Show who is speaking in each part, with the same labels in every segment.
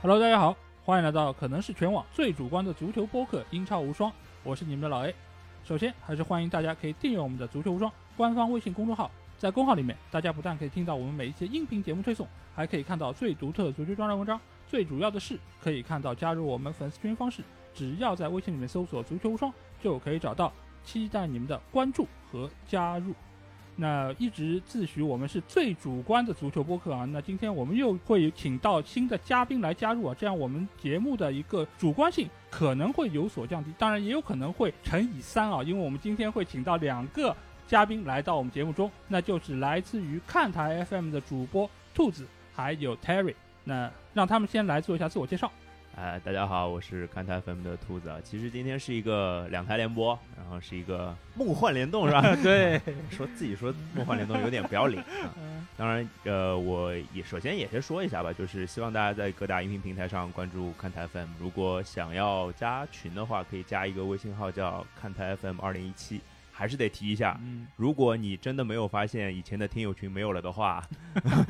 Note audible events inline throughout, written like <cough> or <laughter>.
Speaker 1: Hello，大家好，欢迎来到可能是全网最主观的足球播客《英超无双》，我是你们的老 A。首先还是欢迎大家可以订阅我们的《足球无双》官方微信公众号，在公号里面，大家不但可以听到我们每一期音频节目推送，还可以看到最独特的足球专栏文章。最主要的是，可以看到加入我们粉丝群方式，只要在微信里面搜索“足球无双”就可以找到。期待你们的关注和加入。那一直自诩我们是最主观的足球播客啊，那今天我们又会请到新的嘉宾来加入啊，这样我们节目的一个主观性可能会有所降低，当然也有可能会乘以三啊，因为我们今天会请到两个嘉宾来到我们节目中，那就是来自于看台 FM 的主播兔子还有 Terry，那让他们先来做一下自我介绍。
Speaker 2: 哎，大家好，我是看台 FM 的兔子啊。其实今天是一个两台联播，然后是一个梦幻联动，是 <laughs> 吧？对，说自己说梦幻联动有点不要 <laughs> 脸啊。
Speaker 1: 嗯，
Speaker 2: 当然，呃，我也首先也先说一下吧，就是希望大家在各大音频平台上关注看台 FM。如果想要加群的话，可以加一个微信号叫看台 FM 二零一七。还是得提一下，
Speaker 1: 嗯
Speaker 2: 如果你真的没有发现以前的听友群没有了的话，啊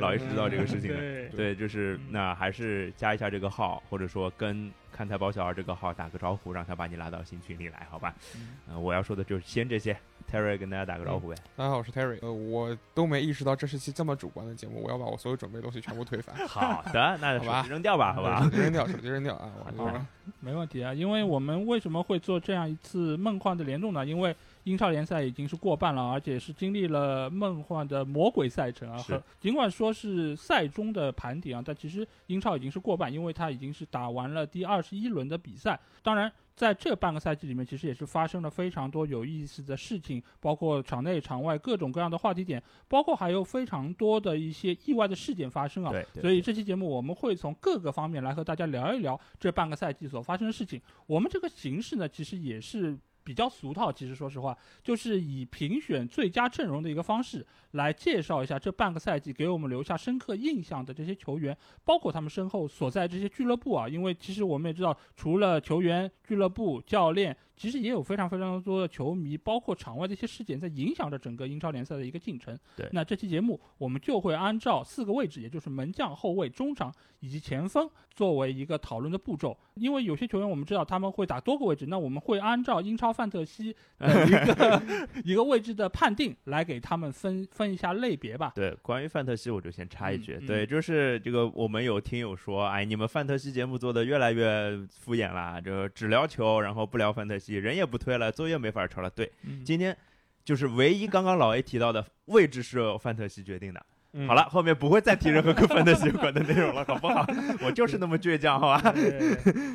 Speaker 2: 老爷知道这个事情的
Speaker 1: 对
Speaker 2: 对，就是
Speaker 1: 嗯
Speaker 2: 那还是加一下这个号，或者说跟看台包小二这个号打个招呼，让他把你拉到新群里来，好吧？
Speaker 1: 嗯
Speaker 2: 嗯、我要说的就是先这些，Terry 跟大家打个招呼呗。
Speaker 3: 大家好，我是 Terry。呃，我都没意识到这是期这么主观的节目，我要把我所有准备的东西全部推
Speaker 1: 嗯
Speaker 3: 翻，
Speaker 2: 好的，那
Speaker 3: 好
Speaker 2: 手
Speaker 3: 吧
Speaker 2: 机扔掉 <laughs> 吧，好吧
Speaker 3: 手？机扔掉，手机扔掉啊！我
Speaker 2: 好的
Speaker 3: 就
Speaker 1: 没问题啊，因为我们为什么会做这样一次梦幻的联动呢？因为英超联赛已经是过半了，而且是经历了梦幻的魔鬼赛程啊。
Speaker 2: 是
Speaker 1: 和尽管说是赛中的盘点啊，但其实英超已经是过半，因为它已经是打完了第二十一轮的比赛。当然，在这半个赛季里面，其实也是发生了非常多有意思的事情，包括场内场外各种各样的话题点，包括还有非常多的一些意外的事件发生啊。
Speaker 2: 对，对
Speaker 1: 所以这期节目我们会从各个方面来和大家聊一聊这半个赛季所发生的事情。我们这个形式呢，其实也是比较俗套，其实说实话，就是以评选最佳阵容的一个方式来介绍一下这半个赛季给我们留下深刻印象的这些球员，包括他们身后所在这些俱乐部啊。因为其实我们也知道，除了球员、俱乐部、教练，其实也有非常非常多的球迷，包括场外的一些事件，在影响着整个英超联赛的一个进程。
Speaker 2: 对
Speaker 1: 那这期节目我们就会按照四个位置，也就是门将、后卫、中场以及前锋作为一个讨论的步骤。因为有些球员我们知道他们会打多个位置，那我们会按照英超范特西的一个
Speaker 2: <laughs>
Speaker 1: 一个位置的判定来给他们分分一下类别吧。
Speaker 2: 对，关于范特西，我就先插一句，
Speaker 1: 嗯嗯
Speaker 2: 对，就是这个，我们有听友说，哎，你们范特西节目做的越来越敷衍啦，这只聊球，然后不聊范特西，人也不推了，作业没法抄了。嗯对，今天就是唯一刚刚老 A 提到的位置是由范特西决定的。
Speaker 3: 嗯
Speaker 2: 好了，后面不会再提任何跟范特西有关的内容了，好不 <laughs> 好？我就是那么倔强，好吧？
Speaker 1: 对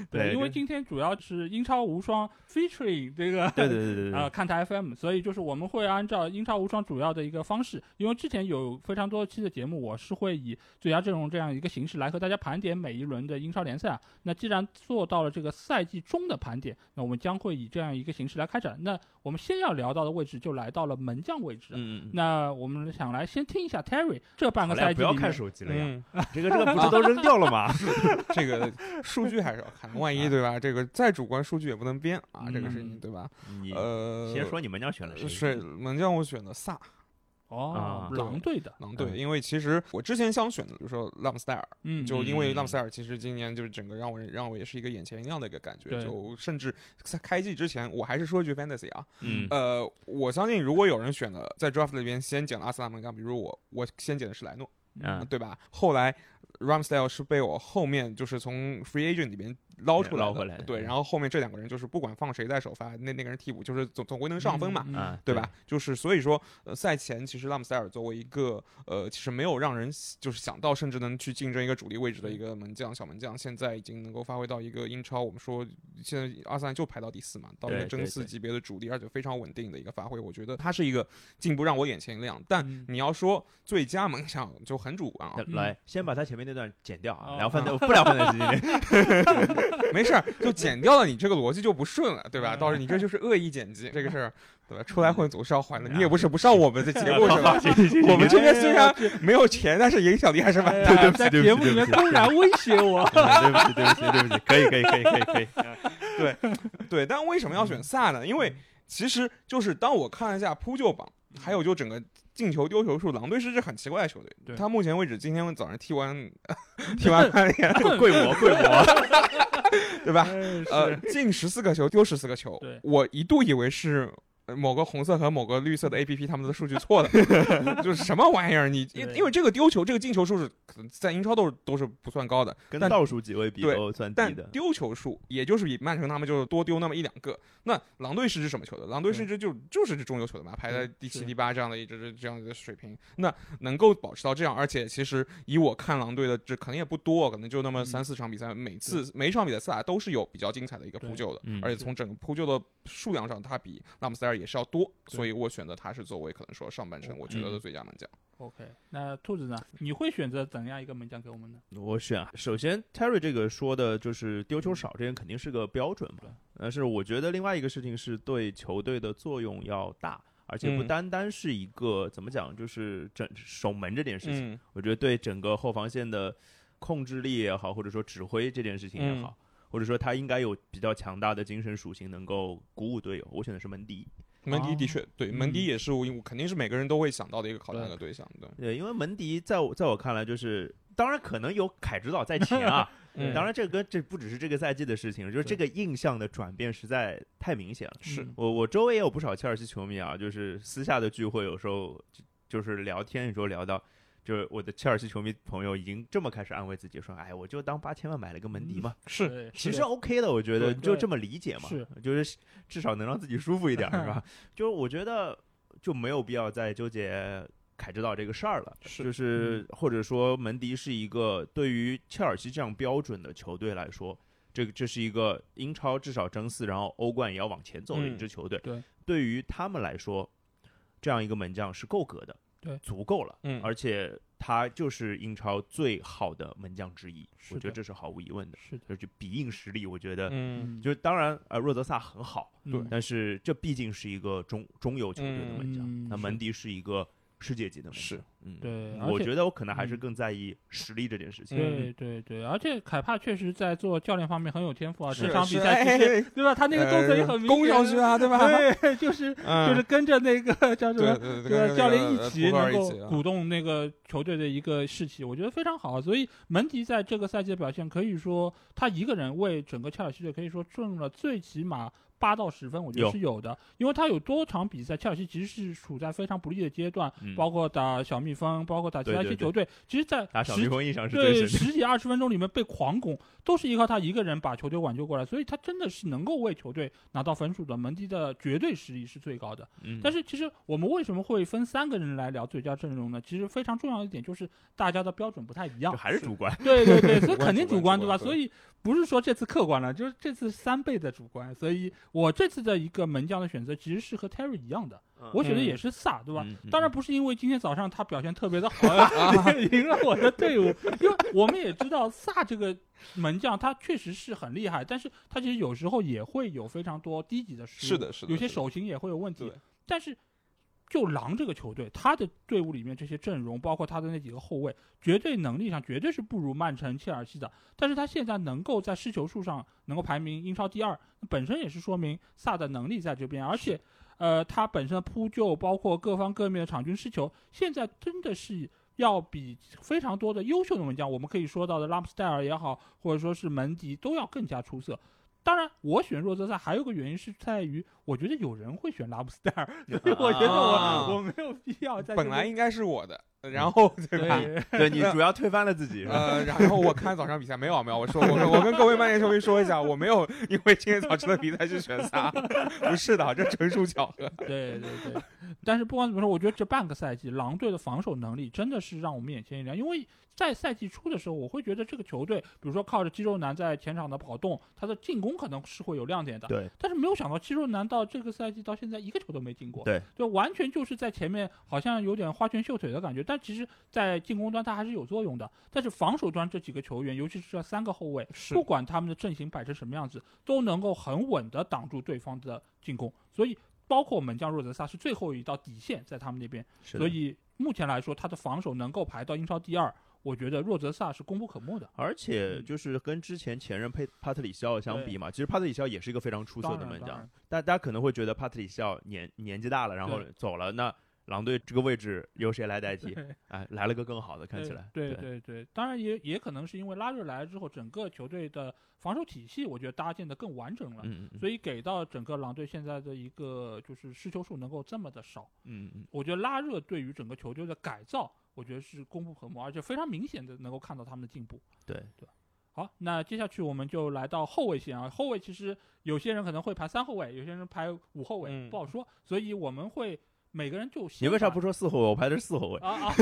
Speaker 2: 对
Speaker 1: 因为
Speaker 2: 对
Speaker 1: 今天主要是英超无双 featuring 这个
Speaker 2: 对对对对
Speaker 1: 啊、
Speaker 2: 对，
Speaker 1: 看台 FM，所以就是我们会按照英超无双主要的一个方式，因为之前有非常多期的节目，我是会以最佳阵容这样一个形式来和大家盘点每一轮的英超联赛啊。那既然做到了这个赛季中的盘点，那我们将会以这样一个形式来开展。那我们先要聊到的位置就来到了门将位置啊。
Speaker 2: 嗯嗯嗯。
Speaker 1: 那我们想来先听一下 Terry 这半
Speaker 2: 好
Speaker 1: 个
Speaker 2: 了
Speaker 1: 赛
Speaker 2: 呀，不
Speaker 1: 季里
Speaker 2: 要
Speaker 1: 面，
Speaker 2: 看手机了呀！
Speaker 3: 嗯，
Speaker 2: 这个这个不是都扔掉了吗？
Speaker 3: 这个数据还是要
Speaker 2: <laughs>
Speaker 3: 看，万一对吧？这个再主观，数据也不能编
Speaker 2: 啊
Speaker 3: 啊，
Speaker 2: 嗯
Speaker 3: 这个事情对吧？
Speaker 2: <laughs> 你
Speaker 3: 呃，
Speaker 2: 先说你们要选了谁？
Speaker 3: 是门将，我选的萨
Speaker 1: 哦，
Speaker 2: 啊
Speaker 1: 狼队的，
Speaker 3: 狼队，
Speaker 2: 嗯
Speaker 3: 因为其实我之前想选的，比如说拉姆斯戴尔，
Speaker 1: 嗯，
Speaker 3: 就因为
Speaker 2: 嗯
Speaker 3: 拉姆塞尔，其实今年就是整个让我让我也是一个眼前一亮的一个感觉，
Speaker 1: 对
Speaker 3: 就甚至在开季之前，我还是说一句 fantasy 啊，
Speaker 2: 嗯
Speaker 3: 呃，我相信如果有人选了在 draft 里边先捡了阿斯拉门加，比如我，我先捡的是莱诺，
Speaker 2: 嗯
Speaker 3: 对吧？后来 Ramsdale 是被我后面就是从 free agent 里边捞出来
Speaker 2: 捞
Speaker 3: 的
Speaker 2: 回来的
Speaker 3: 对，
Speaker 2: 嗯
Speaker 3: 然后后面这两个人就是不管放谁在首发，那那个人替补就是总总归能上分嘛，
Speaker 1: 嗯
Speaker 2: 啊，
Speaker 3: 对吧？？就是所以说，呃，赛前其实拉姆塞尔作为一个呃，其实没有让人就是想到，甚至能去竞争一个主力位置的一个门将小门将，现在已经能够发挥到一个英超，我们说现在阿森纳就排到第四嘛，到一个
Speaker 2: 对对
Speaker 3: 争四
Speaker 2: 对
Speaker 3: 级别的主力，而且非常稳定的一个发挥，我觉得他是一个进步让我眼前一亮。但
Speaker 1: 嗯 <laughs>
Speaker 3: 你要说最佳门将就很主观啊，
Speaker 2: 那
Speaker 1: 嗯
Speaker 2: 来，先把他前面那段剪掉
Speaker 1: 哦
Speaker 2: 啊，聊范 <laughs> 特不聊范特西，
Speaker 3: 没事儿，就剪掉了，你这个逻辑就不顺了，对吧？
Speaker 1: 嗯
Speaker 3: 到时候你这就是恶意剪辑，这个事儿，对吧？出来混总是要还的，你也不是不上我们的节
Speaker 2: <laughs>
Speaker 3: 目是吧？
Speaker 2: 行行行
Speaker 3: 我们这边
Speaker 1: 哎
Speaker 3: 虽然没有钱，但是影响力还是蛮
Speaker 1: 哎
Speaker 3: 大
Speaker 1: 呀
Speaker 2: 对
Speaker 3: 的。
Speaker 2: 不起
Speaker 1: 在
Speaker 2: 对不起
Speaker 1: 节目里面
Speaker 2: 对不起
Speaker 1: 公然威胁我，
Speaker 2: <laughs> 对不起对不起对不起，可以可以可以可以可以， <laughs>
Speaker 3: 对，但
Speaker 1: 嗯
Speaker 3: 为什么要选萨呢？因为其实就是当我看了一下扑救榜，还有就整个进球丢球数，狼队是支很奇怪的球队。
Speaker 1: 嗯对
Speaker 3: 他目前为止，今天早上踢完 <laughs> 踢完曼联，
Speaker 2: 贵我贵我，
Speaker 3: 对吧？
Speaker 1: <laughs> 哎
Speaker 3: 呃，
Speaker 1: 是
Speaker 3: <laughs> 进十四个球，丢十四个球
Speaker 1: 对。
Speaker 3: 我一度以为是呃某个红色和某个绿色的
Speaker 1: 嗯
Speaker 3: A P P 他们的数据错了， <laughs> 就是什么玩意儿？你因
Speaker 1: 对
Speaker 3: 因为这个丢球，这个进球数是可能在英超都是都是不算高的，
Speaker 2: 跟
Speaker 3: 但
Speaker 2: 倒数几位比
Speaker 3: 对
Speaker 2: 都算低
Speaker 3: 但
Speaker 2: 的。
Speaker 3: 丢球数也就是比曼城他们就是多丢那么一两个。那狼队是支什么球队？狼队是一支就就是支中游球队嘛，排在第七、
Speaker 1: 是
Speaker 3: 第八这样的一支这样的水平。那能够保持到这样，而且其实以我看狼队的这可能也不多，可能就那么
Speaker 1: 嗯
Speaker 3: 三四场比赛，每次每一场比赛打都是有比较精彩的一个
Speaker 1: 对
Speaker 3: 扑救的
Speaker 2: 嗯，
Speaker 3: 而且从整个扑救的数量上，他比拉姆塞尔也是要多，
Speaker 1: 对
Speaker 3: 所以我选择他是作为可能说上半程我觉得的最佳门将。
Speaker 1: OK，那兔子呢？你会选择怎样一个门将给我们呢？
Speaker 2: 我选，啊首先 Terry 这个说的就是丢
Speaker 3: 嗯
Speaker 2: 球少，这人肯定是个标准嘛。但是我觉得另外一个事情是对球队的作用要大，而且不
Speaker 3: 嗯
Speaker 2: 单单是一个、怎么讲，就是整守门这件事情，
Speaker 3: 嗯，
Speaker 2: 我觉得对整个后防线的控制力也好，或者说指挥这件事情
Speaker 3: 嗯
Speaker 2: 也好，或者说他应该有比较强大的精神属性，能够鼓舞队友。我选的是门迪，
Speaker 3: 门迪
Speaker 1: 哦
Speaker 3: 的确对，门迪
Speaker 1: 嗯
Speaker 3: 也是我肯定是每个人都会想到的一个考量
Speaker 1: 对
Speaker 3: 的对象，对。
Speaker 2: 对，因为门迪在我在我看来就是，当然可能有凯指导在前啊，
Speaker 1: 嗯
Speaker 2: 当然，这跟这不只是这个赛季的事情，就是这个印象的转变实在太明显了。
Speaker 3: 是
Speaker 1: 嗯
Speaker 2: 我我周围也有不少切尔西球迷啊，就是私下的聚会，有时候就就是聊天，有时候聊到，就是我的切尔西球迷朋友已经这么开始安慰自己说：“哎，我就当八千万买了个门迪嘛。
Speaker 3: 是
Speaker 1: 对
Speaker 2: 其实 OK 的，我觉得
Speaker 1: 嗯对
Speaker 2: 就这么理解嘛，
Speaker 1: 是
Speaker 2: 就是至少能让自己舒服一点，是
Speaker 1: <laughs>
Speaker 2: 吧？就是我觉得就没有必要再纠结凯指导这个事儿了，
Speaker 3: 是
Speaker 1: 嗯
Speaker 2: 就是或者说门迪是一个对于切尔西这样标准的球队来说，这个这是一个英超至少争四，然后欧冠也要往前走的一支球队，
Speaker 1: 嗯对，
Speaker 2: 对于他们来说，这样一个门将是够格的，
Speaker 1: 对
Speaker 2: 足够了，
Speaker 3: 嗯
Speaker 2: 而且他就是英超最好的门将之一，
Speaker 1: 是
Speaker 2: 我觉得
Speaker 1: 的
Speaker 2: 这是毫无疑问的。
Speaker 1: 是的，
Speaker 2: 就是就比硬实力，我觉得、
Speaker 3: 嗯，
Speaker 2: 就是当然呃，若泽萨很好，
Speaker 1: 嗯
Speaker 3: 对
Speaker 2: 但是这毕竟是一个中中游球队的门将，
Speaker 1: 嗯
Speaker 2: 那门迪是一个世界级的门将，
Speaker 3: 是，
Speaker 2: 嗯，
Speaker 1: 对而
Speaker 2: 我
Speaker 1: 且
Speaker 2: 觉得我可能还是
Speaker 1: 嗯
Speaker 2: 更在意实力这件事情，
Speaker 3: 嗯
Speaker 1: 对对对，而且凯帕确实在做教练方面很有天赋啊，
Speaker 3: 是
Speaker 1: 整场比
Speaker 3: 是
Speaker 1: 赛
Speaker 3: 哎
Speaker 1: 其实对吧？他那个动作也
Speaker 3: 呃 <laughs>
Speaker 1: 很明
Speaker 3: 攻
Speaker 1: 显
Speaker 3: 上去啊，对吧？ <laughs>
Speaker 1: 对，就是
Speaker 3: 嗯，
Speaker 1: 就是跟着那个 <laughs> 叫什
Speaker 3: 对
Speaker 1: 么
Speaker 3: 对
Speaker 1: 这个
Speaker 3: 跟
Speaker 1: 教
Speaker 3: 那
Speaker 1: 练
Speaker 3: 个
Speaker 1: 一起
Speaker 3: 图赫
Speaker 1: 能
Speaker 3: 尔一
Speaker 1: 够
Speaker 3: 起啊
Speaker 1: 鼓动那个球队的一个士气，我觉得非常好。所以门迪在这个赛季的表现，可以说他一个人为整个切尔西队可以说挣了最起码八到十分，我觉得
Speaker 2: 有
Speaker 1: 是有的，因为他有多场比赛，切尔西其实是处在非常不利的阶段，
Speaker 2: 嗯，
Speaker 1: 包括打小蜜蜂，包括打其他一
Speaker 2: 对
Speaker 1: 些
Speaker 2: 对对
Speaker 1: 球队，其实，在
Speaker 2: 打小
Speaker 1: 实
Speaker 2: 蜜蜂印象是
Speaker 1: 对
Speaker 2: 最深的。
Speaker 1: 十几二十分钟里面被狂攻，都是依靠他一个人把球队挽救过来，所以他真的是能够为球队拿到分数的。门迪的绝对实力是最高的。
Speaker 2: 嗯，
Speaker 1: 但是其实我们为什么会分三个人来聊最佳阵容呢？其实非常重要一点就是大家的标准不太一
Speaker 2: 就
Speaker 1: 样。
Speaker 2: 还是主观，
Speaker 1: 对对对，所以
Speaker 3: 主观
Speaker 1: 肯定
Speaker 3: 主
Speaker 1: 观
Speaker 3: 观主
Speaker 1: 对吧？
Speaker 3: 观
Speaker 1: 所
Speaker 3: 对
Speaker 1: 以不是说这次客观了，就是这次三倍的主观。所以我这次的一个门将的选择其实是和 Terry 一样的，我选的也是萨，对吧？
Speaker 2: 嗯
Speaker 1: 当然，不是因为今天早上他表现特别的好， <laughs> 赢了我的队伍，因为我们也知道萨这个门将他确实是很厉害，但是他其实有时候也会有非常多低级的失误，
Speaker 3: 是的是的
Speaker 1: 有些
Speaker 3: 是的
Speaker 1: 手型也会有问题
Speaker 3: 对。
Speaker 1: 但是就狼这个球队，他的队伍里面这些阵容，包括他的那几个后卫，绝对能力上绝对是不如曼城、切尔西的。但是他现在能够在失球数上能够排名英超第二，本身也是说明萨的能力在这边，而且。呃，他本身的扑救，包括各方各面的场均失球，现在真的是要比非常多的优秀的门将，我们可以说到的拉姆斯戴尔也好，或者说是门迪，都要更加出色。当然，我选若泽萨还有个原因是在于，我觉得有人会选拉姆斯戴尔，所以 <laughs> 我觉得我、
Speaker 3: 啊
Speaker 1: 我没有必要在这
Speaker 3: 本
Speaker 1: 边
Speaker 3: 来应该是我的，然后对吧？
Speaker 1: 对
Speaker 2: 对你主要推翻了自己，是吧
Speaker 3: 呃，然后我看早上比赛没有啊没有，我说我跟我跟各位曼联球迷说一下，我没有因为今天早晨的比赛去 <laughs> 选仨，不是的，这纯属巧合。
Speaker 1: <laughs> 对对对，但是不管怎么说，我觉得这半个赛季狼队的防守能力真的是让我们眼前一亮。因为在赛季初的时候，我会觉得这个球队，比如说靠着肌肉男在前场的跑动，他的进攻可能是会有亮点的。
Speaker 2: 对，
Speaker 1: 但是没有想到肌肉男到这个赛季到现在一个球都没进过。
Speaker 2: 对，
Speaker 1: 就完全就是在前面好像有点花拳绣腿的感觉，但其实，在进攻端他还是有作用的。但是防守端这几个球员，尤其是这三个后卫，
Speaker 3: 是
Speaker 1: 不管他们的阵型摆成什么样子，都能够很稳的挡住对方的进攻。所以，包括门将若泽萨是最后一道底线在他们那边，
Speaker 2: 是的
Speaker 1: 所以目前来说，他的防守能够排到英超第二，我觉得若泽萨是功不可没的。
Speaker 2: 而且
Speaker 1: 嗯
Speaker 2: 就是跟之前前任佩帕特里西奥相比嘛，其实帕特里西奥也是一个非常出色
Speaker 1: 当
Speaker 2: 的
Speaker 1: 然
Speaker 2: 门
Speaker 1: 当
Speaker 2: 将
Speaker 1: 然，
Speaker 2: 大大家可能会觉得帕特里西奥年年纪大了，然后
Speaker 1: 对
Speaker 2: 走了，那狼队这个位置由谁来代替？
Speaker 1: 对
Speaker 2: 哎，来了个更好的，看起
Speaker 1: <laughs>
Speaker 2: 来。
Speaker 1: 对
Speaker 2: 对
Speaker 1: 对对，当然也也可能是因为拉热来了之后，整个球队的防守体系我觉得搭建的更完整了。
Speaker 2: 嗯嗯嗯
Speaker 1: 所以给到整个狼队现在的一个就是失球数能够这么的少，
Speaker 2: 嗯嗯
Speaker 1: 我觉得拉热对于整个球队的改造，我觉得是功不可没，而且非常明显的能够看到他们的进步。
Speaker 2: 对
Speaker 1: 好，那接下去我们就来到后卫线啊。后卫其实有些人可能会排三后卫，有些人排五后卫，
Speaker 3: 嗯
Speaker 1: 不好说。所以我们会每个人就
Speaker 2: 你
Speaker 1: 先
Speaker 2: 为啥
Speaker 1: 把
Speaker 2: 不说四后卫？我排的是四后卫。
Speaker 1: 啊啊？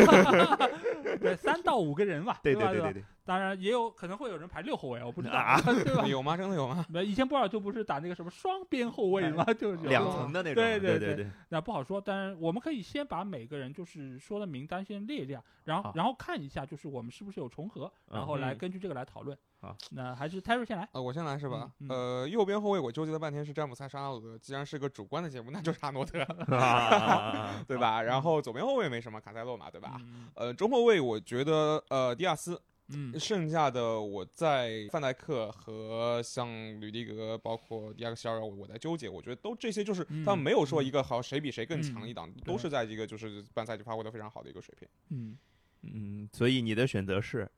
Speaker 2: <laughs>
Speaker 1: 对，三到五个人吧，
Speaker 2: 对
Speaker 1: 对吧
Speaker 2: 对对
Speaker 1: 吧
Speaker 2: 对，
Speaker 1: 当然也有可能会有人排六后卫，我不知道，
Speaker 2: 啊
Speaker 1: 对吧？
Speaker 3: 有吗？真的有吗？
Speaker 1: 那以前波尔图不是打那个什么双边后卫吗？就是有
Speaker 2: 哎两
Speaker 1: 这种
Speaker 2: 层的那种。
Speaker 1: 对对
Speaker 2: 对对
Speaker 1: 对
Speaker 3: <laughs>
Speaker 2: 对
Speaker 1: 那不好说，但是我们可以先把每个人就是说的名单先列一列，然后
Speaker 2: 好
Speaker 1: 然后看一下就是我们是不是有重合，然后来
Speaker 3: 嗯
Speaker 1: 根据这个来讨论。
Speaker 2: 好，
Speaker 1: 那还是 Terry 先来。
Speaker 3: 呃，我先来是吧？
Speaker 1: 嗯
Speaker 3: 呃，右边后卫我纠结了半天是詹姆斯还是阿德，既然是个主观的节目，那就是阿诺德，嗯
Speaker 2: 啊
Speaker 3: <laughs> 对吧？然后左边后卫没什么，卡塞洛嘛，对吧？
Speaker 1: 嗯
Speaker 3: 呃，中后卫我觉得呃迪亚斯，
Speaker 1: 嗯
Speaker 3: 剩下的我在范戴克和像吕迪格，包括迪亚克希尔，我在纠结，我觉得都这些就是
Speaker 1: 嗯
Speaker 3: 他们没有说一个好谁比谁更强
Speaker 1: 嗯
Speaker 3: 一档，
Speaker 1: 对
Speaker 3: 都是在一个就是半赛季发挥的非常好的一个水平，
Speaker 1: 嗯
Speaker 2: 嗯，所以你的选择是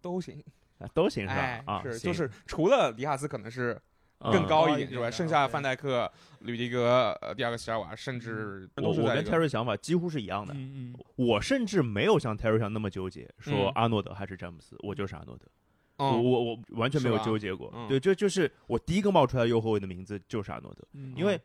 Speaker 3: 都行，
Speaker 2: 啊都行是吧
Speaker 3: 哎？，
Speaker 2: 啊，
Speaker 3: 是
Speaker 2: 行
Speaker 3: 就是除了迪亚斯可能是更
Speaker 2: 嗯
Speaker 3: 高
Speaker 1: 高
Speaker 3: 一
Speaker 1: 一
Speaker 3: 点
Speaker 1: 点
Speaker 3: 是吧？
Speaker 1: 的
Speaker 3: 剩下
Speaker 1: OK
Speaker 3: 范戴克、吕迪格、呃迪亚克希尔瓦，甚至
Speaker 2: 我
Speaker 3: 都是
Speaker 2: 我
Speaker 3: 在一
Speaker 2: 跟
Speaker 3: 个
Speaker 2: Terry 想法几乎是一样的，
Speaker 1: 嗯嗯
Speaker 2: 我甚至没有像 Terry 想那么纠结，说
Speaker 3: 嗯
Speaker 2: 阿诺德还是詹姆斯，我就是阿诺德，我
Speaker 3: 嗯
Speaker 2: 我我完全没有
Speaker 3: 是吧
Speaker 2: 纠结过。
Speaker 3: 嗯
Speaker 2: 对，这就是我第一个冒出来的右后卫的名字就是阿诺德，
Speaker 1: 嗯，
Speaker 2: 因为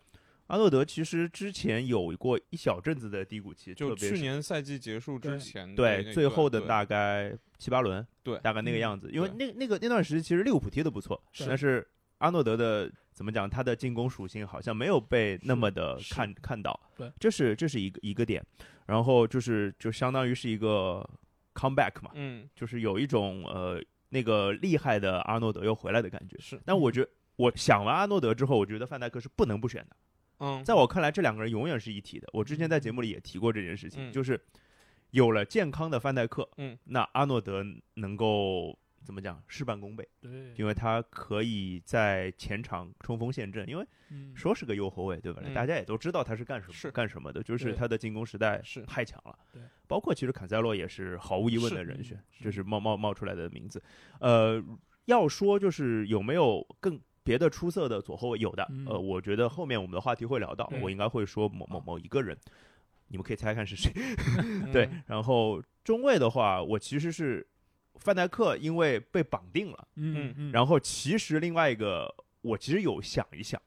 Speaker 2: 阿诺德其实之前有过一小阵子的低谷期，
Speaker 3: 就
Speaker 2: 特别
Speaker 3: 去
Speaker 2: 是
Speaker 3: 年赛季结束之
Speaker 1: 对
Speaker 3: 前的那
Speaker 2: 对
Speaker 3: 一
Speaker 2: 最
Speaker 3: 段
Speaker 2: 后的
Speaker 3: 嗯对
Speaker 2: 大概七八轮，
Speaker 3: 对
Speaker 2: 大概那个
Speaker 1: 嗯
Speaker 2: 样子。因为
Speaker 3: 对
Speaker 2: 那那个那段时期其实利物浦踢的不错，
Speaker 1: 是
Speaker 2: 但是阿诺德的怎么讲，他的进攻属性好像没有被那么的
Speaker 1: 是
Speaker 2: 看看到。
Speaker 1: 对，
Speaker 2: 这是这是一个一个点，然后就是就相当于是一个 comeback 嘛，
Speaker 3: 嗯
Speaker 2: 就是有一种呃那个厉害的阿诺德又回来的感觉。
Speaker 3: 是
Speaker 1: 嗯
Speaker 2: 但我觉我想完阿诺德之后，我觉得范戴克是不能不选的。
Speaker 3: 嗯
Speaker 2: 在我看来，这两个人永远是一体的。我之前在节目里也提过这件事情，
Speaker 3: 嗯
Speaker 2: 就是有了健康的范戴克，
Speaker 3: 嗯，
Speaker 2: 那阿诺德能够怎么讲事半功倍，
Speaker 1: 嗯
Speaker 3: 嗯
Speaker 1: 对，
Speaker 2: 因为他可以在前场冲锋陷阵，因为
Speaker 1: 嗯
Speaker 2: 说是个右后卫，对吧？
Speaker 3: 嗯
Speaker 2: 大家也都知道他是干什么
Speaker 3: 是
Speaker 2: 干什么的，就是
Speaker 1: 对
Speaker 2: 他的进攻时代
Speaker 3: 是
Speaker 2: 太强了。
Speaker 1: 对，
Speaker 2: 包括其实坎塞洛也是毫无疑问
Speaker 3: 是
Speaker 2: 的人选
Speaker 1: 嗯，是
Speaker 2: 这是冒冒冒出来的名字。呃，要说就是有没有更别的出色的左后卫，有的。
Speaker 1: 嗯
Speaker 2: 呃，我觉得后面我们的话题会聊到
Speaker 1: 对，
Speaker 2: 我应该会说某某某一个人，你们可以猜看是谁。对
Speaker 3: 嗯，
Speaker 2: 然后中卫的话，我其实是范戴克，因为被绑定了。
Speaker 1: 嗯嗯，后
Speaker 2: 然后其实另外一个，我其实有想一想，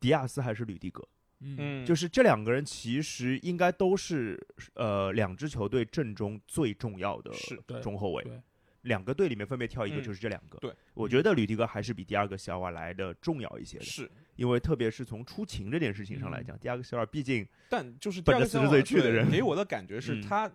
Speaker 2: 迪亚斯还是吕迪格，
Speaker 1: 嗯
Speaker 3: 嗯
Speaker 2: 就是这两个人其实应该都是呃两支球队阵中最重要的
Speaker 3: 是
Speaker 1: 对
Speaker 2: 中后卫
Speaker 1: 对。
Speaker 2: 两个队里面分别挑一个，
Speaker 3: 嗯
Speaker 2: 就是这两个。
Speaker 3: 对，
Speaker 2: 我觉得吕迪格还是比第二个席尔瓦来的重要一些的，
Speaker 3: 是
Speaker 2: 因为特别是从出勤这件事情上来
Speaker 1: 嗯
Speaker 2: 讲，第二个席尔瓦毕竟
Speaker 3: 但就是
Speaker 2: 奔
Speaker 3: 第
Speaker 2: 着
Speaker 3: 二个
Speaker 2: 40
Speaker 3: 项目
Speaker 2: 岁去的
Speaker 3: 对
Speaker 2: 人
Speaker 3: 给我的感觉是
Speaker 2: 嗯
Speaker 3: 他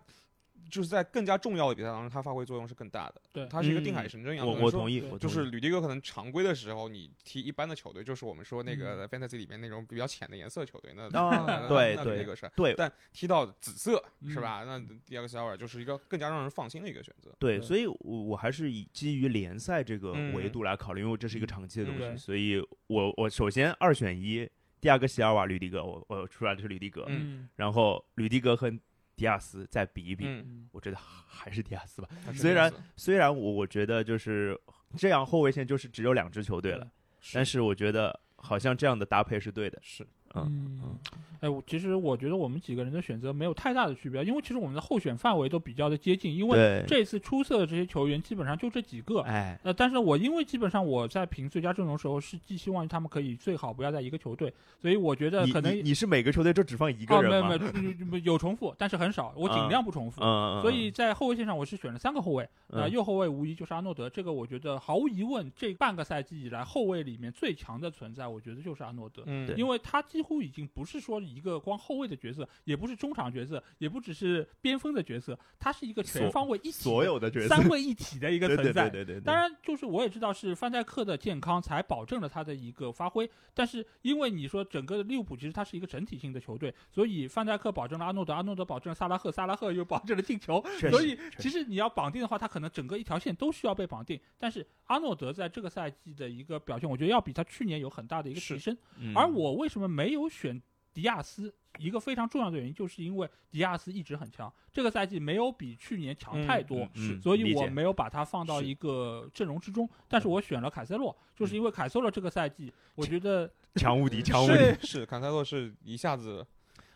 Speaker 3: 就是在更加重要的比赛当中，他发挥作用是更大的。
Speaker 1: 对
Speaker 3: 他是一个
Speaker 2: 嗯
Speaker 3: 定海神针一样。
Speaker 2: 我
Speaker 3: 可能
Speaker 2: 我
Speaker 3: 说
Speaker 2: 同意，
Speaker 1: 对
Speaker 2: 我
Speaker 3: 就
Speaker 2: 同
Speaker 3: 是
Speaker 2: 意
Speaker 3: 吕迪格可能常规的时候，你踢一般的球队，就是我们说那个 fantasy 里面那种比较浅的颜色球队，那
Speaker 2: 啊
Speaker 3: 那
Speaker 2: 对
Speaker 3: 那
Speaker 2: 对
Speaker 3: 那个是。
Speaker 2: 对
Speaker 3: 但踢到紫色是
Speaker 1: 嗯
Speaker 3: 吧？那迪亚克肖尔就是一个更加让人放心的一个选择。
Speaker 2: 对，
Speaker 1: 对
Speaker 2: 所以我我还是以基于联赛这个
Speaker 3: 嗯
Speaker 2: 维度来考虑，因为这是一个长期的东西，
Speaker 1: 嗯对
Speaker 2: 所以我我首先二选一，第二个席尔瓦吕迪格，我我出来的是吕迪格，
Speaker 1: 嗯
Speaker 2: 然后吕迪格和迪亚斯再比一比，
Speaker 3: 嗯，
Speaker 1: 嗯
Speaker 2: 我觉得还是迪亚斯吧。
Speaker 3: 他是
Speaker 2: 虽
Speaker 3: 这样
Speaker 2: 然
Speaker 3: 子
Speaker 2: 虽然我我觉得就是这样，后卫线就是只有两支球队
Speaker 1: 嗯
Speaker 2: 了，但是我觉得好像这样的搭配是对的，
Speaker 3: 是
Speaker 2: 嗯
Speaker 1: 嗯，哎，我其实我觉得我们几个人的选择没有太大的区别，啊因为其实我们的候选范围都比较的接近，因为
Speaker 2: 对，
Speaker 1: 这次出色的这些球员基本上就这几个。
Speaker 2: 哎，
Speaker 1: 呃，但是我因为基本上我在评最佳阵容的时候是寄希望于他们可以最好不要在一个球队，所以我觉得
Speaker 2: 你
Speaker 1: 可能
Speaker 2: 你你是每个球队就只放一
Speaker 1: 哦没
Speaker 2: 个人
Speaker 1: 有
Speaker 2: 吗？
Speaker 1: 没有就就有重复，但是很少，我尽量不重复。
Speaker 2: 嗯，嗯
Speaker 1: 所以在后卫线上，我是选了三个后卫，啊、
Speaker 2: 嗯
Speaker 1: 右后卫无疑就是阿诺德，这个我觉得毫无疑问，这半个赛季以来后卫里面最强的存在，我觉得就是阿诺德。
Speaker 3: 嗯，
Speaker 2: 对
Speaker 1: 因为他几乎已经不是说一个光后卫的角色，也不是中场角色，也不只是边锋的角色，他是一个全
Speaker 2: 所
Speaker 1: 方位一体的
Speaker 2: 嗯所有的角色
Speaker 1: 三位一体的一个
Speaker 2: 对
Speaker 1: 存在。
Speaker 2: 对对对对，
Speaker 1: 当然，就是我也知道是范戴克的健康才保证了他的一个发挥，但是因为你说整个利物浦其实它是一个整体性的球队，所以范戴克保证了阿诺德，阿诺德保证了萨拉赫，萨拉赫又保证了进球，
Speaker 2: 确
Speaker 1: 所
Speaker 2: 实
Speaker 1: 以
Speaker 2: 确
Speaker 1: 其实你要绑定的话，他可能整个一条线都需要被绑定。但是阿诺德在这个赛季的一个表现，我觉得要比他去年有很大的一个提
Speaker 3: 是
Speaker 1: 升。
Speaker 2: 嗯
Speaker 1: 而我为什么没有选迪亚斯一个非常重要的原因，就是因为迪亚斯一直很强，这个赛季没有比去年强太多。
Speaker 2: 嗯嗯
Speaker 1: 所以
Speaker 2: 理
Speaker 1: 我
Speaker 2: 解
Speaker 1: 没有把他放到
Speaker 2: 是
Speaker 1: 一个阵容之中，但是我选了凯塞洛，就是因为凯塞洛这个赛季，我觉得
Speaker 2: 强无敌，强无敌，
Speaker 3: 是是，坎塞洛是一下子，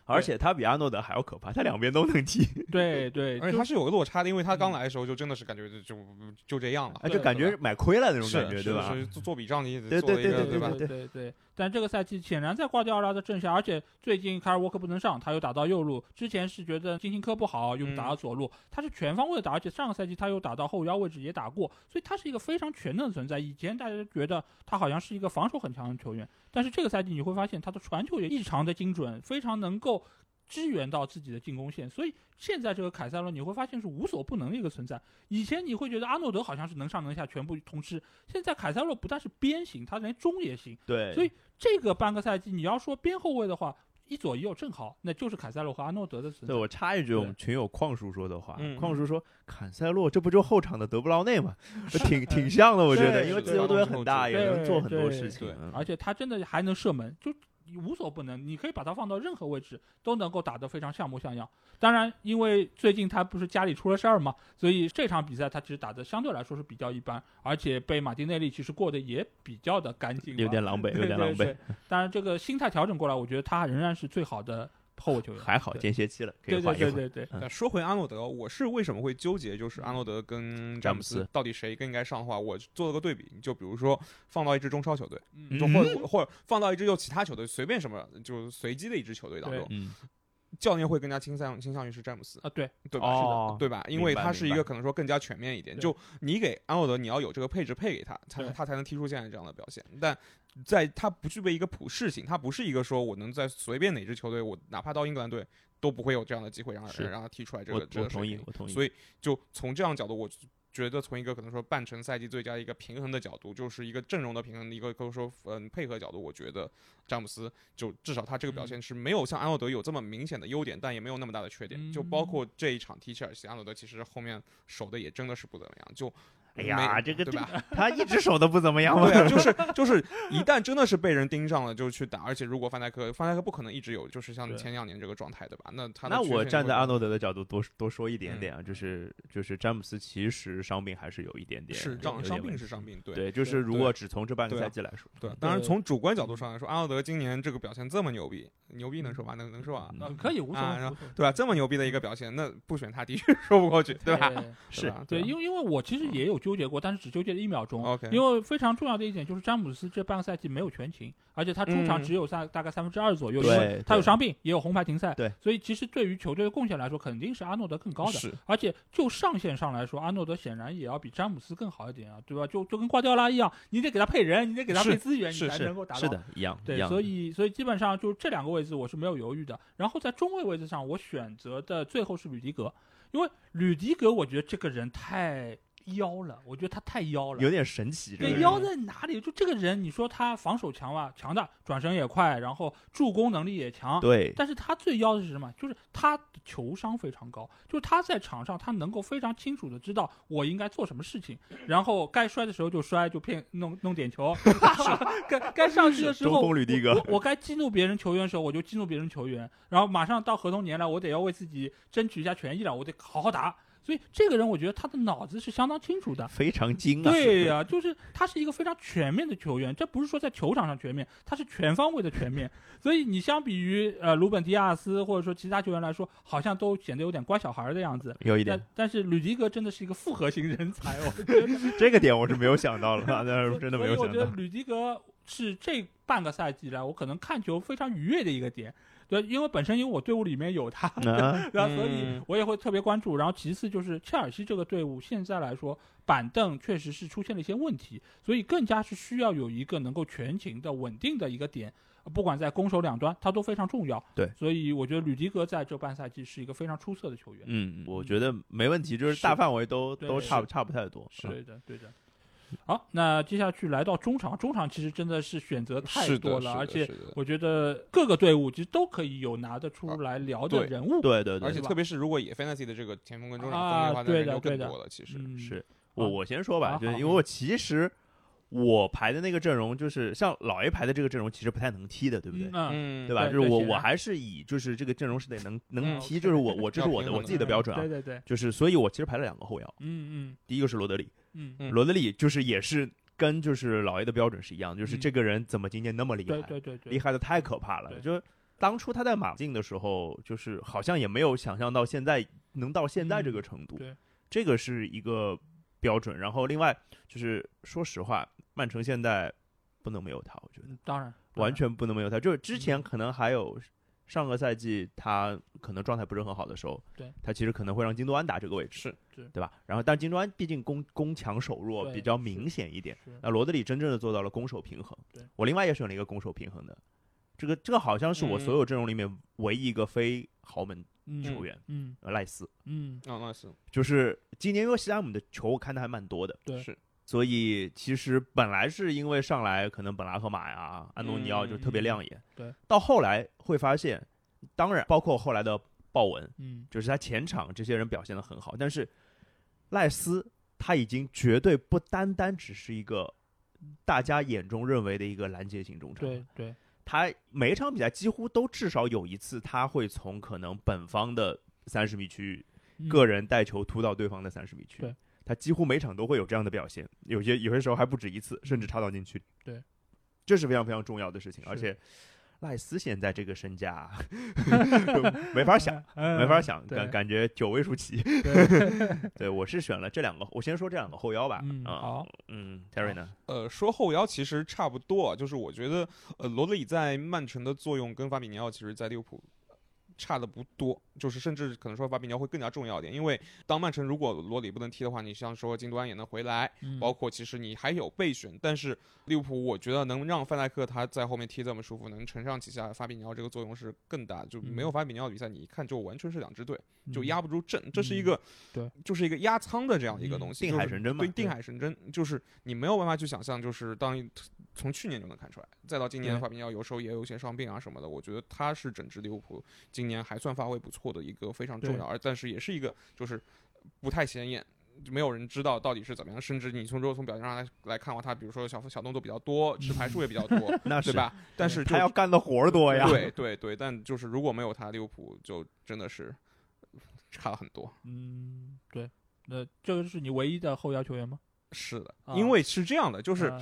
Speaker 2: 而且他比阿诺德还要可怕，他两边都能踢，
Speaker 1: 对对，
Speaker 3: 而且
Speaker 1: 就
Speaker 3: 他是有个落差的，因为他刚
Speaker 1: 嗯
Speaker 3: 来的时候就真的是感觉就就就这样了，
Speaker 2: 哎，
Speaker 1: 对
Speaker 2: 就感觉买亏了那种
Speaker 3: 是
Speaker 2: 感觉，
Speaker 3: 是
Speaker 2: 对吧？
Speaker 3: 是做做笔账你也得
Speaker 2: 对
Speaker 3: 做一
Speaker 2: 对
Speaker 3: 个
Speaker 1: 对
Speaker 3: 吧？
Speaker 1: 对对对。但这个赛季显然在瓜迪奥拉的阵下，而且最近凯尔沃克不能上，他又打到右路。之前是觉得金琴科不好，又打到左路，他是全方位的打，而且上个赛季他又打到后腰位置也打过，所以他是一个非常全能的存在。以前大家觉得他好像是一个防守很强的球员，但是这个赛季你会发现他的传球也异常的精准，非常能够。支援到自己的进攻线，所以现在这个凯塞洛你会发现是无所不能的一个存在。以前你会觉得阿诺德好像是能上能下全部通吃，现在凯塞洛不但是边行，他连中也行。
Speaker 2: 对，
Speaker 1: 所以这个半个赛季，你要说边后卫的话，一左一右正好，那就是凯塞洛和阿诺德的存
Speaker 2: 对，
Speaker 1: 在。
Speaker 2: 我插一句，我们群友旷叔说的话
Speaker 3: 嗯，
Speaker 2: 旷叔说坎塞洛这不就后场的德布劳内
Speaker 3: <laughs>
Speaker 2: 吗？挺挺像的，我觉得，
Speaker 1: 对
Speaker 2: 因为
Speaker 1: 是的
Speaker 2: 自由度也很大，也
Speaker 1: 对
Speaker 2: 能做很多
Speaker 1: 对
Speaker 2: 事情
Speaker 3: 对。
Speaker 2: 嗯
Speaker 1: 而且他真的还能射门，就无所不能。你可以把他放到任何位置，都能够打得非常像模像样。当然，因为最近他不是家里出了事儿嘛，所以这场比赛他其实打得相对来说是比较一般，而且被马丁内利其实过得也比较的干净吧，<laughs>
Speaker 2: 有点狼狈，有点
Speaker 1: 对
Speaker 2: 狼狈
Speaker 1: 对，对当然，这个心态调整过来，我觉得他仍然是最好的后卫球员。
Speaker 2: 还好
Speaker 1: 对
Speaker 2: 间歇期了，可以
Speaker 1: 对对
Speaker 2: 缓一
Speaker 1: 对
Speaker 2: 缓。
Speaker 1: 对对，
Speaker 3: 但说回阿诺德，我是为什么会纠结，就是阿诺德跟詹
Speaker 2: 詹
Speaker 3: 姆
Speaker 2: 姆
Speaker 3: 斯
Speaker 2: 斯
Speaker 3: 到底谁更应该上的话，我做了个对比，就比如说放到一支中超球队，
Speaker 1: 嗯
Speaker 3: 就或者或者放到一支又其他球队，随便什么就随机的一支球队当中，
Speaker 2: 嗯，
Speaker 3: 教练会更加倾向倾向于是詹姆斯，
Speaker 1: 啊，对，
Speaker 3: 嗯对吧？
Speaker 2: 哦，
Speaker 3: 对吧？因
Speaker 2: 明
Speaker 3: 为
Speaker 2: 白
Speaker 3: 他是一
Speaker 2: 明白
Speaker 3: 个可能说更加全面一点，
Speaker 1: 对
Speaker 3: 就你给阿诺德，你要有这个配置配给他，他
Speaker 1: 对
Speaker 3: 他才能踢出现在这样的表现。但在他不具备一个普适性，他不是一个说我能在随便哪支球队，我哪怕到英格兰队都不会有这样的机会让
Speaker 2: 是
Speaker 3: 让他踢出来这
Speaker 2: 我
Speaker 3: 个这
Speaker 2: 我
Speaker 3: 个
Speaker 2: 同
Speaker 3: 水
Speaker 2: 意
Speaker 3: 平，。
Speaker 2: 我同意。
Speaker 3: 所以就从这样角度，我觉得从一个可能说半程赛季最佳的一个平衡的角度，就是一个阵容的平衡的一个，可以说嗯配合角度，我觉得詹姆斯就至少他这个
Speaker 2: 嗯
Speaker 3: 表现是没有像安诺德有这么明显的优点，但也没有那么大的缺点。就包
Speaker 2: 嗯
Speaker 3: 括这一场踢切尔西，安诺德其实后面守的也真的是不怎么样，就
Speaker 2: 哎呀，
Speaker 3: 没
Speaker 2: 这个
Speaker 3: 对
Speaker 2: 这
Speaker 3: 吧？
Speaker 2: 个 <laughs> 他一只手都不怎么样嘛
Speaker 3: 对。啊，就是就是，一旦真的是被人盯上了，就去打。而且如果范戴克，范戴克不可能一直有就是像
Speaker 1: 对
Speaker 3: 前两年这个状态的吧？那他的
Speaker 2: 那
Speaker 3: 缺陷
Speaker 2: 我站在
Speaker 3: 会更
Speaker 2: 阿
Speaker 3: 大嗯
Speaker 2: 诺德的角度多多说一点点啊，就是就是詹姆斯其实伤病还是有一点点，
Speaker 3: 是
Speaker 2: 有
Speaker 3: 伤
Speaker 2: 点
Speaker 3: 伤
Speaker 2: 问
Speaker 3: 病是
Speaker 2: 题
Speaker 3: 伤病，对
Speaker 2: 对，就是如
Speaker 3: 对
Speaker 2: 果只从这半个
Speaker 3: 对啊
Speaker 2: 赛季来说，
Speaker 3: 对，当然
Speaker 1: 对
Speaker 3: 从主观角度上来说，阿诺德今年这个表现这么牛逼，牛逼能说吧？能能说吧？
Speaker 2: 嗯
Speaker 1: 啊可以无所
Speaker 3: 啊
Speaker 1: 谓
Speaker 3: 然
Speaker 1: 无所谓，
Speaker 3: 对吧？这么牛逼的一个表现，那不选他的确说不过去，对
Speaker 1: <laughs>
Speaker 3: 吧？
Speaker 1: 对？
Speaker 2: 是
Speaker 3: 吧
Speaker 1: 对，
Speaker 3: 吧
Speaker 1: 因为因为我其实也有纠结过，但是只纠结了一秒钟。
Speaker 3: OK
Speaker 1: 因为非常重要的一点就是詹姆斯这半个赛季没有全勤，而且他出场
Speaker 3: 嗯
Speaker 1: 只有三、大概三分之二左右，因
Speaker 2: 对
Speaker 1: 为他有
Speaker 2: 对
Speaker 1: 伤病，也有红牌停赛，
Speaker 2: 对，
Speaker 1: 所以其实对于球队的贡献来说，肯定是阿诺德更高的。
Speaker 3: 是
Speaker 1: 而且就上限上来说，阿诺德显然也要比詹姆斯更好一点啊，对吧？就就跟瓜迪奥拉一样，你得给他配人，你得给他
Speaker 3: 是
Speaker 1: 配资源，你
Speaker 3: 是
Speaker 1: 才
Speaker 2: 是
Speaker 1: 能够达到
Speaker 2: 是的，一样一
Speaker 1: 对，
Speaker 2: 样。
Speaker 1: 所以所以基本上就这两个位置我是没有犹豫的。然后在中卫位置上，我选择的最后是吕迪格，因为吕迪格我觉得这个人太妖了，我觉得他太妖
Speaker 2: 有
Speaker 1: 了。
Speaker 2: 点神奇，这
Speaker 1: 对
Speaker 2: 个人
Speaker 1: 妖在哪里？就这个人，你说他防守强吧，强的，转身也快，然后助攻能力也强。
Speaker 2: 对
Speaker 1: 但是他最妖的是什么？就是他的球商非常高，就是他在场上他能够非常清楚的知道我应该做什么事情，然后该摔的时候就摔，就骗弄弄点
Speaker 2: <laughs>
Speaker 1: 球， <laughs> 该该上去的时
Speaker 2: 中
Speaker 1: 候
Speaker 2: 锋吕迪格
Speaker 1: 我我该激怒别人球员的时候，我就激怒别人球员，然后马上到合同年了，我得要为自己争取一下权益了，我得好好打。所以这个人，我觉得他的脑子是相当清楚的。
Speaker 2: 非常精啊，
Speaker 1: 对呀、就是他是一个非常全面的球员，这不是说在球场上全面，他是全方位的全面。所以你相比于呃鲁本迪亚斯或者说其他球员来说，好像都显得有点乖小孩儿的样子。
Speaker 2: 有一点
Speaker 1: 但但是吕迪格真的是一个复合型人才，哦我
Speaker 2: 这个点我是没有想到了，啊那
Speaker 1: 所以
Speaker 2: 是真的没有
Speaker 1: 所以
Speaker 2: 想
Speaker 1: 我觉
Speaker 2: 到
Speaker 1: 得。吕迪格是这半个赛季来我可能看球非常愉悦的一个点。对，因为本身因为我队伍里面有他，
Speaker 2: 啊，
Speaker 1: <laughs> 然后所以
Speaker 3: 嗯
Speaker 1: 我也会特别关注。然后其次就是切尔西这个队伍现在来说，板凳确实是出现了一些问题，所以更加是需要有一个能够全勤的稳定的一个点，不管在攻守两端，它都非常重要。
Speaker 2: 对
Speaker 1: 所以我觉得吕迪格在这半赛季是一个非常出色的球员。
Speaker 2: 嗯，我觉得没问题，就是大范围都
Speaker 1: 是对
Speaker 2: 都差
Speaker 1: 是
Speaker 2: 差不太多。嗯
Speaker 1: 对的，对的。好，那接下去来到中场，中场其实真的是选择太
Speaker 3: 是的
Speaker 1: 多
Speaker 3: 是
Speaker 1: 了，
Speaker 3: 的
Speaker 1: 而且
Speaker 3: 是的
Speaker 1: 我觉得各个队伍其实都可以有拿得出来聊的
Speaker 3: 对
Speaker 1: 人物。
Speaker 2: 对对
Speaker 3: 而且
Speaker 2: 对，
Speaker 3: 特别是如果以 fantasy 的这个前锋跟中场
Speaker 1: 啊
Speaker 3: 锋的话，那
Speaker 1: 对
Speaker 3: 人
Speaker 1: 的
Speaker 3: 就
Speaker 1: 对
Speaker 3: 更
Speaker 1: 的
Speaker 3: 多了。其实
Speaker 1: 嗯，
Speaker 2: 是我我先说
Speaker 1: 好
Speaker 2: 吧，就是
Speaker 1: 好
Speaker 2: 因为我其实我排的那个阵容，就是像老 A 排的这个阵容，其实不太能踢的，对不对？
Speaker 1: 嗯，
Speaker 3: 嗯，
Speaker 2: 对吧？
Speaker 1: 对
Speaker 2: 就是我
Speaker 1: 对
Speaker 2: 我还是以就是这个阵容是得能能
Speaker 3: 嗯
Speaker 2: 踢，就是我我这是我的
Speaker 3: 要平衡
Speaker 2: 我自己的标准啊
Speaker 1: 嗯对，对对，
Speaker 2: 就是所以，我其实排了两个后腰，
Speaker 1: 嗯
Speaker 2: 第一个是罗德里，
Speaker 1: 嗯嗯，
Speaker 3: 嗯
Speaker 2: 罗德里就是也是跟就是老 A 的标准是一样，就是
Speaker 1: 嗯
Speaker 2: 这个人怎么今年那么厉害？
Speaker 1: 对对对对，
Speaker 2: 厉害的太可怕了。
Speaker 1: 对
Speaker 2: 就当初他在马竞的时候，就是好像也没有想象到现在能到现在这个程度。
Speaker 1: 嗯对
Speaker 2: 这个是一个标准。然后另外就是说实话，曼城现在不能没有他，我觉得
Speaker 1: 嗯当然
Speaker 2: 完全不能没有他。就是之前可能还有。上个赛季他可能状态不是很好的时候，
Speaker 1: 对，
Speaker 2: 他其实可能会让金多安打这个位置，
Speaker 3: 是
Speaker 1: 是
Speaker 2: 对吧？然后，但金多安毕竟攻攻强守弱
Speaker 1: 对
Speaker 2: 比较
Speaker 1: 是
Speaker 2: 明显一点，
Speaker 1: 是
Speaker 2: 那罗德里真正的做到了攻守平衡。
Speaker 1: 对
Speaker 2: 我另外也选了一个攻守平衡的，这个这个好像是我
Speaker 3: 嗯
Speaker 2: 所有阵容里面唯一一个非豪门
Speaker 1: 嗯
Speaker 2: 球员，
Speaker 1: 嗯
Speaker 2: 呃赖斯。
Speaker 1: 嗯，
Speaker 3: 啊，那是
Speaker 2: 就是今年因为西汉姆的球我看的还蛮多的，
Speaker 1: 对
Speaker 3: 是，
Speaker 2: 所以其实本来是因为上来可能本拉赫马呀、安东尼奥就特别亮眼，
Speaker 1: 嗯对，
Speaker 2: 到后来会发现，当然包括后来的鲍文，
Speaker 1: 嗯
Speaker 2: 就是他前场这些人表现的很好，但是赖斯他已经绝对不单单只是一个大家眼中认为的一个拦截型中场，
Speaker 1: 对对
Speaker 2: 他每一场比赛几乎都至少有一次他会从可能本方的三十米区域
Speaker 1: 嗯
Speaker 2: 个人带球突到对方的三十米区域
Speaker 1: 对，
Speaker 2: 他几乎每场都会有这样的表现，有些有些时候还不止一次，甚至插到禁区里。
Speaker 1: 对，
Speaker 2: 这是非常非常重要的事情，
Speaker 1: 是
Speaker 2: 而且。赖斯现在这个身价啊没法想，没法想，
Speaker 1: 对
Speaker 2: 感感觉九位数
Speaker 1: 哎
Speaker 2: 起。
Speaker 1: 对
Speaker 2: <laughs> 对我是选了这两个，我先说这两个后腰吧。
Speaker 1: 嗯
Speaker 2: 啊，
Speaker 1: 好
Speaker 2: 嗯，Terry 呢？
Speaker 3: 呃，说后腰其实差不多啊，就是我觉得，呃，罗德里在曼城的作用跟法比尼奥其实在利物浦差的不多，就是甚至可能说法比尼奥会更加重要一点，因为当曼城如果罗德里不能踢的话，你像说金多安也能回来，
Speaker 1: 嗯
Speaker 3: 包括其实你还有备选，但是利物浦我觉得能让范戴克他在后面踢这么舒服，能承上启下，法比尼奥这个作用是更大的，就没有
Speaker 1: 嗯
Speaker 3: 法比尼奥的比赛，你一看就完全是两支队，就
Speaker 1: 嗯
Speaker 3: 压不住阵，这是一
Speaker 1: 嗯
Speaker 3: 个，
Speaker 1: 对，
Speaker 3: 就是一个压仓的这样一个
Speaker 1: 嗯
Speaker 3: 东西，
Speaker 2: 定
Speaker 3: 就
Speaker 2: 海
Speaker 3: 是
Speaker 2: 神针嘛
Speaker 3: 对，定
Speaker 2: 对，
Speaker 3: 海神针就是你没有办法去想象，就是当一从去年就能看出来，再到今年的
Speaker 1: 对
Speaker 3: 话，比较有时候也有一些伤病啊什么的，我觉得他是整支利物浦今年还算发挥不错的一个非常重
Speaker 1: 对
Speaker 3: 要，而但是也是一个就是不太显眼。就没有人知道到底是怎么样，甚至你从如果从表现上来来看的话，他比如说小小动作比较多，持牌数也比较多
Speaker 2: 那
Speaker 3: 对？
Speaker 2: <laughs>
Speaker 3: 吧？但是
Speaker 2: 嗯
Speaker 3: 就
Speaker 2: 他要干的活儿多呀。
Speaker 3: 对对对，但就是如果没有他，利物浦就真的是差了很多。
Speaker 1: 嗯对，那这个是你唯一的后腰球员吗？
Speaker 3: 是的，
Speaker 1: 啊
Speaker 3: 因为是这样的，就是
Speaker 1: 啊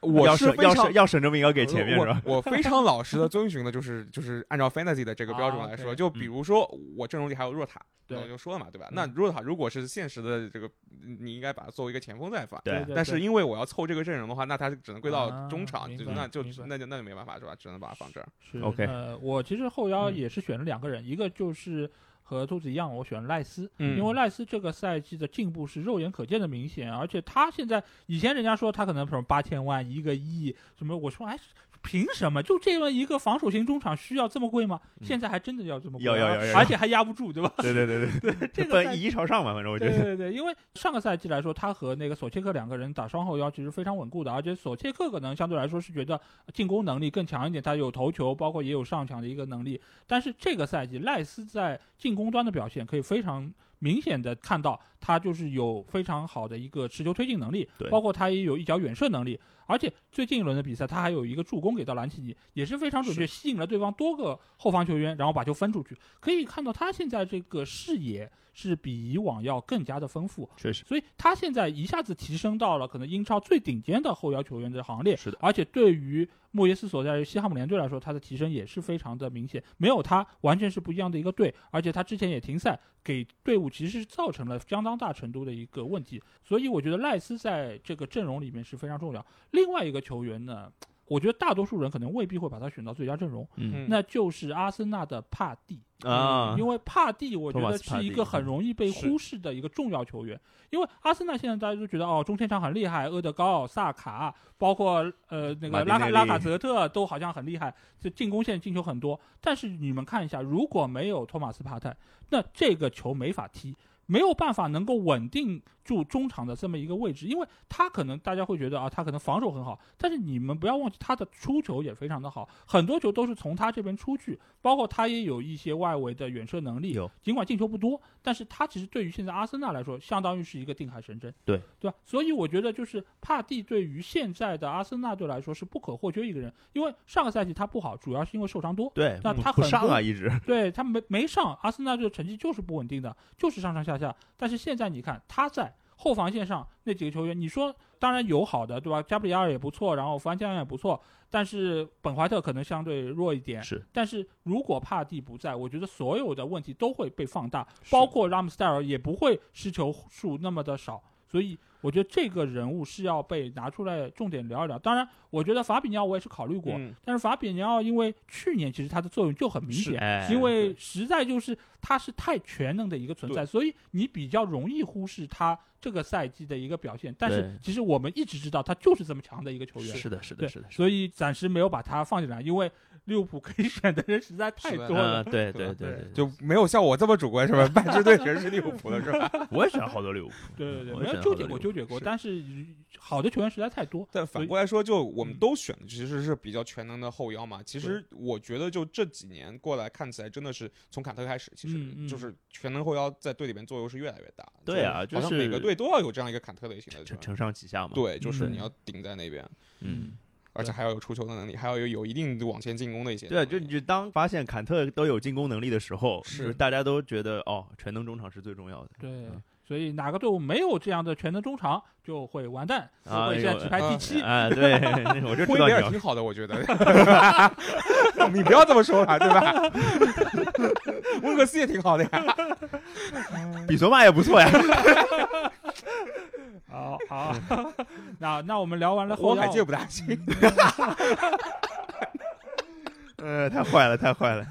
Speaker 2: 嗯要
Speaker 3: 我
Speaker 2: 省
Speaker 3: 是非
Speaker 2: 要
Speaker 3: 常
Speaker 2: 省要省着名额给前面是吧？
Speaker 3: 我我非常老实的遵循的就是就是按照 fantasy 的这个标准
Speaker 1: 啊
Speaker 3: 来
Speaker 1: 对
Speaker 3: 说，就比如说我阵容里还有若塔，
Speaker 1: 对
Speaker 3: 我就说了嘛，对吧？
Speaker 1: 嗯
Speaker 3: 那若塔如果是现实的这个，嗯你应该把它作为一个前锋在发。
Speaker 1: 对对
Speaker 3: 但是因为我要凑这个阵容的话，那他只能归
Speaker 1: 啊
Speaker 3: 到中场，
Speaker 1: 明
Speaker 3: 就
Speaker 1: 白
Speaker 3: 那就
Speaker 1: 明白
Speaker 3: 那就那就没办法是吧？只能把它放这儿。
Speaker 1: 是
Speaker 2: OK
Speaker 1: 呃，我其实后腰
Speaker 2: 嗯
Speaker 1: 也是选了两个人，一个就是和兔子一样，我选了赖斯，
Speaker 3: 嗯
Speaker 1: 因为赖斯这个赛季的进步是肉眼可见的明显，啊而且他现在以前人家说他可能什么八千万、一个亿什么，我说哎，凭什么就这么一个防守型中场需要这么贵吗？
Speaker 2: 嗯
Speaker 1: 现在还真的要这么贵、
Speaker 2: 要
Speaker 1: 啊，
Speaker 2: 要要要
Speaker 1: 而且还压不住，对
Speaker 2: <laughs>
Speaker 1: 吧？
Speaker 2: 对对对对对，
Speaker 1: 这个
Speaker 2: 奔
Speaker 1: 赛
Speaker 2: 以一朝上嘛，反正我觉
Speaker 1: 对
Speaker 2: 得。
Speaker 1: 对对，因为上个赛季来说，他和那个索切克两个人打双后腰其实非常稳固的，而且索切克可能相对来说是觉得进攻能力更强一点，他有头球，包括也有上抢的一个能力。但是这个赛季赖斯在进攻端的表现可以非常。明显的看到他就是有非常好的一个持球推进能力
Speaker 2: 对，
Speaker 1: 包括他也有一脚远射能力，而且最近一轮的比赛他还有一个助攻给到兰奇尼，也是非常准确，吸引了对方多个后防球员，然后把球分出去。可以看到他现在这个视野是比以往要更加的丰富，
Speaker 2: 确实
Speaker 1: 所以他现在一下子提升到了可能英超最顶尖的后腰球员的行列。
Speaker 2: 是的，
Speaker 1: 而且对于莫耶斯所在的西汉姆联队来说，他的提升也是非常的明显，没有他完全是不一样的一个队。而且他之前也停赛，给队伍其实是造成了相当大程度的一个问题。所以我觉得赖斯在这个阵容里面是非常重要。另外一个球员呢，我觉得大多数人可能未必会把他选到最佳阵容，
Speaker 2: 嗯
Speaker 3: 嗯
Speaker 1: 那就是阿森纳的帕蒂。
Speaker 2: 啊，
Speaker 1: 嗯因为帕蒂，我觉
Speaker 2: 托马
Speaker 1: 得
Speaker 2: 斯帕
Speaker 1: 是一
Speaker 2: 蒂嗯
Speaker 1: 个很容易被
Speaker 3: 是
Speaker 1: 忽视的一个重要球员。因为阿森纳现在大家都觉得哦，中前场很厉害，厄德高、萨卡，包括呃那
Speaker 2: 马
Speaker 1: 个
Speaker 2: 丁
Speaker 1: 拉卡
Speaker 2: 内
Speaker 1: 拉
Speaker 2: 利
Speaker 1: 卡泽特都好像很厉害，就进攻线进球很多。但是你们看一下，如果没有托马斯帕泰，那这个球没法踢。没有办法能够稳定住中场的这么一个位置，因为他可能大家会觉得啊，他可能防守很好，但是你们不要忘记他的出球也非常的好，很多球都是从他这边出去，包括他也有一些外围的远射能力
Speaker 2: 有，
Speaker 1: 尽管进球不多，但是他其实对于现在阿森纳来说，相当于是一个定海神针，
Speaker 2: 对
Speaker 1: 对吧？所以我觉得就是帕蒂对于现在的阿森纳队来说是不可或缺一个人，因为上个赛季他不好，主要是因为受伤多，
Speaker 2: 对，
Speaker 1: 那
Speaker 2: 不
Speaker 1: 他
Speaker 2: 不
Speaker 1: 很
Speaker 2: 上
Speaker 1: 多
Speaker 2: 啊，一直
Speaker 1: 对他没没上，阿森纳队的成绩就是不稳定的，就是上上下下。但是现在你看他在后防线上那几个球员，你说当然有好的，对吧？加布里埃尔也不错，然后弗兰加扬也不错，但是本怀特可能相对弱一点。
Speaker 2: 是
Speaker 1: 但是如果帕蒂不在，我觉得所有的问题都会被放大，
Speaker 3: 是
Speaker 1: 包括拉姆斯戴尔也不会失球数那么的少，所以我觉得这个人物是要被拿出来重点聊一聊。当然，我觉得法比尼奥我也是考虑过，
Speaker 3: 嗯
Speaker 1: 但是法比尼奥因为去年其实他的作用就很明
Speaker 3: 是
Speaker 1: 显，
Speaker 2: 哎
Speaker 1: 因为实在就是他是太全能的一个存在，所以你比较容易忽视他这个赛季的一个表现。但是
Speaker 2: 对
Speaker 1: 其实我们一直知道他就是这么强的一个球员，
Speaker 2: 是的，是
Speaker 1: 对
Speaker 2: 的，是的，是的
Speaker 1: 所以暂时没有把他放进来，因为利物浦可以选的人实在太
Speaker 3: 是的
Speaker 1: 多了。
Speaker 2: 嗯，对
Speaker 3: 对
Speaker 2: 对
Speaker 3: 吧
Speaker 2: 对
Speaker 1: 对
Speaker 2: 对，
Speaker 3: 就没有像我这么主观
Speaker 1: <laughs>
Speaker 3: 是吧？半支队全是利物浦的是吧？
Speaker 2: 我也喜欢好多利物浦，
Speaker 1: 对对对，
Speaker 2: 我
Speaker 1: 没有
Speaker 2: 也选
Speaker 1: 纠
Speaker 2: 好
Speaker 1: 结
Speaker 2: 的
Speaker 1: 过，
Speaker 2: 利物
Speaker 1: 纠结过，
Speaker 3: 是
Speaker 1: 但是好的球员实在太多。
Speaker 3: 但
Speaker 1: 所以
Speaker 3: 反过来说，就我们
Speaker 1: 嗯
Speaker 3: 都选的其实是比较全能的后腰嘛。其实我觉得，就这几年过来看起来，真的是从坎特开始，其
Speaker 1: 嗯嗯
Speaker 3: 实就是全能后腰在队里面作用是越来越大。
Speaker 2: 对啊
Speaker 3: 就好像
Speaker 2: 就是
Speaker 3: 每个队都要有这样一个坎特类型的球
Speaker 2: 承
Speaker 3: 员。
Speaker 2: 承上启下嘛，，
Speaker 3: 对，就是
Speaker 1: 嗯
Speaker 3: 你要顶在那边，
Speaker 2: 嗯，
Speaker 3: 而且还要有出球的能力，还要有有一定往前进攻的一些
Speaker 2: 对啊，
Speaker 3: 能力。
Speaker 2: 就你就当发现坎特都有进攻能力的时候，
Speaker 3: 是
Speaker 2: 就是大家都觉得哦，全能中场是最重要的
Speaker 1: 对
Speaker 2: 嗯，
Speaker 1: 所以哪个队伍没有这样的全能中场就会完蛋，
Speaker 2: 啊
Speaker 1: 会现在只排第
Speaker 3: 啊
Speaker 1: 七。
Speaker 2: 啊，对， <laughs> 我就知道
Speaker 3: 霍伊比
Speaker 2: 你
Speaker 3: 尔
Speaker 2: 要
Speaker 3: 挺好的，我觉得。 <laughs> 你不要这么说了，对吧？ <laughs> 温格斯也挺好的呀。
Speaker 2: 比索马也不错呀， <laughs>
Speaker 1: 好好，那那我们聊完了后
Speaker 3: 我海
Speaker 1: 腰，
Speaker 3: 界不大行。
Speaker 2: 嗯呃，太坏了，太坏了，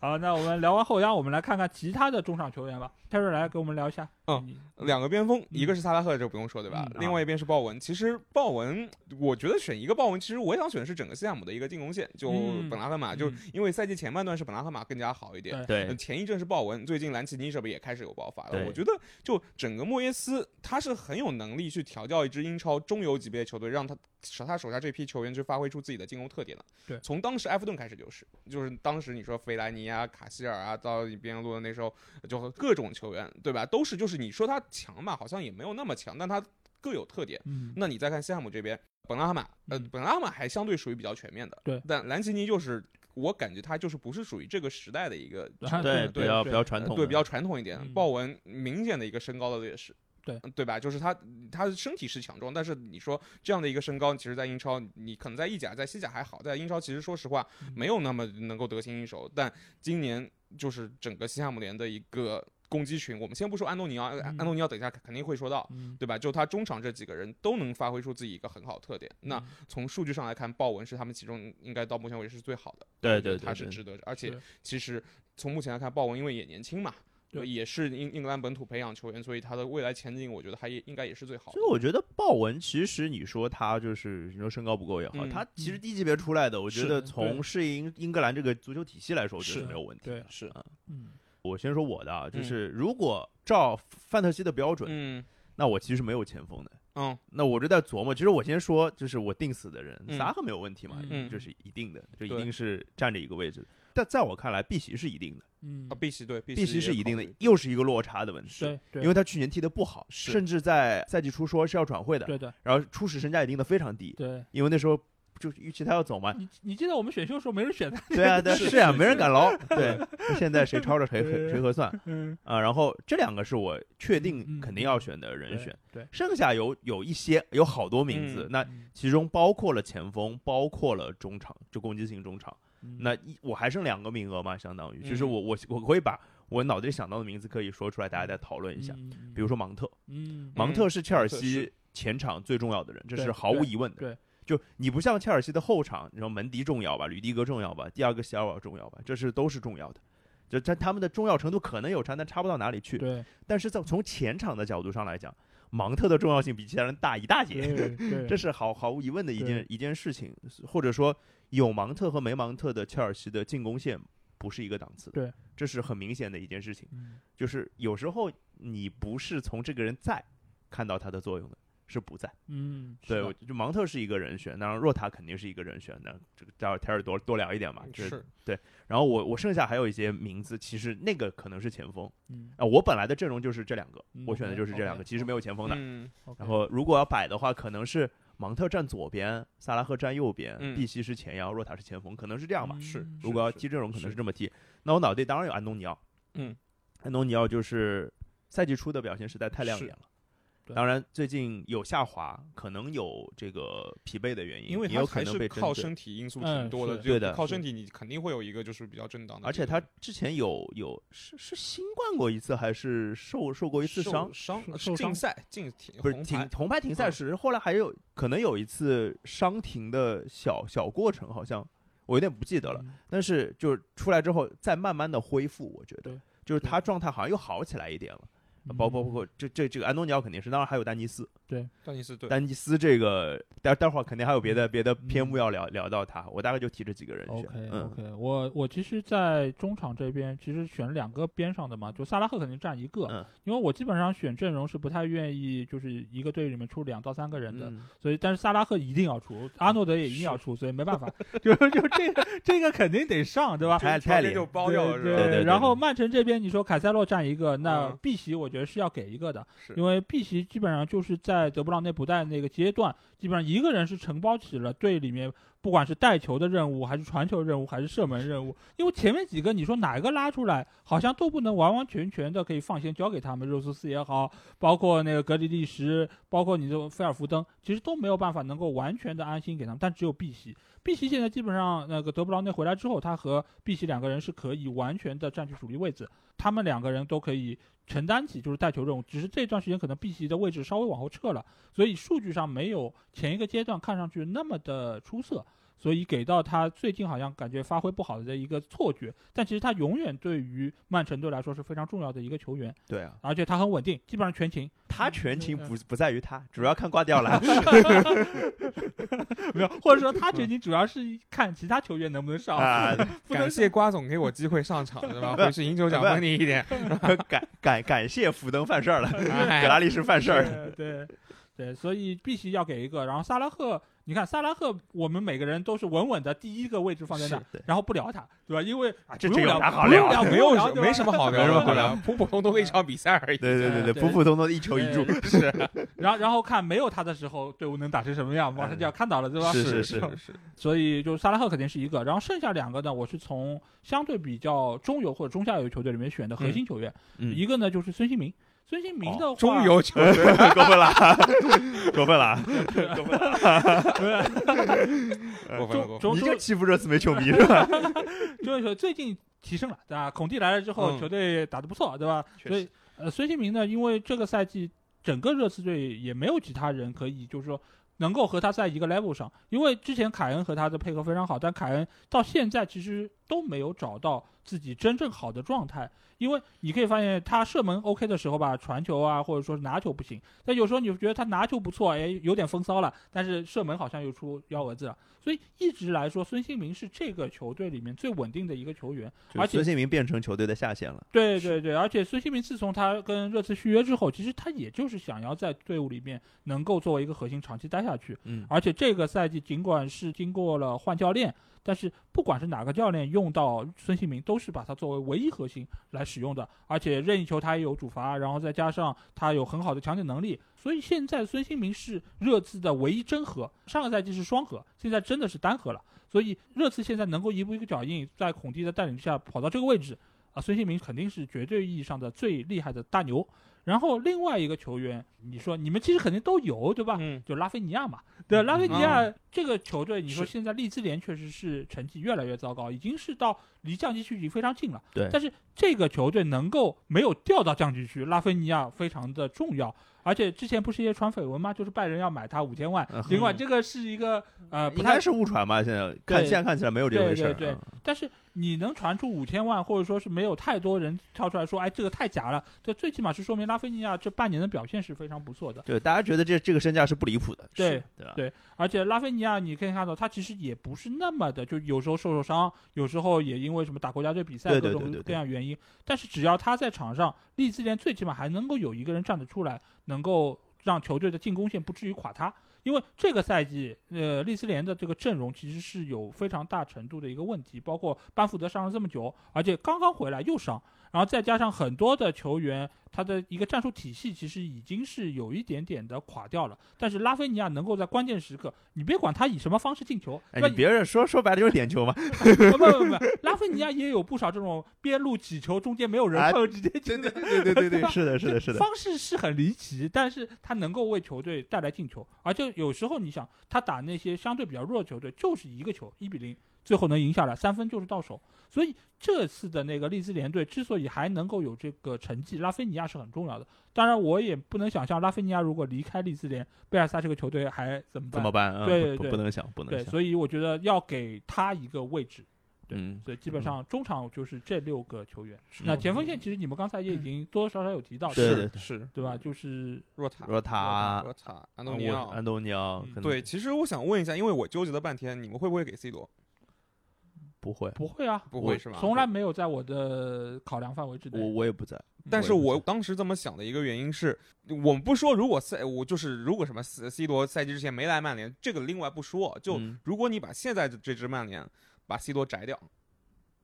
Speaker 1: 好，啊那我们聊完后腰，我们来看看其他的中场球员吧。泰瑞来给我们聊一下。
Speaker 3: 嗯
Speaker 1: 你，
Speaker 3: 两个边锋，一个是萨拉赫，这不用说对吧？
Speaker 1: 嗯
Speaker 3: 另外一边是鲍文。其实鲍文，我觉得选一个鲍文，其实我想选的是整个西汉姆的一个进攻线，就
Speaker 1: 嗯
Speaker 3: 本拉赫马，就
Speaker 1: 嗯
Speaker 3: 因为赛季前半段是本拉赫马更加好一点。呃
Speaker 2: 对，
Speaker 3: 前一阵是鲍文，最近兰奇尼是不是也开始有爆发了？
Speaker 2: 对
Speaker 3: 我觉得就整个莫耶斯，他是很有能力去调教一支英超中游级别的球队，让他手他手下这批球员去发挥出自己的进攻特点的。
Speaker 1: 对
Speaker 3: 从当时埃弗顿开始就是，就是当时你说费莱尼啊、卡希尔啊，到边路的那时候，就和各种球员，对吧？都是就是你说他强嘛，好像也没有那么强，但他各有特点。
Speaker 1: 嗯，
Speaker 3: 那你再看西汉姆这边，本拉哈马，呃
Speaker 1: 嗯，
Speaker 3: 本拉哈马还相对属于比较全面的，
Speaker 1: 对
Speaker 3: 但兰奇尼就是。我感觉他就是不是属于这个时代的一个
Speaker 1: 啊
Speaker 2: 对，
Speaker 1: <laughs> 对
Speaker 2: 比较
Speaker 1: 对
Speaker 2: 比较传
Speaker 3: 呃
Speaker 2: 统的，
Speaker 3: 对，比较传统一点
Speaker 1: 嗯。
Speaker 3: 豹纹明显的一个身高的劣势。
Speaker 1: 对
Speaker 3: 对吧？就是他，他身体是强壮，但是你说这样的一个身高，其实，在英超，你可能在意甲、在西甲还好，在英超，其实说实话，
Speaker 1: 嗯
Speaker 3: 没有那么能够得心应手。但今年就是整个西汉姆联的一个攻击群，我们先不说安东尼奥，安
Speaker 1: 嗯
Speaker 3: 东尼奥等一下肯定会说到，
Speaker 1: 嗯，
Speaker 3: 对吧？就他中场这几个人都能发挥出自己一个很好的特点。那
Speaker 1: 嗯
Speaker 3: 从数据上来看，鲍文是他们其中应该到目前为止是最好的。
Speaker 2: 对
Speaker 3: 我觉
Speaker 2: 对
Speaker 3: 得
Speaker 2: 对
Speaker 3: 他是
Speaker 2: 对
Speaker 3: 值得的。而且
Speaker 1: 是
Speaker 3: 其实从目前来看，鲍文因为也年轻嘛，
Speaker 1: 对
Speaker 3: 也是英英格兰本土培养球员，所以他的未来前景，我觉得他也应该也是最好的
Speaker 2: 所以。我觉得豹纹其实你说他就是你说身高不够也好，
Speaker 3: 嗯
Speaker 2: 他其实低级别出来的，我觉
Speaker 3: 是
Speaker 2: 得
Speaker 1: 对
Speaker 2: 从适应英格兰这个足球体系来说，我觉
Speaker 1: 是
Speaker 2: 得没有问题
Speaker 1: 对
Speaker 2: 的。
Speaker 3: 是
Speaker 2: 啊
Speaker 1: 嗯
Speaker 2: 我先说我的啊，就
Speaker 3: 嗯
Speaker 2: 是如果照范特西的标准，
Speaker 3: 嗯
Speaker 2: 那我其实没有前锋的。
Speaker 3: 嗯
Speaker 2: 那我就在琢磨，其实我先说，就是我定死的人，
Speaker 3: 嗯
Speaker 2: 萨拉赫没有问题嘛，
Speaker 1: 嗯
Speaker 2: 就是一定的，就一
Speaker 3: 对
Speaker 2: 定是占着一个位置的。但在我看来，碧玺是一定的，
Speaker 1: 嗯
Speaker 3: 啊，，碧玺对，
Speaker 2: 碧
Speaker 3: 碧
Speaker 2: 玺
Speaker 3: 玺
Speaker 2: 是一定的
Speaker 3: 也考虑，
Speaker 2: 又是一个落差的问题。
Speaker 1: 对对，
Speaker 2: 因为他去年踢得不好，
Speaker 3: 是
Speaker 2: 甚至在赛季初说是要转会的，
Speaker 1: 对的
Speaker 2: 然后初始身价也定的非常低，
Speaker 1: 对。
Speaker 2: 因为那时候就是预期他要
Speaker 1: <laughs>
Speaker 2: 走嘛。
Speaker 1: 你你记得我们选秀的时候没人选他，
Speaker 2: 对啊，对啊，
Speaker 3: 是
Speaker 2: 是啊，
Speaker 3: 是
Speaker 2: 没人
Speaker 1: <laughs>
Speaker 2: 敢捞。对，现在谁抄着谁
Speaker 1: 对
Speaker 2: 合谁合算
Speaker 1: 嗯，
Speaker 2: 啊？然后这两个是我
Speaker 1: 嗯
Speaker 2: 确
Speaker 1: 嗯
Speaker 2: 定肯定要选的人
Speaker 1: 对
Speaker 2: 选，
Speaker 1: 对，
Speaker 2: 剩下有有一些有好多名字
Speaker 3: 嗯，
Speaker 2: 那
Speaker 1: 嗯
Speaker 2: 其中包括了前锋，包括了中场，就攻击型中场。
Speaker 1: 嗯
Speaker 2: 那一我还剩两个名额嘛，相当于其实
Speaker 3: 嗯
Speaker 2: 我我我可以把我脑子里想到的名字可以说出来，大家再讨论一下。
Speaker 1: 嗯嗯
Speaker 2: 比如说芒特，
Speaker 1: 嗯，
Speaker 2: 芒特是切尔
Speaker 3: 芒特是
Speaker 2: 西前场最重要的人，这
Speaker 1: 对
Speaker 2: 是毫无疑问的。
Speaker 1: 对
Speaker 2: 就你不像切尔西的后场，你说门迪重要吧，吕迪格重要吧，第二个席尔瓦重要吧，这是都是重要的。就他他们的重要程度可能有差，但差不到哪里去。
Speaker 1: 对
Speaker 2: 但是在从前场的角度上来讲，芒特的重要性比其他人大一大截，
Speaker 1: 对对，
Speaker 2: <laughs> 这是毫毫无疑问的一件一件事情。或者说，有芒特和没芒特的切尔西的进攻线不是一个档次的。
Speaker 1: 对，
Speaker 2: 这是很明显的一件事情。
Speaker 1: 嗯
Speaker 2: 就是有时候你不是从这个人在看到他的作用的，是不在。
Speaker 1: 嗯，
Speaker 2: 对，
Speaker 1: 是
Speaker 2: 我
Speaker 1: 的
Speaker 2: 就芒特是一个人选，当然若塔肯定是一个人选的，这个待会儿泰尔多多聊一点嘛。
Speaker 1: 嗯
Speaker 2: 这
Speaker 3: 是
Speaker 2: 然后我我剩下还有一些名字，其实那个可能是前锋
Speaker 1: 嗯
Speaker 2: 啊、我本来的阵容就是这两个，
Speaker 1: 嗯
Speaker 2: 我选的就是这两个，
Speaker 1: OK，OK，
Speaker 2: 其实没有前锋的。
Speaker 3: 嗯
Speaker 1: ，OK，
Speaker 2: 然后如果要摆的话，可能是芒特站左边，萨拉赫站右边，
Speaker 3: 嗯
Speaker 2: 碧玺是前腰，若塔是前锋，可能是这样吧。
Speaker 1: 嗯
Speaker 3: 是
Speaker 2: 如果要
Speaker 3: 是
Speaker 2: 踢阵容，可能
Speaker 3: 是
Speaker 2: 是这么踢。那我脑袋当然有安东尼奥，
Speaker 3: 嗯，
Speaker 2: 安东尼奥就是赛季初的表现实在太亮眼了。
Speaker 1: 对
Speaker 2: 当然，最近有下滑，可能有这个疲惫的原因，
Speaker 3: 因为
Speaker 2: 也
Speaker 3: 他
Speaker 2: 有可
Speaker 3: 还
Speaker 2: 能被
Speaker 3: 是
Speaker 2: 针
Speaker 3: 靠
Speaker 2: 对
Speaker 3: 身体因素
Speaker 1: 嗯
Speaker 3: 挺多的，
Speaker 1: 是
Speaker 3: 就
Speaker 2: 对的
Speaker 3: 靠
Speaker 1: 是
Speaker 3: 身体你肯定会有一个就是比较正当的
Speaker 2: 而
Speaker 3: 这
Speaker 2: 且
Speaker 3: 个受，
Speaker 2: 他之前有有是是新冠过一次，还是受受过一次伤？
Speaker 3: 伤
Speaker 1: 受
Speaker 3: 呃
Speaker 1: 受伤
Speaker 3: 竞赛竞停
Speaker 2: 不是
Speaker 3: 红
Speaker 2: 停
Speaker 3: 牌
Speaker 2: 红牌停赛
Speaker 3: 嗯
Speaker 2: 时，后来还有可能有一次伤停的小小过程，好像我有点不记得了。
Speaker 1: 嗯
Speaker 2: 但是就是出来之后再慢慢的恢复，我觉得
Speaker 1: 对
Speaker 2: 就是他状态好像又好起来一点了。
Speaker 1: 嗯
Speaker 2: 包包括这这这个安东尼奥肯定是，当然还有丹尼斯，
Speaker 3: 但你是对
Speaker 2: 丹尼斯这个待待会儿肯定还有别的别的篇
Speaker 1: 嗯
Speaker 2: 目要聊聊到他，我大概就提这几个人选
Speaker 1: OK
Speaker 2: 嗯
Speaker 1: OK，我我其实，在中场这边其实选两个边上的嘛，就萨拉赫肯定占一个，
Speaker 2: 嗯
Speaker 1: 因为我基本上选阵容是不太愿意就是一个队里面出两到三个人的，
Speaker 2: 嗯
Speaker 1: 所以但是萨拉赫一定要出，阿诺德也一定要出，所以没办法， <laughs> 就就这个这个肯定得上，对吧？
Speaker 3: <laughs>
Speaker 2: 太
Speaker 3: 直
Speaker 2: 太
Speaker 3: 接
Speaker 2: 厉
Speaker 3: 就
Speaker 2: 害，
Speaker 3: 包掉了
Speaker 1: 对
Speaker 3: 是
Speaker 2: 对
Speaker 3: 吧？
Speaker 2: 对
Speaker 1: 然后曼城这边你说凯塞洛占一个，那
Speaker 3: 嗯
Speaker 1: 碧玺我觉得是要给一个的，
Speaker 3: 是
Speaker 1: 因为碧玺基本上就是在德布劳内不在那个阶段，基本上一个人是承包起了队里面不管是带球的任务，还是传球任务，还是射门任务。因为前面几个你说哪一个拉出来，好像都不能完完全全的可以放心交给他们，热苏斯也好，包括那个格里利什，包括你这菲尔福登，其实都没有办法能够完全的安心给他们，但只有碧玺。碧玺现在基本上那个德布劳内回来之后，他和碧玺两个人是可以完全的占据主力位置，他们两个人都可以承担起就是带球任务，只是这段时间可能碧玺的位置稍微往后撤了，所以数据上没有前一个阶段看上去那么的出色。所以给到他最近好像感觉发挥不好的一个错觉，但其实他永远对于曼城队来说是非常重要的一个球员，
Speaker 2: 对啊，
Speaker 1: 而且他很稳定，基本上全勤。
Speaker 2: 他全勤
Speaker 1: 嗯
Speaker 2: 不不在于他，主要看挂
Speaker 1: <laughs>
Speaker 2: 掉了。
Speaker 1: 没有，或者说他全勤主要是看其他球员能不能上。
Speaker 2: 嗯啊，
Speaker 1: <laughs> 不能
Speaker 3: 感谢瓜总给我机会上场，对吧？回去赢球奖分你一点。
Speaker 2: 感感感谢福登犯事儿了，
Speaker 3: 哎
Speaker 2: 格拉利什犯事儿了。
Speaker 1: 对对对，所以必须要给一个。然后萨拉赫，你看萨拉赫，我们每个人都是稳稳的第一个位置放在那
Speaker 2: 是对，
Speaker 1: 然后不聊他，对吧？因为啊，
Speaker 2: 这
Speaker 1: 不
Speaker 2: 这
Speaker 1: 用
Speaker 2: 有
Speaker 1: 聊，
Speaker 2: 啥好
Speaker 1: 不用
Speaker 2: 聊
Speaker 1: 聊，
Speaker 3: 没
Speaker 1: 不用
Speaker 3: 有
Speaker 1: 聊
Speaker 3: 什没什么好聊
Speaker 2: 没什么
Speaker 3: 的，
Speaker 2: 好
Speaker 3: 好
Speaker 2: 聊
Speaker 3: 聊，普普通通的一场比赛而已。
Speaker 2: 对对对
Speaker 1: 对
Speaker 2: 普普通通的一球一助。
Speaker 1: <laughs>
Speaker 3: 是
Speaker 1: 然后然后看没有他的时候，队伍能打成什么样，马上就要看到了，对吧？
Speaker 2: 嗯是是
Speaker 1: 吧
Speaker 3: 哎是，
Speaker 1: <laughs> 所以就萨拉赫肯定是一个，然后剩下两个呢，我是从相对比较中游或者中下游球队里面选的核心球员，
Speaker 2: 嗯哦
Speaker 1: 一个呢就是孙兴民。孙兴民的话，
Speaker 3: 中游球员
Speaker 2: 过分
Speaker 1: <laughs>
Speaker 2: 了，过分了，过分了！
Speaker 3: 过分了
Speaker 1: 中
Speaker 3: 过分了
Speaker 1: 中
Speaker 2: 你
Speaker 1: 中
Speaker 2: 就欺负热刺没球迷是
Speaker 1: <laughs>
Speaker 2: 吧？
Speaker 1: 中游球最近提升了，对吧？孔蒂来了之后，
Speaker 3: 嗯
Speaker 1: 球队打得不错，对吧？
Speaker 2: 确实
Speaker 1: 所以呃，孙兴民呢，因为这个赛季整个热刺队也没有其他人可以，就是说。能够和他在一个 level 上，因为之前凯恩和他的配合非常好，但凯恩到现在其实都没有找到自己真正好的状态。因为你可以发现，他射门 OK 的时候吧，传球啊，或者说是拿球不行；但有时候你觉得他拿球不错，哎，有点风骚了，但是射门好像又出幺蛾子了。所以一直来说，孙兴民是这个球队里面最稳定的一个球员。而且
Speaker 2: 孙兴民变成球队的下线了。
Speaker 1: 对
Speaker 3: 是
Speaker 1: 对对，而且孙兴民自从他跟热刺续约之后，其实他也就是想要在队伍里面能够作为一个核心长期待下去。
Speaker 2: 嗯，
Speaker 1: 而且这个赛季尽管是经过了换教练，但是不管是哪个教练用到孙兴民，都是把他作为唯一核心来使用的。而且任意球他也有主罚，然后再加上他有很好的抢点能力，所以现在孙兴民是热刺的唯一真核。上个赛季是双核，现在真的是单核了。所以热刺现在能够一步一个脚印，在孔蒂的带领下跑到这个位置，啊，孙兴民肯定是绝对意义上的最厉害的大牛。然后另外一个球员，你说你们其实肯定都有，对吧？
Speaker 3: 嗯，
Speaker 1: 就拉菲尼亚嘛，对，啊
Speaker 2: 嗯
Speaker 1: 拉菲尼亚这个球队，你说
Speaker 3: 是
Speaker 1: 现在利兹联确实是成绩越来越糟糕，已经是到离降级区已经非常近了。
Speaker 2: 对
Speaker 1: 但是这个球队能够没有掉到降级区，拉菲尼亚非常的重要。而且之前不是也传绯闻吗？就是拜仁要买他五千万
Speaker 2: 嗯，
Speaker 1: 尽管这个是一个呃不
Speaker 2: 应
Speaker 1: 太
Speaker 2: 该是误传吧？现在看
Speaker 1: 对
Speaker 2: 现在看起来没有这回事儿。
Speaker 1: 对对对
Speaker 2: 嗯
Speaker 1: 但是你能传出五千万，或者说是没有太多人跳出来说，哎，这个太假了，这最起码是说明拉拉菲尼亚这半年的表现是非常不错的。
Speaker 2: 对，大家觉得这这个身价是不离谱的，
Speaker 1: 对
Speaker 2: 是对吧？
Speaker 1: 对而且拉菲尼亚，你可以看到他其实也不是那么的，就有时候受受伤，有时候也因为什么打国家队比赛
Speaker 2: 对
Speaker 1: 各
Speaker 2: 对
Speaker 1: 种
Speaker 2: 对对对
Speaker 1: 各样原因。但是只要他在场上，利兹联最起码还能够有一个人站得出来，能够让球队的进攻线不至于垮塌。因为这个赛季，呃，利兹联的这个阵容其实是有非常大程度的一个问题，包括班福德伤了这么久，而且刚刚回来又伤，然后再加上很多的球员，他的一个战术体系其实已经是有一点点的垮掉了。但是拉菲尼亚能够在关键时刻，你别管他以什么方式进球，
Speaker 2: 哎，
Speaker 1: 那
Speaker 2: 你别人说说白了就是点球嘛，
Speaker 1: 不不不不，拉菲尼亚也有不少这种边路起球，中间没有人
Speaker 2: 啊
Speaker 1: 碰，直接进
Speaker 3: 对
Speaker 1: 的
Speaker 3: 对对对对对，
Speaker 2: 是的，是的，是的，
Speaker 1: 方式是很离奇，但是他能够为球队带来进球，而且有时候你想，他打那些相对比较弱的球队，就是一个球一比零，最后能赢下来，三分就是到手。所以这次的那个利兹联队之所以还能够有这个成绩，拉菲尼亚是很重要的。当然，我也不能想象拉菲尼亚如果离开利兹联，贝尔萨这个球队还怎么办？
Speaker 2: 怎么办？嗯
Speaker 1: 对
Speaker 2: 不
Speaker 1: 对
Speaker 2: 不
Speaker 1: 对
Speaker 2: 不能想，不能
Speaker 1: 对，
Speaker 2: 想，
Speaker 1: 所以我觉得要给他一个位置。
Speaker 2: 嗯，
Speaker 1: 所以基本上中场就是这六个球员。
Speaker 2: 是
Speaker 1: 那前锋线其实你们刚才也已经多多少少有提到，
Speaker 2: 对
Speaker 1: 对
Speaker 2: 对
Speaker 3: 是是
Speaker 1: 对吧？就是
Speaker 3: 若塔
Speaker 2: 若塔、
Speaker 3: 若塔安
Speaker 2: 安
Speaker 3: 东尼奥。
Speaker 2: 啊安东尼奥，
Speaker 1: 嗯
Speaker 2: 可能
Speaker 3: 对，其实我想问一下，因为我纠结了半天，你们会不会给 C 罗？
Speaker 2: 不会，
Speaker 1: 不会啊，
Speaker 3: 不
Speaker 2: 我
Speaker 3: 会是吧？
Speaker 1: 从来没有在我的考量范围之
Speaker 2: 我
Speaker 1: 内。
Speaker 2: 我也不在，
Speaker 3: 但是
Speaker 2: 也不
Speaker 3: 我
Speaker 2: 在
Speaker 3: 当时这么想的一个原因是，我们不说如果赛我就是如果什么 C C 罗赛季之前没来曼联，这个另外不说，就
Speaker 2: 嗯
Speaker 3: 如果你把现在的这支曼联把 C 罗摘掉，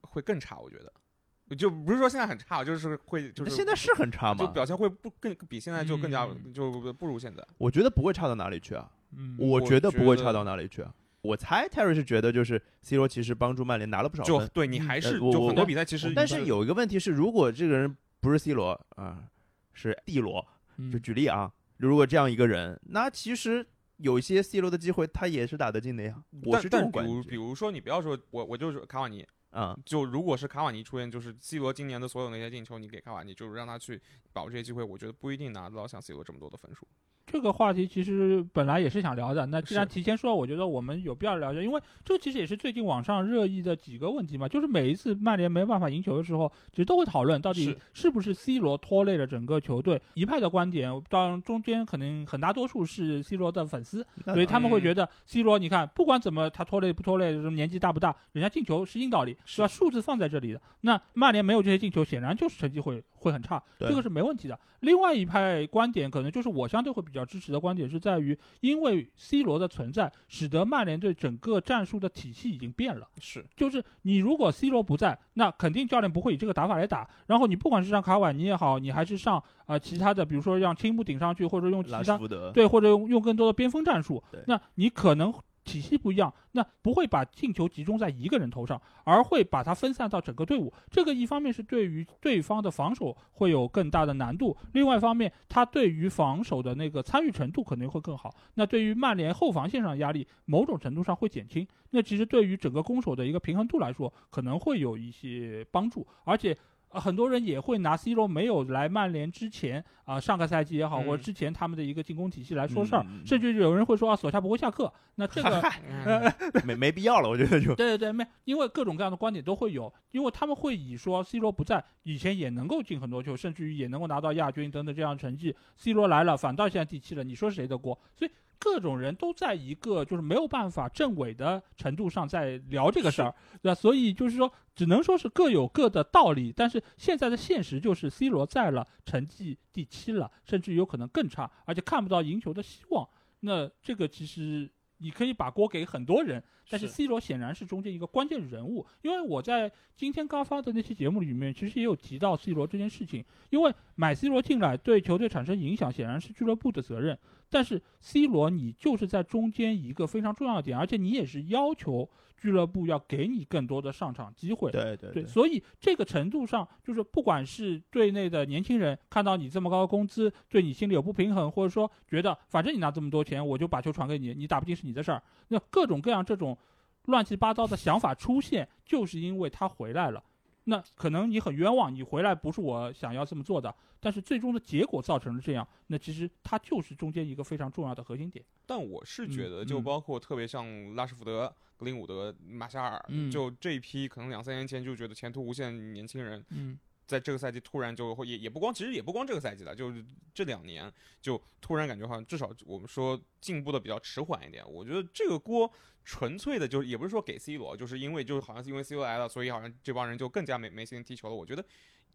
Speaker 3: 会更差，我觉得，就不是说现在很差，就是会就是
Speaker 2: 现在是很差
Speaker 3: 就
Speaker 2: 嘛，
Speaker 3: 表现会不更比现在就更加、
Speaker 1: 嗯
Speaker 3: 就不如现在，
Speaker 2: 我觉得不会差到哪里去啊，
Speaker 1: 嗯，
Speaker 2: 我
Speaker 3: 我
Speaker 2: 觉得
Speaker 3: 觉
Speaker 2: 不会
Speaker 3: 得
Speaker 2: 差到哪里去啊。我猜 Terry 是觉得就是 C 罗其实帮助曼联拿了不少
Speaker 3: 就
Speaker 2: 分，
Speaker 3: 对你还是
Speaker 2: 呃我
Speaker 3: 就
Speaker 2: 我
Speaker 3: 很多比赛其实
Speaker 2: 但是有一个问题是，如果这个人不是 C 罗啊、是 D 罗，
Speaker 1: 嗯
Speaker 2: 就举例啊，如果这样一个人，那其实有一些 C 罗的机会他也是打得进的呀。我
Speaker 3: 但
Speaker 2: 是这
Speaker 3: 但
Speaker 2: 种
Speaker 3: 比
Speaker 2: 观
Speaker 3: 如
Speaker 2: 点
Speaker 3: 比如说你不要说我我就是卡瓦尼，
Speaker 2: 啊、
Speaker 3: 就如果是卡瓦尼出现，就是 C 罗今年的所有那些进球，你给卡瓦尼，就是让他去把握这些机会，我觉得不一定拿得到像 C 罗这么多的分数。
Speaker 1: 这个话题其实本来也是想聊的，那既然
Speaker 3: 是
Speaker 1: 提前说了，我觉得我们有必要聊一下，因为这其实也是最近网上热议的几个问题嘛，就是每一次曼联没办法赢球的时候，其实都会讨论到底
Speaker 3: 是
Speaker 1: 是不是 C 罗拖累了整个球队。一派的观点，当然中间肯定很大多数是 C 罗的粉丝，
Speaker 2: 那
Speaker 1: 所以
Speaker 2: 当
Speaker 1: 他们会觉得 C 罗，你看不管怎么他拖累不拖累，什么年纪大不大，人家进球是硬道理，是吧？数字放在这里的，那曼联没有这些进球，显然就是成绩会会很差，
Speaker 2: 对
Speaker 1: 这个是没问题的。另外一派观点，可能就是我相对会比较支持的观点，是在于因为 C 罗的存在，使得曼联队整个战术的体系已经变了。
Speaker 3: 是
Speaker 1: 就是你如果 C 罗不在，那肯定教练不会以这个打法来打。然后你不管是上卡瓦尼也好，你还是上啊、呃其他的，比如说让青木顶上去，或者用其
Speaker 2: 拉
Speaker 1: 他
Speaker 2: 什福德，
Speaker 1: 对，或者用用更多的边锋战术
Speaker 2: 对，
Speaker 1: 那你可能体系不一样，那不会把进球集中在一个人头上，而会把它分散到整个队伍。这个一方面是对于对方的防守会有更大的难度，另外一方面，他对于防守的那个参与程度可能会更好。那对于曼联后防线上的压力，某种程度上会减轻。那其实对于整个攻守的一个平衡度来说，可能会有一些帮助，而且。呃很多人也会拿 C 罗没有来曼联之前啊、上个赛季也好，
Speaker 3: 嗯
Speaker 1: 或者之前他们的一个进攻体系来说事儿
Speaker 2: 嗯嗯，嗯
Speaker 1: 甚至有人会说啊，索夏不会下课。那这个
Speaker 3: 嗯
Speaker 2: 没没必要了，我觉得 <laughs> 就
Speaker 1: 对对对，没，因为各种各样的观点都会有，因为他们会以说 C 罗不在，以前也能够进很多球，甚至于也能够拿到亚军等等这样的成绩，C 罗来了，反倒现在第七了，你说是谁的锅？所以各种人都在一个就是没有办法证伪的程度上在聊这个事儿，对吧？所以就是说，只能说是各有各的道理，但是现在的现实就是 C 罗在了，成绩第七了，甚至有可能更差，而且看不到赢球的希望。那这个其实你可以把锅给很多人，但是
Speaker 3: 是
Speaker 1: C 罗显然是中间一个关键人物，因为我在今天刚发的那期节目里面，其实也有提到 C 罗这件事情。因为买 C 罗进来对球队产生影响，显然是俱乐部的责任。但是 C 罗，你就是在中间一个非常重要的点，而且你也是要求俱乐部要给你更多的上场机会。
Speaker 2: 对对
Speaker 1: 对，所以这个程度上，就是不管是队内的年轻人看到你这么高的工资，对你心里有不平衡，或者说觉得反正你拿这么多钱，我就把球传给你，你打不进是你的事儿。那各种各样这种乱七八糟的想法出现，就是因为他回来了。那可能你很冤枉，你回来不是我想要这么做的，但是最终的结果造成了这样。那其实他就是中间一个非常重要的核心点。
Speaker 3: 但我是觉得，
Speaker 1: 嗯
Speaker 3: 就
Speaker 1: 嗯
Speaker 3: 包括特别像拉什福德、格林伍德、马夏尔，
Speaker 1: 嗯
Speaker 3: 就这一批可能两三年前就觉得前途无限年轻人，
Speaker 1: 嗯，
Speaker 3: 在这个赛季突然就会也也不光，其实也不光这个赛季了，就是这两年就突然感觉好像至少我们说进步的比较迟缓一点。我觉得这个锅纯粹的就是也不是说给 C 罗，就是因为就是好像是因为 C 罗来了，所以好像这帮人就更加没没心踢球了。我觉得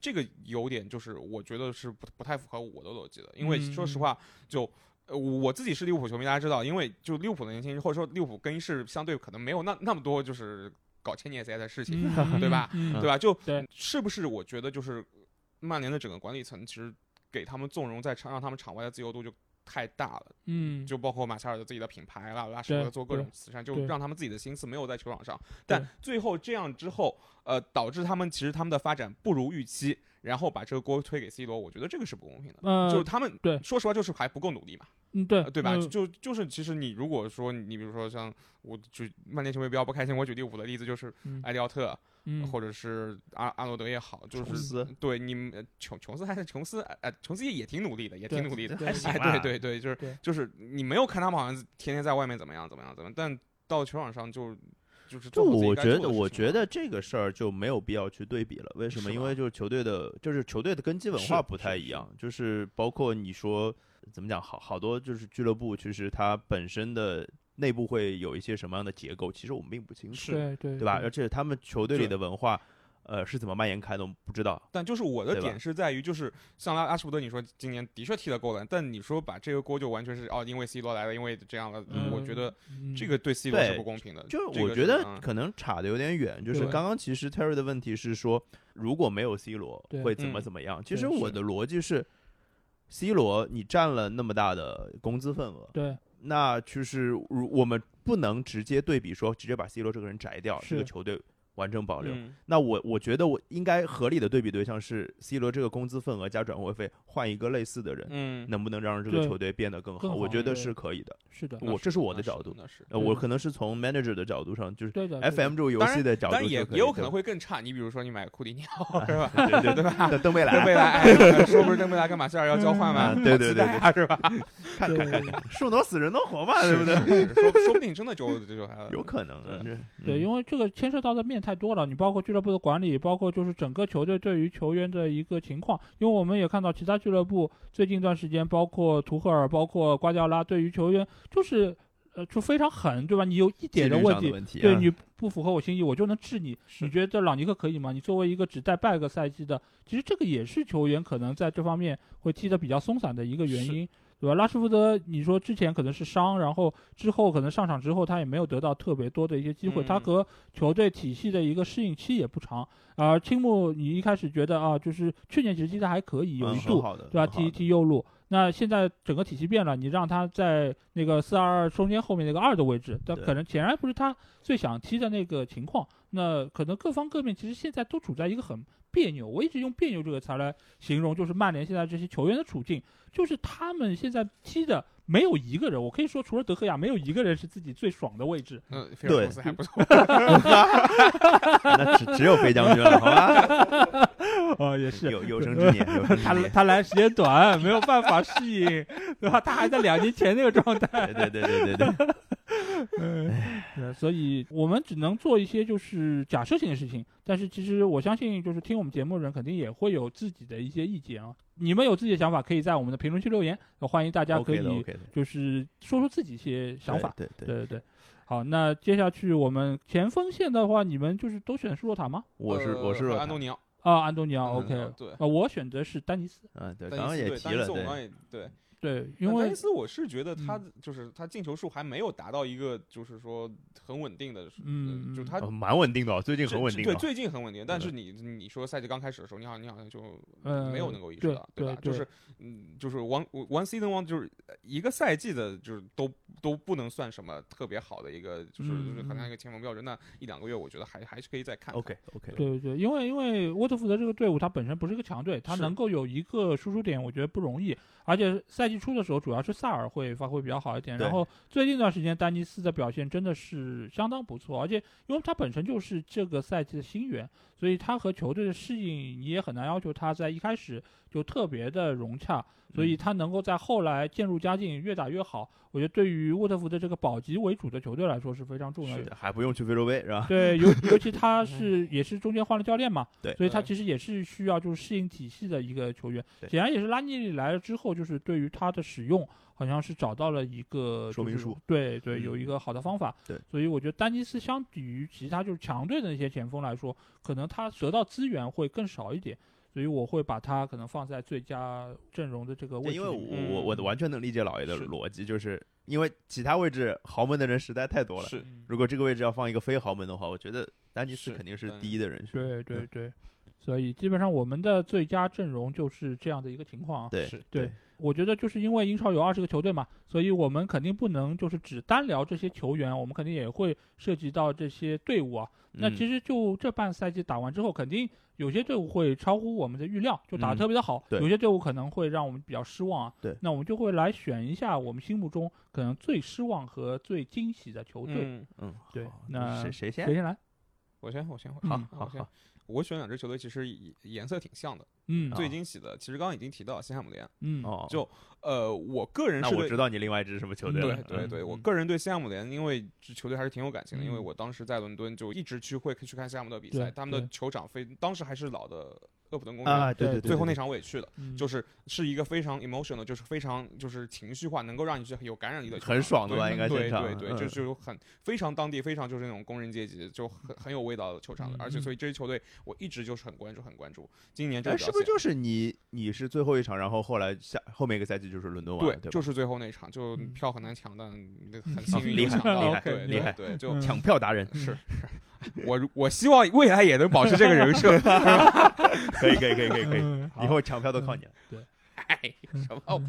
Speaker 3: 这个有点就是我觉得是不不太符合我的逻辑的，因为
Speaker 1: 嗯
Speaker 3: 说实话就。呃，我自己是利物浦球迷，大家知道，因为就利物浦的年轻人，或者说利物浦更衣室相对可能没有那那么多就是搞千年赛的事情，
Speaker 1: 嗯
Speaker 3: 对吧？
Speaker 1: 嗯
Speaker 3: 对吧？就是是不是我觉得就是曼联的整个管理层其实给他们纵容在场，让他们场外的自由度就太大了，
Speaker 1: 嗯，
Speaker 3: 就包括马夏尔的自己的品牌啦，拉什
Speaker 1: 对
Speaker 3: 福德做各种
Speaker 1: 对
Speaker 3: 慈善，就
Speaker 1: 对
Speaker 3: 让他们自己的心思没有在球场上。
Speaker 1: 对
Speaker 3: 但最后这样之后，呃，导致他们其实他们的发展不如预期，然后把这个锅推给 C 罗，我觉得这个是不公平的。
Speaker 1: 呃，
Speaker 3: 就是他们
Speaker 1: 对
Speaker 3: 说实话就是还不够努力嘛。
Speaker 1: 嗯对
Speaker 3: 呃对吧？
Speaker 1: 呃
Speaker 3: 就就是，其实你如果说你比如说像我举曼联球迷比较不开心，我举利物浦的例子就是
Speaker 1: 嗯
Speaker 3: 埃利奥特、
Speaker 1: 嗯
Speaker 3: 或者是阿阿诺德也好，就
Speaker 2: 琼
Speaker 3: 是
Speaker 2: 斯
Speaker 3: 对你们呃琼琼斯还是琼斯，呃琼斯也也挺努力的，也挺
Speaker 1: 对
Speaker 3: 努力的，
Speaker 1: 对
Speaker 2: <laughs> 还行啊
Speaker 3: 哎
Speaker 2: 吧，
Speaker 3: <laughs> 对对对，就
Speaker 1: 对
Speaker 3: 是就是你没有看他们好像天天在外面怎么样怎么样怎么样，但到球场上就就是
Speaker 2: 就
Speaker 3: 做好自己
Speaker 2: 我
Speaker 3: 该
Speaker 2: 觉
Speaker 3: 做
Speaker 2: 得，
Speaker 3: 的事
Speaker 2: 我
Speaker 3: 情
Speaker 2: 觉
Speaker 3: 嘛
Speaker 2: 得这个事儿就没有必要去对比了。为什么？
Speaker 3: 是
Speaker 2: 因
Speaker 3: 吧
Speaker 2: 为就是球队的，就是球队的根基文
Speaker 3: 是
Speaker 2: 化不
Speaker 3: 是
Speaker 2: 太
Speaker 3: 是
Speaker 2: 一样，就是包括你说怎么讲，好好多就是俱乐部，其实它本身的内部会有一些什么样的结构，其实我们并不清楚，
Speaker 1: 对对
Speaker 2: 对吧？而
Speaker 1: 对
Speaker 2: 且他们球队里
Speaker 3: 是
Speaker 2: 的文化，呃，是怎么蔓延开的，我们不知道。
Speaker 3: 但就是我的
Speaker 2: 对吧
Speaker 3: 点是在于，就是像拉拉什福德，你说今年的确踢了够了，但你说把这个锅就完全是哦，因为 C 罗来了，因为这样了，
Speaker 1: 嗯
Speaker 3: 我觉得
Speaker 1: 嗯
Speaker 3: 这个对 C 罗是
Speaker 2: 对
Speaker 3: 不公平的。
Speaker 2: 就
Speaker 3: 这
Speaker 2: 我
Speaker 3: 个
Speaker 2: 觉
Speaker 3: 是
Speaker 2: 得
Speaker 3: 嗯
Speaker 2: 可能差的有点远，就是
Speaker 1: 对
Speaker 2: 刚刚其实 Terry 的问题是说，如果没有 C 罗
Speaker 1: 对
Speaker 2: 会怎么
Speaker 3: 嗯
Speaker 2: 怎么样？其
Speaker 1: 对
Speaker 2: 实我
Speaker 3: 是
Speaker 2: 的逻辑是，C 罗你占了那么大的工资份额，
Speaker 1: 对
Speaker 2: 那就是如我们不能直接对比说直接把 C 罗这个人摘掉，这个
Speaker 1: 是
Speaker 2: 球队完整保留。
Speaker 3: 嗯
Speaker 2: 那我我觉得我应该合理的对比对象是 C 罗这个工资份额加转会费换一个类似的人，
Speaker 3: 嗯，
Speaker 2: 能不能让这个
Speaker 1: 对
Speaker 2: 球队变得更好？
Speaker 1: 更
Speaker 2: 我
Speaker 1: 好
Speaker 2: 觉得
Speaker 1: 对
Speaker 2: 是可以的。
Speaker 1: 是的，
Speaker 2: 我这是我的角度。
Speaker 3: 那是。
Speaker 2: 呃，我
Speaker 1: 对
Speaker 2: 可能是从 manager 的角度上，就是
Speaker 1: 对的对的
Speaker 2: FM 这种游
Speaker 3: 当
Speaker 2: 戏
Speaker 3: 然
Speaker 2: 的角度
Speaker 3: 当
Speaker 2: 就啊
Speaker 3: 然
Speaker 2: 以，
Speaker 3: 也也有可能
Speaker 2: 会
Speaker 3: 会更差。你比如说，你买库蒂尼奥
Speaker 2: <laughs>
Speaker 3: 是吧？
Speaker 2: 对对
Speaker 3: 对吧？
Speaker 2: 对，登贝
Speaker 3: 登
Speaker 2: 莱
Speaker 3: 贝莱，哎说不是登贝莱跟马夏尔要交换吗？
Speaker 2: 嗯对 <laughs> 对对
Speaker 3: 好期待啊是吧？
Speaker 2: 看看看看，树挪死人能活嘛，对不
Speaker 3: 是
Speaker 2: 对？
Speaker 3: <laughs> 是是说说不定真的就就呃来了。
Speaker 2: 有可能，
Speaker 3: 对
Speaker 2: 嗯
Speaker 1: 对，因为这个牵涉到的面太多了，你包括俱乐部的管理，包括就是整个球队对于球员的一个情况。因为我们也看到其他俱乐部最近一段时间，包括图赫尔、包括瓜迪奥拉，对于球员就是呃就非常狠，对吧？你有一点
Speaker 2: 纪律
Speaker 1: 问
Speaker 2: 上
Speaker 1: 题
Speaker 2: 的，问题，
Speaker 1: 对
Speaker 2: 嗯
Speaker 1: 你不符合我心意，我就能治你。你觉得朗尼克可以吗？你作为一个只带半个赛季的，其实这个也是球员可能在这方面会踢得比较松散的一个原因，对吧？拉什福德，你说之前可能是伤，然后之后可能上场之后他也没有得到特别多的一些机会，
Speaker 3: 嗯
Speaker 1: 他和球队体系的一个适应期也不长。而青木，你一开始觉得啊，就是去年其实踢得还可以，有
Speaker 2: 嗯
Speaker 1: 一
Speaker 2: 很
Speaker 1: 度，
Speaker 2: 好的，
Speaker 1: 对吧？
Speaker 2: 很好
Speaker 1: 踢
Speaker 2: 的
Speaker 1: 踢右路，那现在整个体系变了，你让他在那个四二二中间后面那个二的位置，但
Speaker 2: 对
Speaker 1: 可能显然不是他最想踢的那个情况。那可能各方各面其实现在都处在一个很别扭，我一直用别扭这个词来形容，就是曼联现在这些球员的处境，就是他们现在踢的没有一个人，我可以说除了德赫亚，没有一个人是自己最爽的位
Speaker 2: <laughs>
Speaker 1: 置。
Speaker 3: 嗯，菲尔
Speaker 2: 对
Speaker 3: 琼斯还不错。
Speaker 2: 那只只有飞将军了，好吧？
Speaker 1: 哦，也是，
Speaker 2: 有有生之年，有生之
Speaker 1: 他
Speaker 2: 年，
Speaker 1: 他来时间短，没有办法适
Speaker 2: <laughs>
Speaker 1: 应，对吧？他还在两年前那个状态。
Speaker 2: 对对对对对对，
Speaker 1: 对，呃所以我们只能做一些就是假设性的事情，但是其实我相信，就是听我们节目的人肯定也会有自己的一些意见啊。你们有自己的想法，可以在我们的评论区留言，呃欢迎大家可
Speaker 2: OK 的
Speaker 1: 以
Speaker 2: OK 的
Speaker 1: 就是说出自己一些想法。，
Speaker 2: 对
Speaker 1: 对
Speaker 2: 对对，
Speaker 1: 对对，好，那接下去我们前锋线的话，你们就是都选舒洛塔吗？
Speaker 2: <laughs> 我是我是
Speaker 3: 呃
Speaker 2: 若
Speaker 3: 和
Speaker 2: 塔
Speaker 3: 安东尼奥。
Speaker 1: 啊，安东尼奥
Speaker 3: 嗯
Speaker 1: ，OK，
Speaker 3: 嗯对
Speaker 1: 啊，我选择是丹尼斯，
Speaker 2: 嗯，对，
Speaker 3: 丹
Speaker 2: 刚刚
Speaker 3: 尼斯
Speaker 2: 也
Speaker 3: 对
Speaker 2: 提
Speaker 3: 丹尼
Speaker 2: 了，
Speaker 3: 斯我
Speaker 2: 对
Speaker 3: 刚，刚也对。
Speaker 1: 对，
Speaker 3: 但
Speaker 1: 因为
Speaker 3: 丹尼斯，我是觉得他
Speaker 1: 嗯
Speaker 3: 就是他进球数还没有达到一个就是说很稳定的，
Speaker 1: 嗯
Speaker 3: 呃就
Speaker 1: 嗯
Speaker 3: 他
Speaker 2: 哦蛮稳定的哦，最近
Speaker 3: 这
Speaker 2: 很稳定
Speaker 3: 对，
Speaker 2: 的
Speaker 3: 最近很稳定。但
Speaker 2: 对
Speaker 3: 是你你说赛季刚开始的时候，你好像你好像就
Speaker 1: 呃
Speaker 3: 没有能够意识
Speaker 1: 对
Speaker 3: 到，
Speaker 1: 对
Speaker 3: 吧？
Speaker 1: 对
Speaker 3: 就是嗯，就是 one one season one 就是一个赛季的，就是都都不能算什么特别好的一个，就是
Speaker 1: 嗯
Speaker 3: 就是
Speaker 1: 嗯
Speaker 3: 衡量一个前锋标准。那一两个月，我觉得还还是可以再看看。
Speaker 2: ，OK OK，
Speaker 1: 对对对，因为因为沃特福德这个队伍它本身不是一个强队，它
Speaker 3: 是
Speaker 1: 能够有一个输出点，我觉得不容易。而且赛季初的时候，主要是萨尔会发挥比较好一点，然
Speaker 2: 对
Speaker 1: 后最近一段时间丹尼斯的表现真的是相当不错，而且因为他本身就是这个赛季的新援，所以他和球队的适应，你也很难要求他在一开始
Speaker 2: 嗯
Speaker 1: 就特别的融洽，所以他能够在后来渐入佳境，越打越好。我觉得对于于沃特福德这个保级为主的球队来说是非常重要
Speaker 2: 是
Speaker 1: 的。
Speaker 2: 的，还不用去非洲杯 <laughs> 是吧？
Speaker 1: 对，尤尤其他是也是中间换了教练嘛，
Speaker 2: 对嗯
Speaker 1: 所以他
Speaker 3: 对
Speaker 1: 其实也是需要就是适应体系的一个球员。
Speaker 2: 对
Speaker 1: 显然也是拉涅利来了之后，就是对于他的使用好像是找到了一个
Speaker 2: 说明
Speaker 1: 就是
Speaker 2: 书，
Speaker 1: 对对，
Speaker 2: 嗯
Speaker 1: 有一个好的方法。
Speaker 2: 对，
Speaker 1: 所以我觉得丹尼斯相比于其他就是强队的那些前锋来说，可能他得到资源会更少一点。所以我会把他可能放在最佳阵容的这个位
Speaker 2: 对
Speaker 1: 置
Speaker 2: 因为
Speaker 1: 里面。
Speaker 2: 我我我完全能理解老爷的
Speaker 3: 嗯是
Speaker 2: 逻辑，就是因为其他位置豪门的人实在太多了。
Speaker 3: 是
Speaker 1: 嗯
Speaker 2: 如果这个位置要放一个非豪门的话，我觉得丹尼斯
Speaker 3: 是
Speaker 2: 肯定是
Speaker 3: 嗯
Speaker 2: 第一的人选。
Speaker 1: 对对对，所以基本上我们的最佳阵容就是这样的一个情况啊。
Speaker 2: 对
Speaker 3: 是
Speaker 1: 对，我觉得就是因为英超有二十个球队嘛，所以我们肯定不能就是只单聊这些球员，我们肯定也会涉及到这些队伍啊。那其
Speaker 2: 实
Speaker 1: 实就这半赛季打完之后，肯定有些队伍会超乎我们的预料，就打得特别的好；
Speaker 2: 对
Speaker 1: 有些队伍可能会让我们比较失望啊。
Speaker 2: 对
Speaker 1: 那我们就会来选一下我们心目中可能最失望和最惊喜的球队。
Speaker 3: 嗯，
Speaker 2: 嗯，
Speaker 1: 对
Speaker 2: 好
Speaker 1: 那
Speaker 2: 谁谁先
Speaker 1: 谁？先来？
Speaker 3: 我先我先会
Speaker 1: 嗯
Speaker 2: 好
Speaker 1: 嗯
Speaker 2: 好
Speaker 3: 我先
Speaker 2: 好，
Speaker 3: 我选两支球队其实也颜色挺像的，
Speaker 1: 嗯，
Speaker 3: 最
Speaker 2: 啊
Speaker 3: 惊喜的其实刚刚已经提到西汉姆联，
Speaker 1: 嗯，
Speaker 2: 哦，
Speaker 3: 就呃，我个人
Speaker 2: 那
Speaker 3: 是
Speaker 2: 我
Speaker 3: 对
Speaker 2: 知道你另外一支什么球队
Speaker 1: 对
Speaker 2: 了。
Speaker 3: 对对
Speaker 2: 嗯
Speaker 3: 对，我
Speaker 1: 嗯
Speaker 3: 个人对西汉姆联，因为这球队还是挺有感情的，因为
Speaker 1: 嗯
Speaker 3: 我当时在伦敦就一直去会去看西汉姆的比
Speaker 1: 对
Speaker 3: 赛，他们
Speaker 1: 对
Speaker 3: 的酋长非当时还是老的厄普顿公
Speaker 2: 啊，
Speaker 3: 园，
Speaker 2: 对对
Speaker 1: 对
Speaker 2: 对，
Speaker 3: 最后
Speaker 2: 对
Speaker 3: 那场我也去了，
Speaker 1: 嗯
Speaker 3: 就是是一个非常 emotional，就是非常就是情绪化，能够让你去有感染力的球场，
Speaker 2: 很爽的吧
Speaker 3: 对
Speaker 2: 应该现
Speaker 3: 对
Speaker 2: 场
Speaker 3: 对对，
Speaker 2: 嗯
Speaker 3: 就就很非常当地，非常就是那种工人阶级，就很很有味道的球场的，而且
Speaker 1: 嗯
Speaker 3: 所以这支球队我一直就是很关注，很关注，今年这
Speaker 2: 哎，
Speaker 3: 个
Speaker 2: 是
Speaker 3: 表
Speaker 2: 不是
Speaker 3: 现
Speaker 2: 就是你？你是最后一场，然后后来下后面一个赛季就是伦敦
Speaker 3: 对
Speaker 2: 碗，，对吧？
Speaker 3: 就是最后那场，就
Speaker 1: 嗯
Speaker 3: 票很难抢，但很
Speaker 2: <laughs>
Speaker 3: 幸运
Speaker 2: 厉
Speaker 3: 就
Speaker 2: 害
Speaker 3: 抢到
Speaker 2: 厉
Speaker 3: 了
Speaker 2: 害，
Speaker 3: 对
Speaker 2: 厉害
Speaker 3: 对对，就
Speaker 1: 嗯
Speaker 2: 抢票达人，
Speaker 3: 是，
Speaker 1: <laughs>
Speaker 3: 我如我希望未来也能保持这个人设。
Speaker 2: <laughs> 可以可以可以可以可以，
Speaker 1: 嗯
Speaker 2: 以后抢票都靠你了。
Speaker 3: 哎，什么？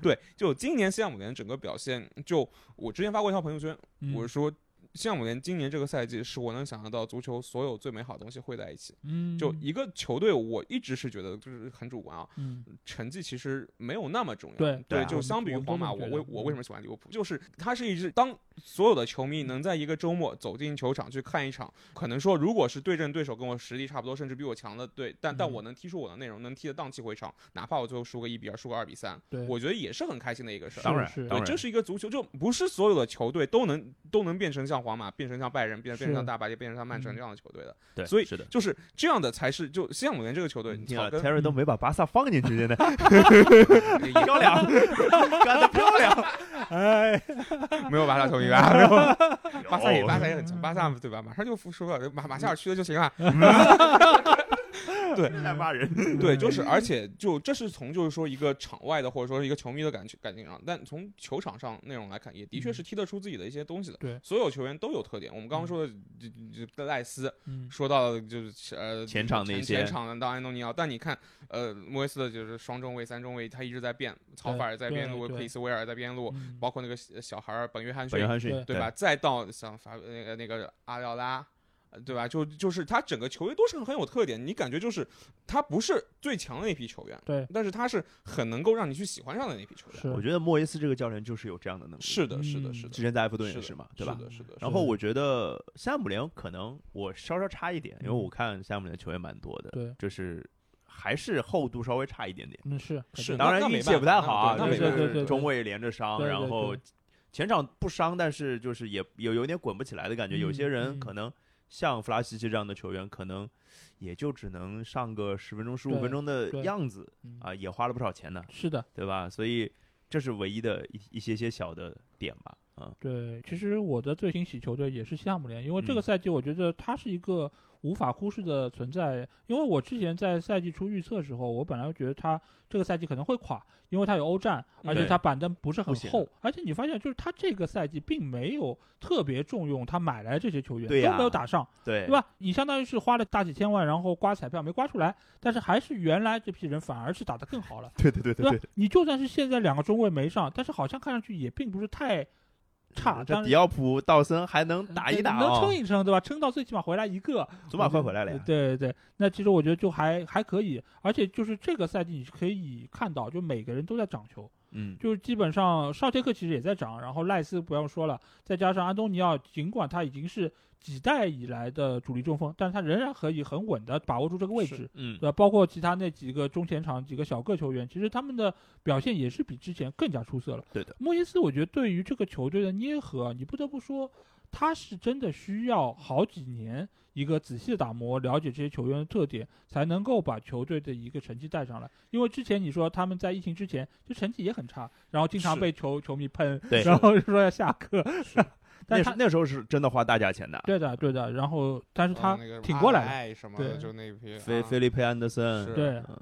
Speaker 3: 对，就今年西汉姆联整个表现，就我之前发过一条朋友圈，
Speaker 1: 嗯
Speaker 3: 我说西汉姆联今年这个赛季是我能想象到足球所有最美好的东西汇在一起。
Speaker 1: 嗯
Speaker 3: 就一个球队，我一直是觉得就是很主观啊，
Speaker 1: 嗯
Speaker 3: 成绩其实没有那么重要。
Speaker 1: 对
Speaker 2: 对啊
Speaker 3: 就相比于皇马，
Speaker 1: 我
Speaker 3: 我
Speaker 1: 们
Speaker 3: 为
Speaker 1: 我们都这么觉得嗯
Speaker 3: 我为什么喜欢利物浦？就是它是一支当所有的球迷能在一个周末走进球场去看一场，可能说如果是对阵对手跟我实力差不多，甚至比我强的队，但但
Speaker 1: 嗯
Speaker 3: 我能踢出我的内容，能踢得荡气回肠，哪怕我最后输个一比二，输个二比三，
Speaker 1: 对
Speaker 3: 我觉得也是很开心的一个事儿。
Speaker 2: 当然
Speaker 1: 是
Speaker 2: 当
Speaker 3: 对，
Speaker 2: 然，
Speaker 3: 这是一个足球，就不是所有的球队都能都能变成像皇马、变成像拜仁、变成变成像
Speaker 1: 是
Speaker 3: 大巴黎、变成像曼城
Speaker 1: 嗯
Speaker 3: 这样的球队的。
Speaker 2: 对，
Speaker 3: 所以
Speaker 2: 是的。
Speaker 3: 就是这样的才是，就西汉姆联这个球队，
Speaker 2: 嗯你听
Speaker 3: 草
Speaker 2: 了
Speaker 3: 根
Speaker 1: 嗯
Speaker 2: ，Terry 都没把巴萨放进去，现在
Speaker 3: 也 <laughs>
Speaker 2: 漂亮，干得漂亮！哎，
Speaker 3: 没有巴萨球迷吧？没
Speaker 2: 哦
Speaker 3: 有，巴萨也
Speaker 2: 有
Speaker 3: 巴萨也很强，巴萨对吧？马上就复苏了，马马夏尔去了就行啊了。
Speaker 1: 嗯
Speaker 3: 对
Speaker 2: 在骂人，
Speaker 3: 对，
Speaker 1: 嗯
Speaker 3: 就是，而且就这是从就是说一个场外的或者说一个球迷的感觉感情上，但从球场上内容来看，也的确是踢得出自己的一些东西的。
Speaker 1: 嗯对
Speaker 3: 所有球员都有特点。我们刚刚说的这这这赖斯，
Speaker 1: 嗯
Speaker 3: 说到的就是呃
Speaker 2: 前场那
Speaker 3: 前
Speaker 2: 些
Speaker 3: 前场的到安东尼奥，但你看呃莫耶斯的就是双中卫、三中卫，他一直在变，曹法尔在边路，
Speaker 1: 对对
Speaker 3: 克里斯威尔在边路，
Speaker 1: 嗯
Speaker 3: 包括那个小呃小孩儿本约翰
Speaker 2: 本
Speaker 3: 逊
Speaker 2: 约，翰逊
Speaker 1: 对
Speaker 3: 对吧？？再到像法那个那个阿廖拉，呃对吧？就就是他整个球队都是很有特点，你感觉就是他不是最强的那批球员，
Speaker 1: 对，
Speaker 3: 但是他是很能够让你去喜欢上的那批球员。
Speaker 1: 是
Speaker 2: 我觉得莫耶斯这个教练就是有这样的能力，
Speaker 3: 是的，是的，
Speaker 1: 嗯
Speaker 3: 是
Speaker 2: 之
Speaker 3: 的，
Speaker 2: 前在埃弗顿也
Speaker 3: 是的
Speaker 2: 是嘛，对吧？
Speaker 3: 是的，是的。是
Speaker 2: 然
Speaker 3: 的
Speaker 2: 后我觉得西汉姆联可能我稍稍差一点，因为
Speaker 1: 嗯
Speaker 2: 我看西汉姆联球员蛮多的，
Speaker 1: 对，
Speaker 2: 就是还是厚度稍微差一点点。
Speaker 1: 嗯是肯
Speaker 3: 是
Speaker 1: 定
Speaker 3: 那
Speaker 2: 当然
Speaker 3: 那没
Speaker 2: 运气也
Speaker 3: 办
Speaker 2: 不
Speaker 3: 法
Speaker 2: 太
Speaker 3: 那
Speaker 2: 好啊，就
Speaker 3: 对那没办法
Speaker 1: 对对
Speaker 2: 是
Speaker 1: 对
Speaker 2: 中卫连着伤，
Speaker 1: 对对
Speaker 2: 然后
Speaker 1: 对
Speaker 2: 前场不伤，但是就是也有有点滚不起来的感觉。
Speaker 1: 嗯
Speaker 2: 有些人
Speaker 1: 嗯
Speaker 2: 可能像弗拉西奇这样的球员，可能也就只能上个十分钟、十
Speaker 1: 对
Speaker 2: 五分钟的
Speaker 1: 对
Speaker 2: 样子
Speaker 1: 嗯
Speaker 2: 啊，也花了不少钱呢，
Speaker 1: 是的，
Speaker 2: 对吧？所以这是唯一的一一些些小的点吧，啊，
Speaker 1: 对。其实我的最惊喜球队也是西汉姆联，因为这个
Speaker 2: 嗯
Speaker 1: 赛季我觉得它是一个无法忽视的存在。因为我之前在赛季初预测的时候，我本来觉得它这个赛季可能会垮，因为它有欧战，而且
Speaker 2: 对
Speaker 1: 它板凳不是很
Speaker 2: 不行
Speaker 1: 厚，而且你发现就是它这个赛季并没有特别重用他买来的这些球员，
Speaker 2: 对
Speaker 1: 都
Speaker 2: 呀
Speaker 1: 没有打上。
Speaker 2: 对
Speaker 1: 对吧？你相当于是花了大几千万，然后刮彩票没刮出来，但是还是原来这批人反而是打得更好了，
Speaker 2: <laughs> 对对对
Speaker 1: 吧？你就算是现在两个中卫没上，但是好像看上去也并不是太差，
Speaker 2: 嗯这
Speaker 1: 当
Speaker 2: 迪
Speaker 1: 然
Speaker 2: 奥普、道森还能打一打
Speaker 1: 能
Speaker 2: 啊
Speaker 1: 撑！一撑，对吧？撑到最起码回来一个，
Speaker 2: 祖马快回来了呀，
Speaker 1: 对对对，那其实我觉得就还还可以，而且就是这个赛季你可以看到，就每个人都在涨球，
Speaker 2: 嗯
Speaker 1: 就是基本上绍切克其实也在涨，然后赖斯不用说了，再加上安东尼奥，尽管他已经是几代以来的主力中锋，但是他仍然可以很稳的把握住这个位置
Speaker 3: 是。
Speaker 2: 嗯，
Speaker 1: 对吧，包括其他那几个中前场几个小个球员，其实他们的表现也是比之前更加出色了。
Speaker 2: 对的，
Speaker 1: 莫耶斯，我觉得对于这个球队的捏合啊，你不得不说，他是真的需要好几年一个仔细的打磨，了解这些球员的特点，才能够把球队的一个成绩带上来。因为之前你说他们在疫情之前，就成绩也很差，然后经常
Speaker 3: 是
Speaker 1: 被球球迷喷，
Speaker 2: 对
Speaker 1: 然后就说要下课， <laughs> 但
Speaker 2: 那
Speaker 1: 是
Speaker 2: 时
Speaker 1: 他
Speaker 2: 那时候是真的花大价钱的，
Speaker 1: 对的对的，然后但是
Speaker 3: 嗯
Speaker 1: 他
Speaker 3: 那个
Speaker 1: 挺过来了
Speaker 3: 来什么
Speaker 1: 对
Speaker 3: 的，就那批
Speaker 2: 菲
Speaker 3: 啊
Speaker 2: 菲利佩安德森，
Speaker 3: 是
Speaker 1: 对
Speaker 2: 嗯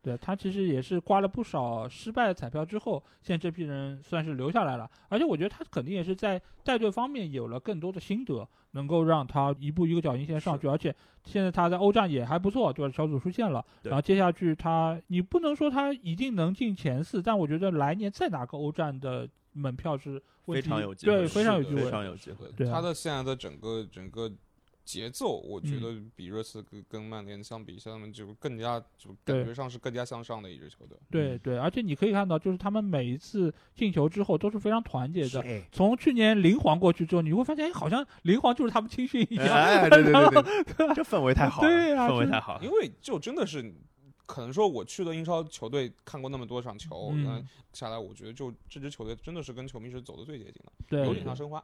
Speaker 1: 对他其实也是刮了不少失败的彩票之后，现在这批人算是留下来了，而且我觉得他肯定也是在带队方面有了更多的心得，能够让他一步一个脚印先上去，而且现在他在欧战也还不错，对吧？小组出线了，
Speaker 2: 对
Speaker 1: 然后接下去他你不能说他一定能进前四，但我觉得来年再拿个欧战的门票是问
Speaker 2: 非
Speaker 1: 题
Speaker 2: 常有机会，
Speaker 1: 对非常有
Speaker 2: 是
Speaker 1: 机
Speaker 2: 的非
Speaker 1: 会，
Speaker 2: 常有机会。
Speaker 1: 对啊
Speaker 3: 他的现在的整个整个节奏，我觉
Speaker 1: 嗯
Speaker 3: 得比热刺跟跟曼联相比，他们就更加就感
Speaker 1: 对
Speaker 3: 觉上是更加向上的一支球队。
Speaker 1: 对对，而且你可以看到，就是他们每一次进球之后都是非常团结的，
Speaker 2: 哎
Speaker 1: 从去年林皇过去之后，你会发现，哎，好像林皇就是他们青训一样。
Speaker 2: 哎，对对对
Speaker 3: <laughs>
Speaker 2: 对，这氛围太好了，
Speaker 1: 对啊
Speaker 2: 氛围
Speaker 1: 真的
Speaker 2: 太好了
Speaker 3: 因。为就真的是，可能说我去的英超球队看过那么多场球，哦那
Speaker 1: 嗯
Speaker 3: 下来我觉得就这支球队真的是跟球迷是走的最接近的，
Speaker 1: 对，
Speaker 3: 有点像申花，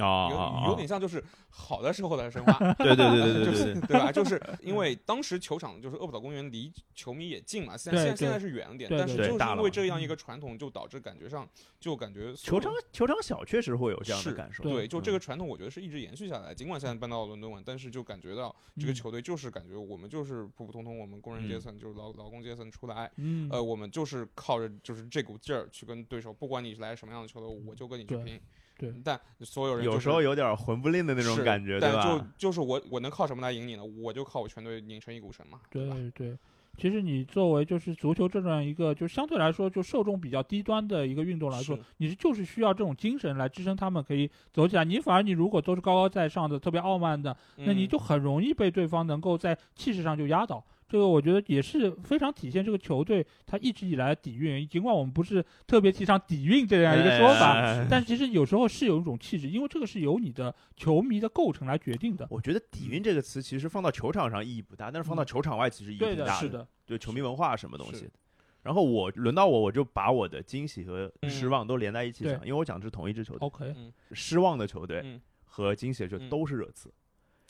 Speaker 2: 哦，
Speaker 3: 有有点像就是好的时候的申花，
Speaker 2: 对对对对
Speaker 3: <laughs>
Speaker 2: 对
Speaker 3: 就
Speaker 2: 对
Speaker 3: 是
Speaker 2: 对，
Speaker 3: 对吧？就是因为当时球场就是厄普岛公园离球迷也近嘛，现
Speaker 1: 对
Speaker 3: 现
Speaker 1: 对
Speaker 3: 现在是远一点，
Speaker 1: 对
Speaker 3: 但是
Speaker 1: 对嗯
Speaker 3: 就是
Speaker 2: 大
Speaker 3: 因
Speaker 2: 了
Speaker 3: 为
Speaker 2: 嘛
Speaker 3: 这样一个传统，就导致感觉上就感觉所
Speaker 2: 球
Speaker 3: 有
Speaker 2: 场球场小确实会有这样的
Speaker 3: 是
Speaker 2: 感受，
Speaker 1: 对
Speaker 3: 对，就这
Speaker 2: 嗯
Speaker 3: 个传统，我觉得是一直延续下来。尽管现在搬到伦敦嘛，但是就感觉到这个
Speaker 1: 嗯
Speaker 3: 球队就是感觉我们就是普普通通，我们工人阶
Speaker 2: 嗯
Speaker 3: 层就是劳劳工阶层出来，
Speaker 1: 嗯，
Speaker 3: 呃，我们就是靠着就是这股劲儿去跟对手，不管你是来什么样的球队，我就跟你去
Speaker 1: 嗯对
Speaker 3: 拼。嗯
Speaker 1: 对，
Speaker 3: 但所有人
Speaker 2: 有
Speaker 3: 就
Speaker 2: 时
Speaker 3: 是
Speaker 2: 候有点魂不吝的那种
Speaker 3: 是
Speaker 2: 感觉，对
Speaker 3: 但就
Speaker 2: 吧？
Speaker 3: 就是我我能靠什么来赢你呢？我就靠我全队拧成一股绳嘛，对吧？
Speaker 1: 对对。其实你作为就是足球这样一个就相对来说就受众比较低端的一个运动来说
Speaker 3: 是，
Speaker 1: 你是就是需要这种精神来支撑他们可以走起来。你反而你如果都是高高在上的、特别傲慢的，啊那你
Speaker 3: 嗯
Speaker 1: 就很容易被对方能够在气势上就压倒。这个我觉得也是非常体现这个球队他一直以来的底蕴。尽管我们不是特别提倡底蕴这样一个说法，
Speaker 2: 哎哎哎哎
Speaker 1: 但其实有时候是有一种气质，因为这个是由你的球迷的构成来决定的。
Speaker 2: 我觉得“底蕴”这个词其实放到球场上意义不大，但是放到
Speaker 1: 嗯
Speaker 2: 球场外其实意义
Speaker 1: 对
Speaker 2: 挺
Speaker 1: 的，
Speaker 2: 大
Speaker 1: 是，的，
Speaker 2: 对球迷文化什么东西
Speaker 3: 是。
Speaker 2: 然后我轮到我，我就把我的惊喜和
Speaker 3: 嗯哦
Speaker 2: 失望都连在一起
Speaker 1: 对
Speaker 2: 讲，因为我讲的是同一支球队。
Speaker 1: OK，
Speaker 2: 失望的球队
Speaker 3: 嗯，
Speaker 2: 和惊喜的球队
Speaker 3: 嗯
Speaker 2: 都是热刺，
Speaker 1: 哦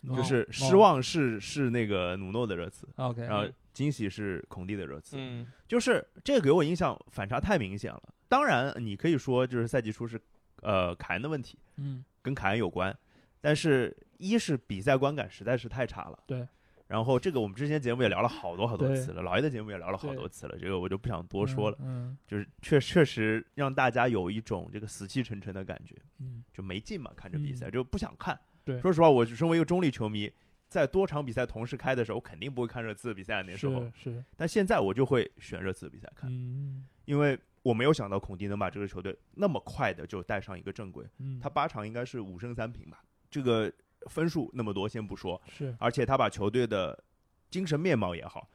Speaker 2: 嗯就是失望是是那个努诺的热刺，
Speaker 1: OK，
Speaker 2: 然后
Speaker 3: 嗯
Speaker 2: 惊喜是孔蒂的热刺。
Speaker 3: 嗯，
Speaker 2: 就是这个给我印象反差太明显了。当然，你可以说就是赛季初是呃凯恩的问题，
Speaker 1: 嗯，
Speaker 2: 跟凯恩有关，但是一是比赛观感实在是太差了，
Speaker 1: 对。
Speaker 2: 然后这个我们之前节目也聊了好多好多
Speaker 1: 对
Speaker 2: 次了，老爷的节目也聊了好多次了，这个我就不想多说了。
Speaker 1: 嗯，
Speaker 2: 就是确确实让大家有一种这个死气沉沉的感觉，
Speaker 1: 嗯
Speaker 2: 就没劲嘛，看着比赛
Speaker 1: 嗯
Speaker 2: 就不想看。
Speaker 1: 对
Speaker 2: 说实话，我身为一个中立球迷，在多场比赛同时开的时候，我肯定不会看热刺的比赛。啊
Speaker 1: 嗯，
Speaker 2: 那时候，
Speaker 1: 是是，
Speaker 2: 但现在我就会选热刺的比赛看。
Speaker 1: 嗯
Speaker 2: 因为我没有想到孔蒂能把这个球队那么快的就带上一个正轨。
Speaker 1: 嗯，
Speaker 2: 他八场应该是五胜三平吧，这个分数那么多先不说，
Speaker 1: 是
Speaker 2: 而且他把球队的精神面貌也好，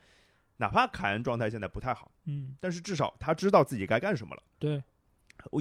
Speaker 2: 哪怕凯恩状态现在不太好，
Speaker 1: 嗯
Speaker 2: 但是至少他知道自己该干什么了。
Speaker 1: 对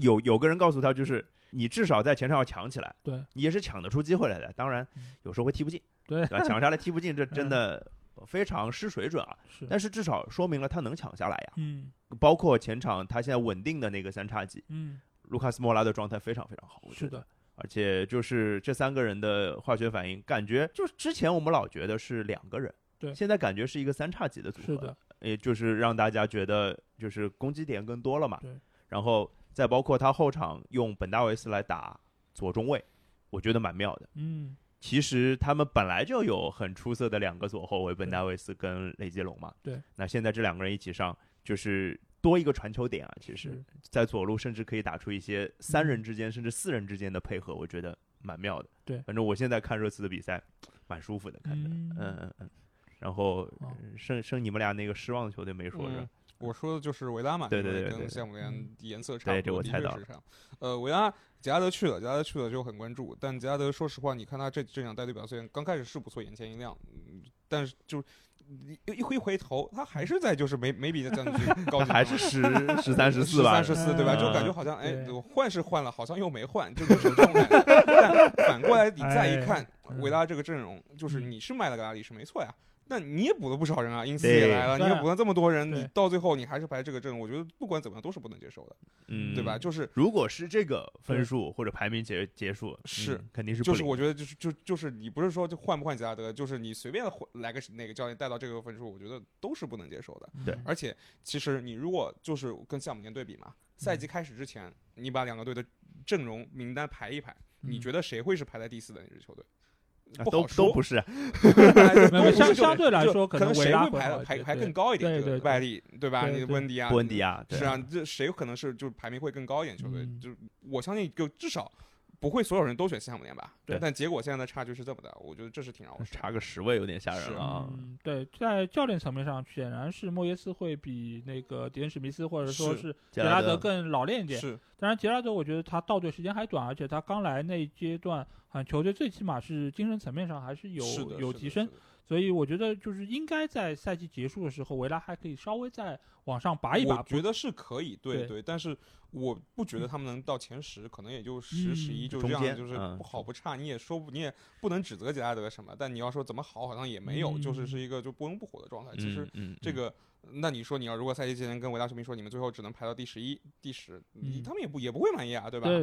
Speaker 2: 有有个人告诉他，就是你至少在前场要强起来，
Speaker 1: 对
Speaker 2: 你也是抢得出机会来的。当然
Speaker 1: 嗯，
Speaker 2: 有时候会踢不进，
Speaker 1: 对
Speaker 2: 吧？抢下来踢
Speaker 1: <laughs>
Speaker 2: 不进，这真的非常失水准啊。
Speaker 1: 是，
Speaker 2: 但是至少说明了他能抢下来呀。
Speaker 1: 嗯
Speaker 2: 包括前场他现在稳定的那个三叉戟，
Speaker 1: 嗯
Speaker 2: 卢卡斯莫拉的状态非常非常好，我觉
Speaker 1: 是
Speaker 2: 得。
Speaker 1: 的，
Speaker 2: 而且就是这三个人的化学反应，感觉就是之前我们老觉得是两个人，
Speaker 1: 对
Speaker 2: 现在感觉是一个三叉戟的组合，
Speaker 1: 是的，
Speaker 2: 也就是让大家觉得就是攻击点更多了嘛。
Speaker 1: 对，
Speaker 2: 然后再包括他后场用本大维斯来打左中卫，我觉得蛮妙的。
Speaker 1: 嗯
Speaker 2: 其实他们本来就有很出色的两个左后卫，本戴维斯跟雷杰龙嘛。
Speaker 1: 对，
Speaker 2: 那现在这两个人一起上，就是多一个传球点啊。其实
Speaker 1: 是，嗯
Speaker 2: 在左路甚至可以打出一些三人之间、甚至四人之间的配合，我觉得蛮妙的。
Speaker 1: 对
Speaker 2: 反正我现在看热刺的比赛，蛮舒服的，看着，
Speaker 1: 嗯
Speaker 2: 嗯嗯嗯。然后
Speaker 1: 哦
Speaker 2: 嗯剩剩你们俩那个失望的球队没说是吧
Speaker 3: 嗯？我说的就是维拉嘛，
Speaker 2: 对
Speaker 3: 因
Speaker 2: 对
Speaker 3: 为
Speaker 2: 对对对
Speaker 3: 跟夏姆联
Speaker 1: 嗯
Speaker 3: 颜色差
Speaker 2: 对
Speaker 3: 不
Speaker 2: 这我
Speaker 3: 多，的
Speaker 2: 猜
Speaker 3: 确
Speaker 2: 到
Speaker 3: 是这样。呃，维拉杰拉德去了，杰拉德去了就很关注，但杰拉德说实话，你看他这这场带队表现，刚开始是不错，眼前一亮，嗯，但是就一一回回头，他还是在就是每每笔的降级高
Speaker 2: 他
Speaker 3: 级，
Speaker 2: 还是十十三十四
Speaker 3: 四
Speaker 2: 吧，
Speaker 3: 三十四对吧？
Speaker 2: 嗯
Speaker 3: 就感觉好像哎
Speaker 1: 对，
Speaker 3: 我换是换了，好像又没换，就就是这种
Speaker 1: <laughs>
Speaker 3: 感觉。但反过来你再一看
Speaker 1: 哎，
Speaker 3: 维拉这个阵容，就是
Speaker 1: 嗯
Speaker 3: 你是卖了格拉利是没错呀。那你也补了不少人啊，因斯
Speaker 2: 对
Speaker 3: 也来了，
Speaker 1: 对
Speaker 3: 你也补了这么多人，
Speaker 1: 对
Speaker 3: 你到最后你还是排这个阵容，我觉得不管怎么样都是不能接受的，
Speaker 2: 嗯，
Speaker 3: 对吧？？就是
Speaker 2: 如果是这个分数或者排名结结束，
Speaker 3: 是
Speaker 2: 嗯肯定是不
Speaker 3: 就是
Speaker 2: 领
Speaker 3: 我觉得就是就就是你不是说就换不换杰拉德，就是你随便换来个哪个教练带到这个分数，我觉得都是不能接受的。
Speaker 1: 嗯
Speaker 2: 对
Speaker 3: 而且其实你如果就是跟项目年对比嘛，赛
Speaker 2: 嗯
Speaker 3: 季开始之前，你把两个队的阵容名单排一排，
Speaker 1: 嗯
Speaker 3: 你觉得谁会是排在第四的那支球队？
Speaker 2: 嗯啊
Speaker 3: 不
Speaker 2: 都
Speaker 3: 好说啊
Speaker 2: 都不是，
Speaker 3: 哎
Speaker 1: <laughs> 没有
Speaker 3: 都不
Speaker 1: 相
Speaker 3: 是
Speaker 1: 相对来
Speaker 3: 就
Speaker 1: 说
Speaker 3: 可
Speaker 1: 可能维
Speaker 3: 谁
Speaker 1: 拉
Speaker 3: 会
Speaker 1: 会
Speaker 3: 排
Speaker 1: 好一
Speaker 3: 排
Speaker 1: 些
Speaker 3: 排
Speaker 1: 对
Speaker 3: 更高一点，
Speaker 1: 对
Speaker 3: 这个
Speaker 1: 对对
Speaker 3: 拜利对吧？
Speaker 1: 对
Speaker 3: 你
Speaker 1: 对
Speaker 3: 温迪啊，
Speaker 2: 布恩迪亚，对
Speaker 3: 是啊，这谁可能是就是排名会更高一点球队？
Speaker 1: 嗯
Speaker 3: 就是我相信，就至少不会所有人都选项目联吧。
Speaker 2: 对
Speaker 3: 但结果现在的差距是这么大，我觉得这是挺让我失望
Speaker 2: 差啊个十位有点吓人
Speaker 3: 是
Speaker 2: 了啊。
Speaker 1: 嗯，对，在教练层面上，显然是莫耶斯会比那个迪恩史密斯或者说
Speaker 3: 是
Speaker 1: 是杰
Speaker 2: 杰
Speaker 1: 拉
Speaker 2: 拉
Speaker 1: 德
Speaker 2: 德
Speaker 1: 更老练一点。
Speaker 3: 是
Speaker 1: 当然，杰拉德我觉得他到队时间还短，而且他刚来那一阶段，好像球队最起码是精神层面上还是有
Speaker 3: 是的
Speaker 1: 有
Speaker 3: 是的
Speaker 1: 提升
Speaker 3: 是，的
Speaker 1: 所以我觉得就是应该在赛季结束的时候，维拉还可以稍微再往上拔一拔
Speaker 3: 我。觉得是可以，对
Speaker 1: 对
Speaker 3: 对，但是我不觉得他们能到前十，可能也就十、
Speaker 1: 嗯
Speaker 3: 十一，就
Speaker 2: 中
Speaker 3: 这样，
Speaker 2: 间
Speaker 3: 就是
Speaker 2: 嗯
Speaker 3: 不好不差。你也说不，你也不能指责杰拉德什么，但你要说怎么好，好像也没有，就是
Speaker 1: 嗯
Speaker 3: 是一个就不温不火的状态。
Speaker 2: 嗯
Speaker 3: 其实
Speaker 2: 嗯，
Speaker 3: 这个，那你说你要如果赛季期间跟维拉球迷说你们最后只能排到第十一、第十，你
Speaker 1: 嗯
Speaker 3: 他们也不也不会满意啊，对吧？
Speaker 1: 对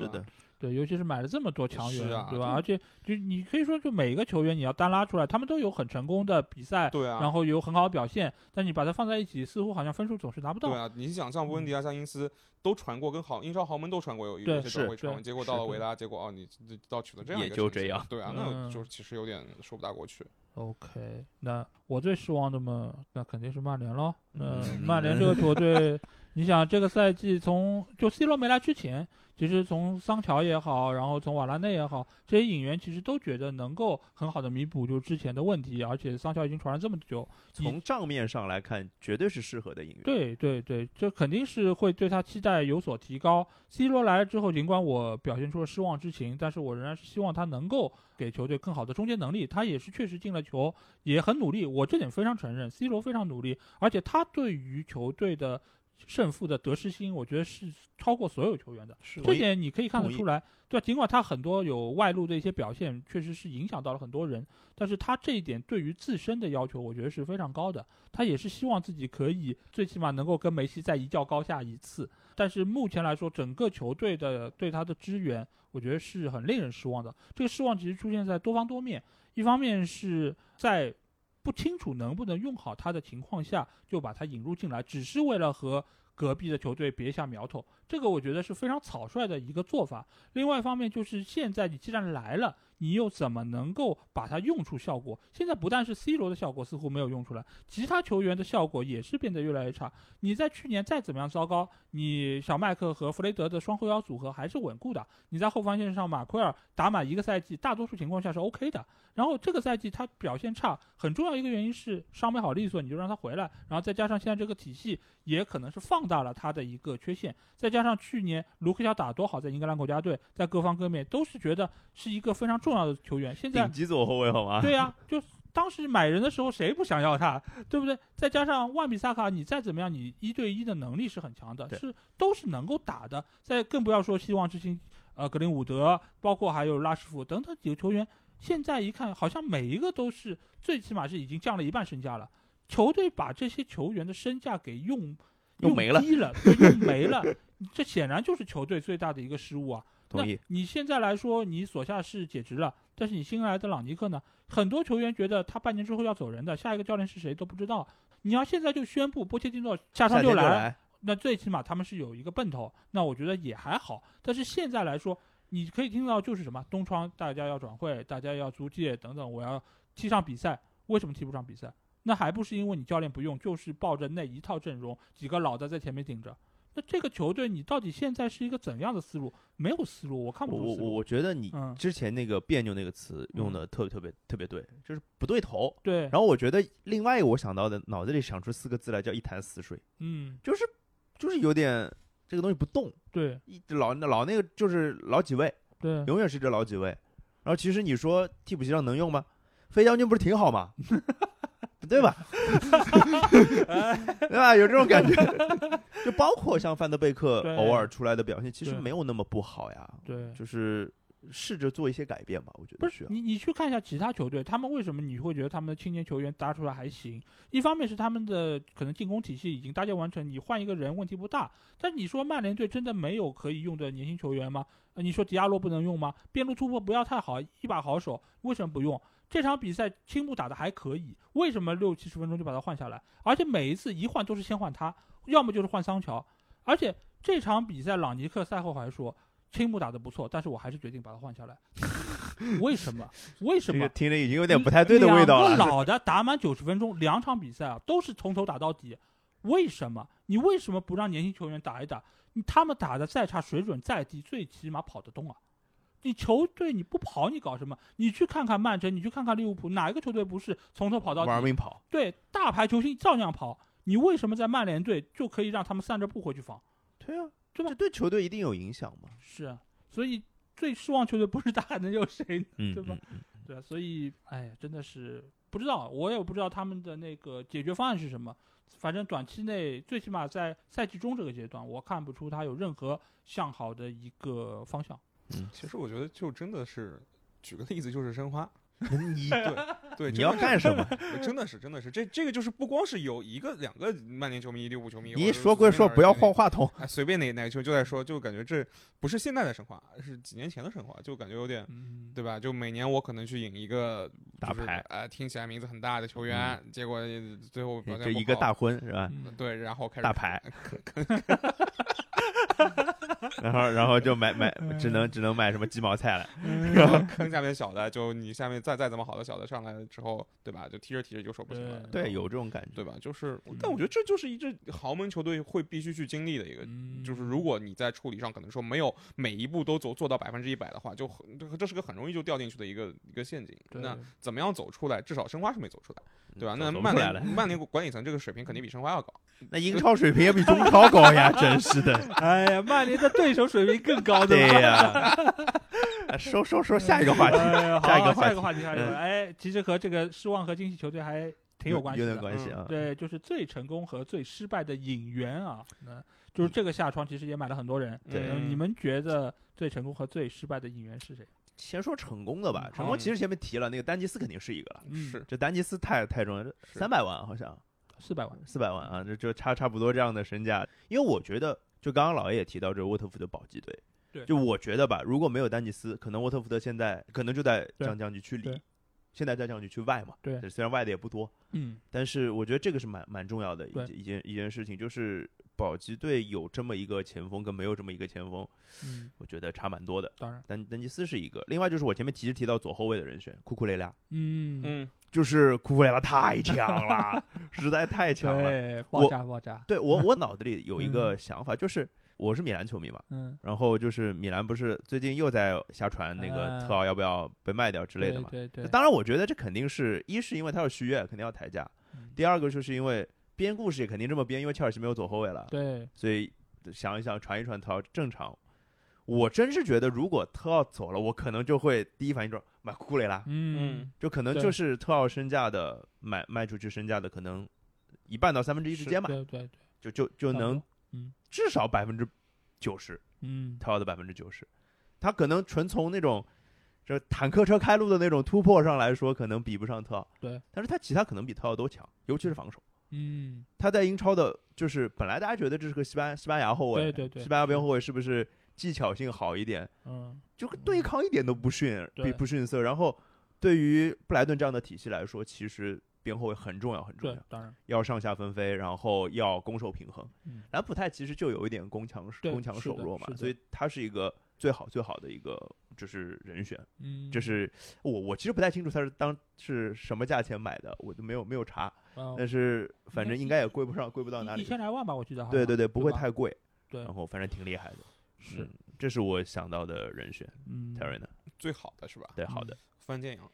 Speaker 2: 是
Speaker 3: 吧
Speaker 2: 的，
Speaker 1: 对，尤其是买了这么多强
Speaker 3: 是
Speaker 1: 援，
Speaker 3: 啊
Speaker 1: 对吧？
Speaker 3: 就
Speaker 1: 而且就你可以说，就每一个球员你要单拉出来，他们都有很成功的比赛，
Speaker 3: 对啊，
Speaker 1: 然后有很好的表现，但你把它放在一起，似乎好像分数总是拿不到。嗯
Speaker 3: 对啊，你想像温迪啊、像因斯都传过，跟豪英超豪门都传过有
Speaker 1: 对
Speaker 3: 有些转会
Speaker 1: 是
Speaker 3: 传闻，
Speaker 1: 对
Speaker 3: 结果到
Speaker 2: 是
Speaker 3: 了
Speaker 2: 的
Speaker 3: 维拉，结果哦，你这到取得这样
Speaker 2: 也
Speaker 3: 一个
Speaker 2: 就
Speaker 3: 成绩
Speaker 2: 这样
Speaker 3: 对啊，
Speaker 1: 嗯
Speaker 3: 那就是其实有点说不大过去。
Speaker 1: OK，那我最失望的嘛，那肯定是曼联喽。那
Speaker 2: 嗯
Speaker 1: 曼联
Speaker 3: <laughs>
Speaker 1: 这个球队，你想这个赛季从就 C 罗没来之前，其实从桑乔也好，然后从瓦拉内也好，这些引援其实都觉得能够很好的弥补就之前的问题，而且桑乔已经传了这么久，
Speaker 2: 从账面上来看，绝对是适合的引援。
Speaker 1: 对对对，这肯定是会对他期待有所提高。C 罗来了之后，尽管我表现出了失望之情，但是我仍然是希望他能够给球队更好的终结能力。他也是确实进了球，也很努力，我这点非常承认。C 罗非常努力，而且他对于球队的胜负的得失心，我觉得是超过所有球员的。
Speaker 2: 是
Speaker 1: 这点你可以看得
Speaker 2: 同意
Speaker 1: 出来，对，尽管他很多有外露的一些表现，确实是影响到了很多人，但是他这一点对于自身的要求，我觉得是非常高的。他也是希望自己可以最起码能够跟梅西再一较高下一次。但是目前来说，整个球队的对他的支援，我觉得是很令人失望的。这个失望其实出现在多方多面，一方面是在不清楚能不能用好他的情况下，就把他引入进来，只是为了和隔壁的球队别下苗头，这个我觉得是非常草率的一个做法。另外一方面就是现在你既然来了，你又怎么能够把它用出效果？现在不但是 C 罗的效果似乎没有用出来，其他球员的效果也是变得越来越差。你在去年再怎么样糟糕，你小麦克和弗雷德的双后腰组合还是稳固的。你在后防线上，马奎尔打满一个赛季，大多数情况下是 OK 的。然后这个赛季他表现差，很重要一个原因是伤没好利索，你就让他回来，然后再加上现在这个体系也可能是放大了他的一个缺陷，再加上去年卢克肖打多好，在英格兰国家队，在各方各面都是觉得是一个非常重要的球员，现在
Speaker 2: 顶级左后卫好吗？
Speaker 1: 对呀、就当时买人的时候谁不想要他，对不对？再加上万比萨卡，你再怎么样，你一对一的能力是很强的，
Speaker 2: 对
Speaker 1: 是都是能够打的。再更不要说希望之星，呃，格林伍德，包括还有拉什福等等几个球员，现在一看好像每一个都是最起码是已经降了一半身价了。球队把这些球员的身价给用
Speaker 2: 用没了
Speaker 1: 低了，对用没
Speaker 2: <laughs>
Speaker 1: 了，这显然就是球队最大的一个失误啊。
Speaker 2: 同意。
Speaker 1: 那你现在来说，你索夏是解职了，但是你新来的朗尼克呢？很多球员觉得他半年之后要走人的，下一个教练是谁都不知道。你要现在就宣布波切蒂诺下
Speaker 2: 夏
Speaker 1: 场
Speaker 2: 天就
Speaker 1: 来，
Speaker 2: 来，
Speaker 1: 那最起码他们是有一个奔头，那我觉得也还好。但是现在来说，你可以听到就是什么东窗大家要转会，大家要租借等等，我要踢上比赛，为什么踢不上比赛？那还不是因为你教练不用，就是抱着那一套阵容，几个老的在前面顶着。那这个球队你到底现在是一个怎样的思路？没有思路，我看不
Speaker 2: 我
Speaker 1: 出
Speaker 2: 我
Speaker 1: 思路。
Speaker 2: 我觉得你
Speaker 1: 嗯
Speaker 2: 之前那个别扭那个词用
Speaker 3: 嗯
Speaker 2: 的特别特别特别对，就是不对头。
Speaker 1: 对，
Speaker 2: 然后我觉得另外一个我想到的，脑子里想出四个字来叫一潭死水，
Speaker 1: 嗯，
Speaker 2: 就是就是有点这个东西不动，
Speaker 1: 对
Speaker 2: 一老老那个就是老几位，
Speaker 1: 对，
Speaker 2: 永远是这老
Speaker 1: <laughs>
Speaker 2: 几位。然后其实你说替补席上能用吗？飞将军不是挺好吗？对吧？对吧？有这种感觉，就包括像范德贝克
Speaker 1: 对
Speaker 2: 偶尔出来的表现，其实
Speaker 1: 对
Speaker 2: 没有那么不好呀。
Speaker 1: 对，
Speaker 2: 就是试着做一些改变吧，我觉
Speaker 1: 不
Speaker 2: 得需
Speaker 1: 是
Speaker 2: 要。
Speaker 1: 你，你去看一下其他球队，他们为什么你会觉得他们的青年球员搭出来还行？一方面是他们的可能进攻体系已经搭建完成，你换一个人问题不大。但你说曼联队真的没有可以用的年轻球员吗？呃、你说迪亚洛不能用吗？边路突破不要太好，一把好手为什么不用？这场比赛青木打的还可以，为什么六七十分钟就把他换下来？而且每一次一换都是先换他，要么就是换桑乔。而且这场比赛朗尼克赛后还说青木打的不错，但是我还是决定把他换下
Speaker 2: <laughs>
Speaker 1: 来。为什么？为什
Speaker 2: 这个
Speaker 1: 么？
Speaker 2: 听着已经有点不太对的味道啊
Speaker 1: 两
Speaker 2: 了。
Speaker 1: 个老的打满九十分钟，两场比赛啊都是从头打到底，为什么？你为什么不让年轻球员打一打？你他们打的再差，水准再低，最起码跑得动啊！你球队你不跑，你搞什么？你去看看曼城，你去看看利物浦，哪一个球队不是从头跑到底？
Speaker 2: 玩命跑，
Speaker 1: 对，大牌球星照样跑。你为什么在曼联队就可以让他们散着步回去防？
Speaker 2: 对啊，
Speaker 1: 对吧
Speaker 2: 这对球队一定有影响嘛，
Speaker 1: 是啊，所以最失望球队不是他，还能有谁呢？ <laughs>
Speaker 2: 嗯
Speaker 1: 对吧？对啊，所以哎呀，真的是不知道，我也不知道他们的那个解决方案是什么。反正短期内，最起码在赛季中这个阶段，我看不出他有任何向好的一个方向。
Speaker 2: 嗯
Speaker 3: 其实我觉得就真的是，举个例子就是申花，
Speaker 2: 嗯你
Speaker 3: <laughs> 对，
Speaker 2: 你
Speaker 3: 真
Speaker 2: 要
Speaker 3: 的是
Speaker 2: 干
Speaker 3: <laughs>
Speaker 2: 什么？
Speaker 3: 真的是真的是，这这个就是不光是有一个两个曼联球迷、利物浦球迷，
Speaker 2: 你一说归说，不要
Speaker 3: 晃。
Speaker 2: 换话筒。
Speaker 3: 哎，随便哪哪个球就在说，就感觉这不是现在的申花，是几年前的申花，就感觉有点，
Speaker 1: 嗯，
Speaker 3: 对吧？就每年我可能去引一个
Speaker 2: 大
Speaker 3: 就是
Speaker 2: 牌
Speaker 3: 呃，听起来名字很大的球员，结果呃最后表
Speaker 2: 这
Speaker 3: 现不
Speaker 2: 嗯一个
Speaker 3: 好
Speaker 2: 大婚是吧？
Speaker 1: 嗯
Speaker 3: 对，然后开始
Speaker 2: 大
Speaker 3: <laughs>
Speaker 2: 牌， <laughs> 然后然后就
Speaker 1: <laughs>
Speaker 2: 买买，
Speaker 1: 哎
Speaker 2: 只能只能买什么鸡毛菜了。
Speaker 3: 然后坑下面小的，就你下面再再怎么好的小的上来了之后，对吧？就踢着踢着就说不行了，
Speaker 1: 对
Speaker 2: 对，有嗯这种感觉。
Speaker 3: 对吧？就是，但我觉得这就是一支豪门球队会必须去经历的一个
Speaker 1: 嗯
Speaker 3: 就是如果你在处理上可能说没有每一步都走做到百分之一百的话，就很这这是个很容易就掉进去的一个一个陷阱。
Speaker 1: 对
Speaker 3: 那怎么样走出来？至少申花是没走出来，对吧？
Speaker 2: 嗯
Speaker 3: 那
Speaker 2: 走不
Speaker 3: 曼
Speaker 2: 出来了
Speaker 3: 联曼联管理层这个水平肯定比申花要高。
Speaker 2: 那英超水平也比中超高呀，真是
Speaker 3: <laughs>
Speaker 2: 的。
Speaker 1: 哎呀，曼联的对手水平更高，
Speaker 2: 对
Speaker 1: 吧？
Speaker 3: <laughs>
Speaker 2: 呀，啊说说说下一个话题， <laughs>
Speaker 1: 哎好
Speaker 2: 下一个话
Speaker 1: 下
Speaker 2: 题
Speaker 1: 一个话题，下一个话题
Speaker 2: 嗯
Speaker 1: 哎，其实和这个失望和惊喜球队还挺有关系
Speaker 2: 有
Speaker 1: 的，嗯
Speaker 2: 点关系啊。
Speaker 1: 对，就是最成功和最失败的引援啊，那
Speaker 2: 嗯
Speaker 1: 就是这个下窗其实也买了很多人。
Speaker 2: 对
Speaker 1: 呃
Speaker 3: 嗯
Speaker 1: 你们觉得最成功和最失败的引援是谁？
Speaker 2: 先说成功的吧，
Speaker 1: 嗯
Speaker 2: 成功其实前面提了，那个丹尼斯肯定是一个了。
Speaker 1: 嗯
Speaker 3: 是
Speaker 2: 这丹尼斯太太重要了，
Speaker 3: 是
Speaker 2: 三百万好像
Speaker 1: 四百万，
Speaker 2: 四百万啊，这就差差不多这样的身价。因为我觉得，就刚刚老爷也提到这个沃特福德保级队，
Speaker 1: 对
Speaker 2: 就我觉得吧，如果没有丹尼斯，可能沃特福德现在可能就在
Speaker 1: 对
Speaker 2: 降降级区里
Speaker 1: 对，
Speaker 2: 现在在降级区外嘛，
Speaker 1: 对
Speaker 2: 虽然外的也不多，
Speaker 1: 嗯，
Speaker 2: 但是我觉得这个是蛮蛮重要的一
Speaker 1: 对
Speaker 2: 件一件一件事情，就是保级队有这么一个前锋跟没有这么一个前锋，
Speaker 1: 嗯，
Speaker 2: 我觉得差蛮多的。
Speaker 1: 当然，
Speaker 2: 丹丹尼斯是一个，另外就是我前面其实提到左后卫的人选库库雷拉，
Speaker 1: 嗯，
Speaker 3: 嗯，
Speaker 2: 就是库库雷拉太强了， <laughs> 实在太强了。
Speaker 1: 对，
Speaker 2: 我
Speaker 1: 爆炸爆炸，<laughs>
Speaker 2: 对我我脑子里有一个想法，就是我是米兰球迷嘛，
Speaker 1: 嗯，
Speaker 2: 然后就是米兰不是最近又在瞎传那个
Speaker 1: 啊
Speaker 2: 特奥要不要被卖掉之类的嘛？
Speaker 1: 对对，对
Speaker 2: 当然，我觉得这肯定是一是因为他要续约，肯定要抬价；
Speaker 1: 嗯
Speaker 2: 第二个就是因为编故事也肯定这么编，因为切尔西没有左后卫了，
Speaker 1: 对，
Speaker 2: 所以想一想传一传特奥正常。我真是觉得，如果特奥走了，我可能就会第一反应就是买库库雷拉，
Speaker 1: 嗯
Speaker 3: 嗯，
Speaker 2: 就可能
Speaker 1: 对
Speaker 2: 就是特奥身价的买卖出去身价的可能一半到三分之一之间吧，
Speaker 1: 对对对，
Speaker 2: 就就
Speaker 1: 差不
Speaker 2: 就
Speaker 1: 多
Speaker 2: 能
Speaker 1: 嗯
Speaker 2: 至少百分之九十，
Speaker 1: 嗯，
Speaker 2: 特奥的百分之九十，他可能纯从那种这坦克车开路的那种突破上来说，可能比不上特奥，
Speaker 1: 对，
Speaker 2: 但是他其他可能比特奥都强，尤其是防守。
Speaker 1: 嗯，
Speaker 2: 他在英超的，就是本来大家觉得这是个西班西班牙后卫，
Speaker 1: 对对对
Speaker 2: 西班牙边后卫是不是技巧性好一点？
Speaker 1: 嗯，
Speaker 2: 就对抗一点都不逊，
Speaker 1: 对
Speaker 2: 比不逊色。然后对于布莱顿这样的体系来说，其实边后卫很重要，很重
Speaker 1: 对
Speaker 2: 要，，
Speaker 1: 当然，
Speaker 2: 要上下分飞，然后要攻守平衡。
Speaker 1: 嗯
Speaker 2: 兰普泰其实就有一点攻强
Speaker 1: 对
Speaker 2: 攻强
Speaker 1: 是的
Speaker 2: 守弱嘛
Speaker 1: 是，的
Speaker 2: 所以他是一个最好最好的一个就是人选。
Speaker 1: 嗯，
Speaker 2: 就是我我其实不太清楚他是当是什么价钱买的，我就没有没有查，
Speaker 1: 嗯
Speaker 2: 但是反正应该也贵不上贵不到哪
Speaker 1: 一一
Speaker 2: 里。
Speaker 1: 千来万吧，我记得好像，
Speaker 2: 对对对，不会
Speaker 1: 吧
Speaker 2: 太贵，
Speaker 1: 对
Speaker 2: 然，后反正挺厉害的。
Speaker 1: 是
Speaker 2: 嗯，这是我想到的人选
Speaker 1: 嗯
Speaker 2: t e r r y 呢？
Speaker 3: 最好的是吧？
Speaker 2: 对，好的。
Speaker 3: 范建阳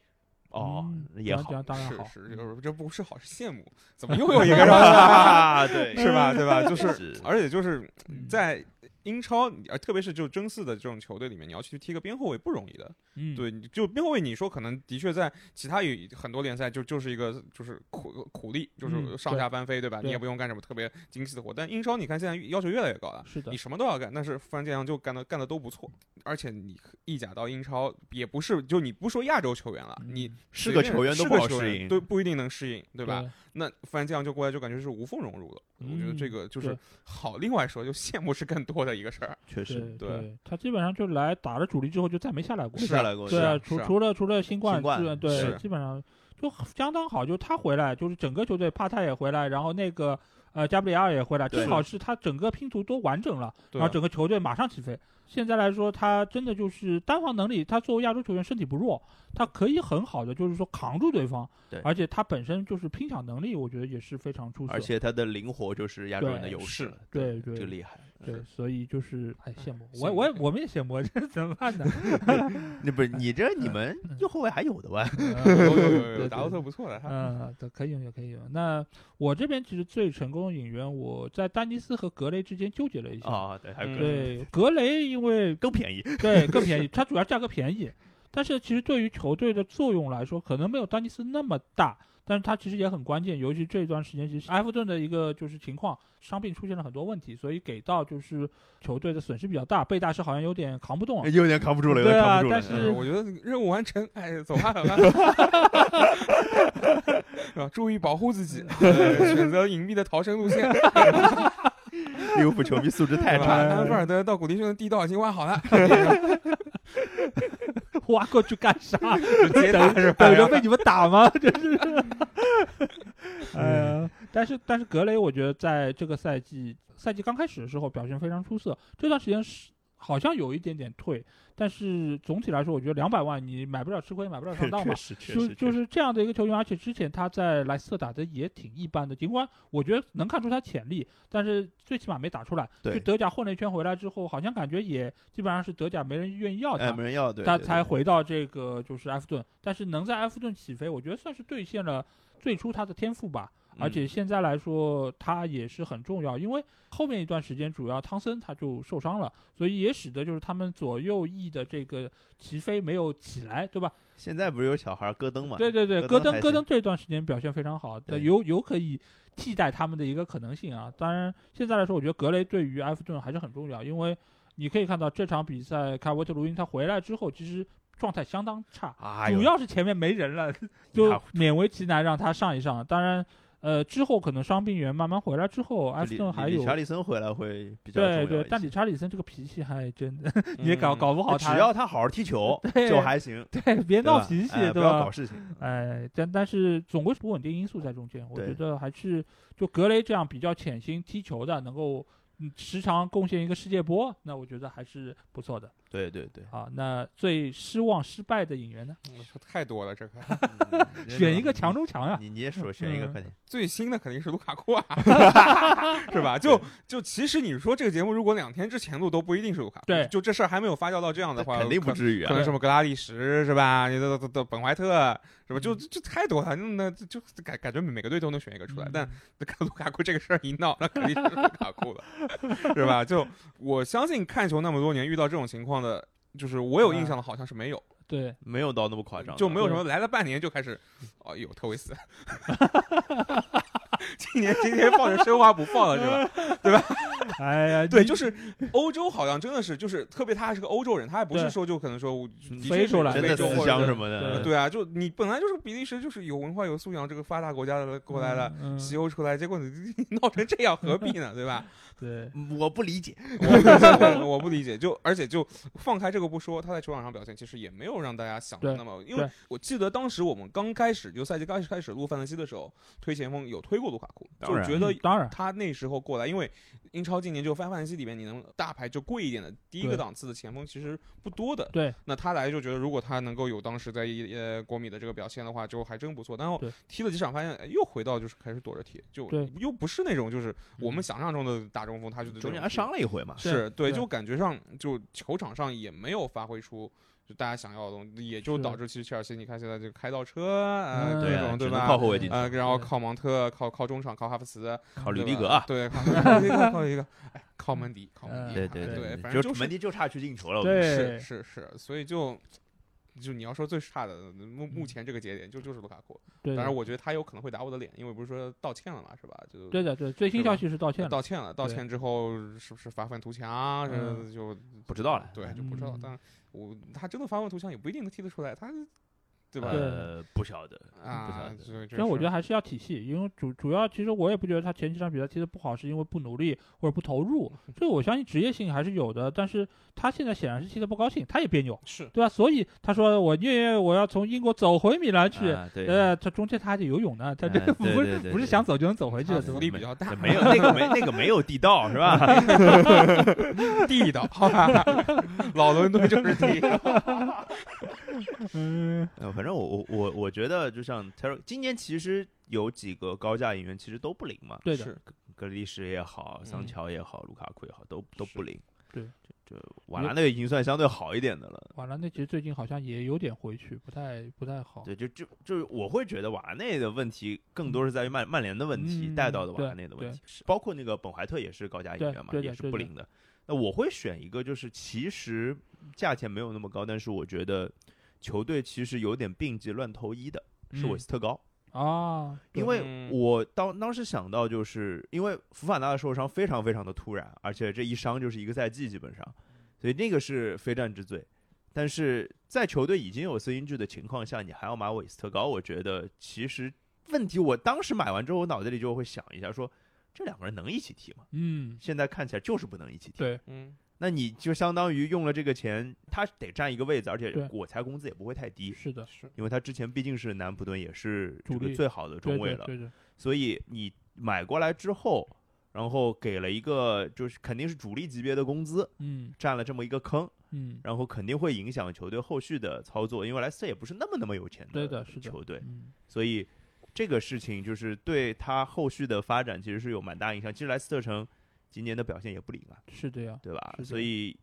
Speaker 2: 哦
Speaker 1: 嗯，
Speaker 2: 也好
Speaker 1: 当，然当然好，
Speaker 3: 是是，
Speaker 1: 嗯
Speaker 3: 就是这不是好是羡
Speaker 1: <laughs>
Speaker 3: 慕，
Speaker 2: <laughs>
Speaker 3: 怎么又有一个人 <laughs>
Speaker 2: 哈哈哈对，
Speaker 3: 是吧？对吧？就是是，而且就是
Speaker 1: 嗯
Speaker 3: 在英超，你呃，特别是就争四的这种球队里面，你要去踢个边后卫不容易的。
Speaker 1: 嗯，
Speaker 3: 对，你就边后卫，你说可能的确在其他有很多联赛就就是一个就是苦苦力，就是
Speaker 1: 嗯
Speaker 3: 上下班飞，对吧？
Speaker 1: 对
Speaker 3: 你也不用干什么特别精细的活。但英超你看现在要求越来越高了，
Speaker 1: 是的
Speaker 3: 你，什么都要干，但是富兰健洋就干的干的都不错，而且你意甲到英超也不是，就你不说亚洲球员了，
Speaker 1: 嗯
Speaker 3: 你
Speaker 2: 是
Speaker 3: 随
Speaker 2: 个
Speaker 3: 便
Speaker 2: 球员都
Speaker 3: 是
Speaker 2: 不
Speaker 3: 个
Speaker 2: 好
Speaker 3: 球
Speaker 2: 适
Speaker 3: 员
Speaker 2: 应
Speaker 3: 对，不一定能适应，对
Speaker 1: 对
Speaker 3: 吧？？那富兰健洋就过来就感觉是无缝融入了，我觉得
Speaker 1: 嗯
Speaker 3: 这个就是
Speaker 1: 对
Speaker 3: 好。另外说，就羡慕是更多的一个事儿，
Speaker 2: 确实
Speaker 1: 对
Speaker 3: 对
Speaker 1: 他基本上就来打了主力之后就再没下来过。
Speaker 3: 是
Speaker 2: 下来过，
Speaker 1: 对
Speaker 2: 是啊
Speaker 1: 啊，
Speaker 3: 是
Speaker 1: 除
Speaker 3: 是啊
Speaker 1: 除了除了新冠
Speaker 2: 新冠
Speaker 1: 资源，对，
Speaker 3: 是
Speaker 1: 基本上就相当好。就是他回来，就是整个球队帕泰也回来，然后那个呃加布里埃也回来，
Speaker 2: 对
Speaker 1: 正好是他整个拼图都完整了，
Speaker 3: 对啊
Speaker 1: 然后整个球队马上起飞。现在来说，他真的就是单防能力，他作为亚洲球员身体不弱，他可以很好的就是说扛住对方，
Speaker 2: 对
Speaker 1: 而且他本身就是拼抢能力，我觉得也是非常出色。
Speaker 2: 而且他的灵活就是亚洲人的
Speaker 1: 对
Speaker 2: 优势
Speaker 3: 是
Speaker 2: 了，
Speaker 1: 对对
Speaker 2: 这个厉害。
Speaker 1: 对，所以就是哎羡慕，
Speaker 3: 羡
Speaker 1: 我
Speaker 3: 慕
Speaker 1: 我也我们也羡慕，啊 <laughs> 这怎么办呢？
Speaker 2: <laughs> 那
Speaker 1: 嗯
Speaker 2: 不是你这你们右后卫还有的吧？
Speaker 3: 有
Speaker 1: 呃
Speaker 3: 有
Speaker 2: <laughs>
Speaker 3: 有有
Speaker 1: 对
Speaker 3: 达洛
Speaker 1: 对
Speaker 3: 特不错的，他
Speaker 1: 嗯，对，可以用也可以用。那我这边其实最成功的引援，我在丹尼斯和格雷之间纠结了一下。
Speaker 2: 啊，对，还有
Speaker 3: 嗯
Speaker 2: 个人
Speaker 1: 对，格雷因为
Speaker 2: 更便 <laughs> 宜，
Speaker 1: 对更便宜，它主要价格便宜，但是其实对于球队的作用来说，可能没有丹尼斯那么大，但是它其实也很关键。尤其这段时间，其实埃弗顿的一个就是情况，伤病出现了很多问题，所以给到就是球队的损失比较大。贝大师好像有点扛不动了。啊
Speaker 2: 有点扛不住了，有
Speaker 1: 哦对
Speaker 2: 点
Speaker 1: 啊
Speaker 2: 扛不住
Speaker 1: 但
Speaker 2: 了。
Speaker 3: 是
Speaker 1: 是
Speaker 3: 我觉得任务完成，哎，走吧，
Speaker 2: <laughs>
Speaker 3: 走吧，是吧？注意保护自己，对选择隐蔽的逃生路线。
Speaker 2: 嗯利物浦球迷素质 <laughs> 太
Speaker 3: 把
Speaker 2: 差了。嗯
Speaker 3: 安菲尔德到古迪逊的地道已经挖好了，
Speaker 1: 挖过去干啥？
Speaker 3: 就接他是吧？
Speaker 1: 等着被你们打 <laughs> 吗？这是，呃，但是但是格雷，我觉得在这个赛季赛季刚开始的时候表现非常出色，这段时间是好像有一点点退，但是总体来说，我觉得两百万你买不了吃亏，买不了上当嘛
Speaker 2: <laughs> 确。实，确
Speaker 1: 嗯就
Speaker 2: 实，
Speaker 1: 就是这样的一个球员，而且之前他在莱斯特打的也挺一般的，尽管我觉得能看出他潜力，但是最起码没打出来。
Speaker 2: 对
Speaker 1: 去德甲混了一圈回来之后，好像感觉也基本上是德甲没人愿意要他。
Speaker 2: 哎，没人要，对，
Speaker 1: 他
Speaker 2: 对
Speaker 1: 才
Speaker 2: 对
Speaker 1: 回到这个就是埃弗顿，但是能在埃弗顿起飞，我觉得算是兑现了最初他的天赋吧。而
Speaker 2: 嗯
Speaker 1: 且现在来说，他也是很重要，因为后面一段时间主要汤森他就受伤了，所以也使得就是他们左右翼的这个齐飞没有起来，对吧？
Speaker 2: 现在不是有小孩戈登嘛？
Speaker 1: 对对对，戈
Speaker 2: 戈登
Speaker 1: 登
Speaker 2: 还
Speaker 1: 戈登
Speaker 2: 行
Speaker 1: 这段时间表现非常好，呃
Speaker 2: 对
Speaker 1: 有有可以替代他们的一个可能性啊。当然，现在来说，我觉得格雷对于埃弗顿还是很重要，因为你可以看到这场比赛，凯沃特卢因他回来之后，其实状态相当差。
Speaker 2: 哎呦，
Speaker 1: 主要是前面没人了， <laughs>
Speaker 2: 一
Speaker 1: 就
Speaker 2: 塌糊
Speaker 1: 勉为其难让他上一上。当然，呃，之后可能伤病员慢慢回来之后，埃
Speaker 2: 就
Speaker 1: 弗
Speaker 2: 里
Speaker 1: 顿还
Speaker 2: 里
Speaker 1: 有
Speaker 2: 查理森回来会比较重要
Speaker 1: 对
Speaker 2: 一
Speaker 1: 对
Speaker 2: 些，
Speaker 1: 但理查理森这个脾气还真的，你 <laughs> 也搞
Speaker 3: 嗯
Speaker 1: 搞不好他，
Speaker 2: 只要他好好踢球
Speaker 1: <laughs> 对
Speaker 2: 就还行，
Speaker 1: 对别
Speaker 2: 别
Speaker 1: 闹脾气，
Speaker 2: 不
Speaker 1: 对
Speaker 2: 要搞
Speaker 1: 吧？
Speaker 2: 事情。
Speaker 3: 嗯
Speaker 1: 哎，但但是总归是不稳定因素在中间，我
Speaker 2: 对
Speaker 1: 觉得还是就格雷这样比较潜心踢球的，能够嗯时常贡献一个世界波，那我觉得还是不错的。
Speaker 2: 对对
Speaker 1: <laughs>
Speaker 2: 对，
Speaker 1: 好，那最失望失败的引援呢？
Speaker 3: 太多了，这个
Speaker 2: 嗯
Speaker 1: 选一个强，中强呀、
Speaker 2: 你你也说选一个，
Speaker 1: 嗯
Speaker 2: 快点。
Speaker 3: 最新的肯定是卢
Speaker 2: <laughs>
Speaker 3: 卡库啊，是吧？就就其实你说这个节目如果两天之前录都不一定是卢卡库，
Speaker 1: 对
Speaker 3: 就这事儿还没有发酵到这样的话，
Speaker 2: 肯定不
Speaker 3: 可
Speaker 2: 至于
Speaker 3: 可
Speaker 2: 啊！
Speaker 3: 能什么格拉利什是吧？你的的的本怀特是吧？就就就太多了，那那就就感感觉每个队都能选一个出来，但
Speaker 1: 嗯
Speaker 3: 卢卡库这个事儿一闹，那肯定是卢卡库了，是吧？就我相信看球那么多年，遇到这种情况的，就是我有印象的，好像是没有， <laughs>
Speaker 1: 对，
Speaker 2: 没有到那么夸张的，
Speaker 3: 就没有什么来了半年就开始，哦，有特维斯，今年今年抱着申花不放了是吧？
Speaker 1: 哎呀，
Speaker 3: 对，
Speaker 1: 你
Speaker 3: 就是欧洲好像真的是，就是特别他还是个欧洲人，他还不是
Speaker 1: 对
Speaker 3: 说就可能说我的确
Speaker 1: 飞出来
Speaker 3: 是
Speaker 2: 真
Speaker 1: 对
Speaker 2: 的
Speaker 3: 非
Speaker 1: 就
Speaker 3: 洲
Speaker 2: 思
Speaker 3: 或
Speaker 2: 乡
Speaker 3: 者
Speaker 2: 什么的。
Speaker 3: 对啊，就你本来就是比利时，就是有文化有素养这个发达国家的过来了，
Speaker 1: 嗯，嗯
Speaker 3: 西欧出来，结果你闹成这样，何必呢？对吧？
Speaker 1: 嗯对，
Speaker 2: 我不理解， <laughs>
Speaker 3: 我我不理解，就而且就放开这个不说，他在球场上表现其实也没有让大家想的
Speaker 1: 对
Speaker 3: 那么，因为
Speaker 1: 对
Speaker 3: 我记得当时我们刚开始就赛季刚开始录范德西的时候，推前锋有推过卢卡库，
Speaker 2: 当
Speaker 3: 就
Speaker 2: 然
Speaker 3: 觉得
Speaker 1: 嗯当然
Speaker 3: 他那时候过来，因为英超今年就范范西里面你能大牌就贵一点的第一个
Speaker 1: 对
Speaker 3: 档次的前锋其实不多的，
Speaker 1: 对，
Speaker 3: 那他来就觉得如果他能够有当时在呃国米的这个表现的话，就还真不错。但后
Speaker 1: 对
Speaker 3: 踢了几场发现哎又回到就是开始躲着踢，就
Speaker 1: 对
Speaker 3: 又不是那种就是我们想象中的大中锋，他就是
Speaker 2: 嗯中间还啊伤了一回嘛。
Speaker 3: 是对，
Speaker 1: 对
Speaker 3: 就感觉上就球场上也没有发挥出就大家想要的东西，也就是导致其实切尔西你看现在这个开倒车啊、
Speaker 1: 嗯
Speaker 3: 这
Speaker 2: 啊
Speaker 3: 种
Speaker 2: 只
Speaker 3: 对
Speaker 2: 能靠
Speaker 3: 吧？
Speaker 2: 后卫进去，
Speaker 3: 呃，然后
Speaker 1: 对
Speaker 3: 靠芒特，靠靠中场，靠哈弗茨，
Speaker 2: 靠
Speaker 3: 对
Speaker 2: 吕迪
Speaker 3: 吧
Speaker 2: 格啊，
Speaker 3: 对，靠靠一个靠一个，哎，靠门迪，靠门迪，
Speaker 2: 对
Speaker 3: 对
Speaker 2: 对
Speaker 3: 反正
Speaker 2: 就是
Speaker 3: 就
Speaker 2: 门
Speaker 3: 是
Speaker 2: 迪就差去进球了，我跟你说
Speaker 1: 嗯对
Speaker 3: 是是是，所以就就你要说最差的目目前这个节点就就是卢卡库，
Speaker 1: 对
Speaker 3: 当然
Speaker 1: 的，
Speaker 3: 我觉得他有可能会打我的脸，因为不是说道歉了嘛，是吧？就
Speaker 1: 对的，对，最新
Speaker 3: 是吧
Speaker 1: 消息是道歉了，
Speaker 3: 道歉了，道歉之后是不是发愤图强？
Speaker 1: 嗯
Speaker 3: 这就
Speaker 2: 不知道了，
Speaker 3: 对就不知道
Speaker 1: 嗯，
Speaker 3: 但我他真的发愤图强也不一定能踢得出来，他对吧？
Speaker 2: 呃，不晓得，不晓
Speaker 3: 啊，
Speaker 2: 得，
Speaker 3: 所以
Speaker 1: 所以我觉得
Speaker 3: 还
Speaker 1: 还是要体系，因为主主要其实我也不觉得他前几场比赛踢得不好，是因为不努力或者不投入，所以我相信职业性还是有的。但是他现在显然是踢得不高兴，他也别扭，
Speaker 3: <laughs> 是
Speaker 1: <laughs> 对吧？所以他说我宁愿我要从英国走回米兰去。
Speaker 2: 啊对，
Speaker 1: 呃，他中间他还得游泳呢，他这
Speaker 2: 哎
Speaker 1: 个不
Speaker 2: 对
Speaker 1: 是
Speaker 2: 对对
Speaker 1: 不是
Speaker 2: 对
Speaker 1: 想走就能走回去
Speaker 3: 他
Speaker 1: 的，
Speaker 3: 福
Speaker 1: 对吧？
Speaker 3: 利比较大，
Speaker 2: 没有那个没那个没有地道是吧？ <laughs>
Speaker 3: 地道，哈哈 <laughs> 老伦敦就是地道，
Speaker 1: 嗯，
Speaker 2: 呃，反正我我我我觉得，就像 t e r 今年其实有几个高价引援其实都不灵嘛，
Speaker 1: 对的，
Speaker 3: <laughs> 是
Speaker 2: 格里利什也好，
Speaker 3: 嗯
Speaker 2: 桑乔也好，卢卡库也好，都都不灵。
Speaker 1: 对
Speaker 2: 就，就瓦拉那已经算相对好一点的了。
Speaker 1: 瓦拉内其实最近好像也有点回去，不太不太好。
Speaker 2: 对，就就就是我会觉得瓦拉内的问题更多是在于曼曼联的问题，
Speaker 1: 嗯
Speaker 2: 带到的瓦
Speaker 1: 对
Speaker 2: 拉内的问
Speaker 1: 对
Speaker 2: 题，是包括那个本怀特也是高价引
Speaker 1: 对
Speaker 2: 援嘛，
Speaker 1: 对的
Speaker 2: 也是
Speaker 1: 对
Speaker 2: 不
Speaker 1: 的
Speaker 2: 灵的。那我会选一个，就是其实价钱没有那么高，但是我觉得球队其实有点病急乱投医的，是
Speaker 1: 嗯
Speaker 2: 韦斯特高。
Speaker 1: 啊，对
Speaker 2: 因为
Speaker 3: 嗯
Speaker 2: 我当当时想到，就是因为福法纳的受伤非常非常的突然，而且这一伤就是一个赛季基本上，所以那个是非战之罪。但是在球队已经有斯因治的情况下，你还要买韦斯特高，我觉得其实问题，我当时买完之后，我脑袋里就会想一下说，这两个人能一起踢吗？
Speaker 1: 嗯，
Speaker 2: 现在看起来就是不能一起踢。
Speaker 1: 对
Speaker 3: 嗯，
Speaker 2: 那你就相当于用了这个钱，他得占一个位置，而
Speaker 1: 对
Speaker 2: 且我猜工资也不会太低，
Speaker 1: 是的，
Speaker 3: 是
Speaker 2: 因为他之前毕竟是南普顿也是这
Speaker 1: 主力
Speaker 2: 个最好的
Speaker 1: 对
Speaker 2: <laughs> 中卫
Speaker 1: 对
Speaker 2: 了。
Speaker 1: 对的，
Speaker 2: 所以你买过来之后，然后给了一个就是肯定是主力级别的工资，
Speaker 1: 嗯
Speaker 2: 占了这么一个坑，
Speaker 1: 嗯，
Speaker 2: 然后肯定会影响球队后续的操作，因为莱斯特也不是那么那么有钱
Speaker 1: 对的是的
Speaker 2: 球队，
Speaker 1: 嗯
Speaker 2: 所以这个事情就是对他后续的发展其实是有蛮大影响。其实莱斯特城今年的表现也不灵啊，
Speaker 1: 是这样。
Speaker 2: 对吧
Speaker 1: 是？的
Speaker 2: 所以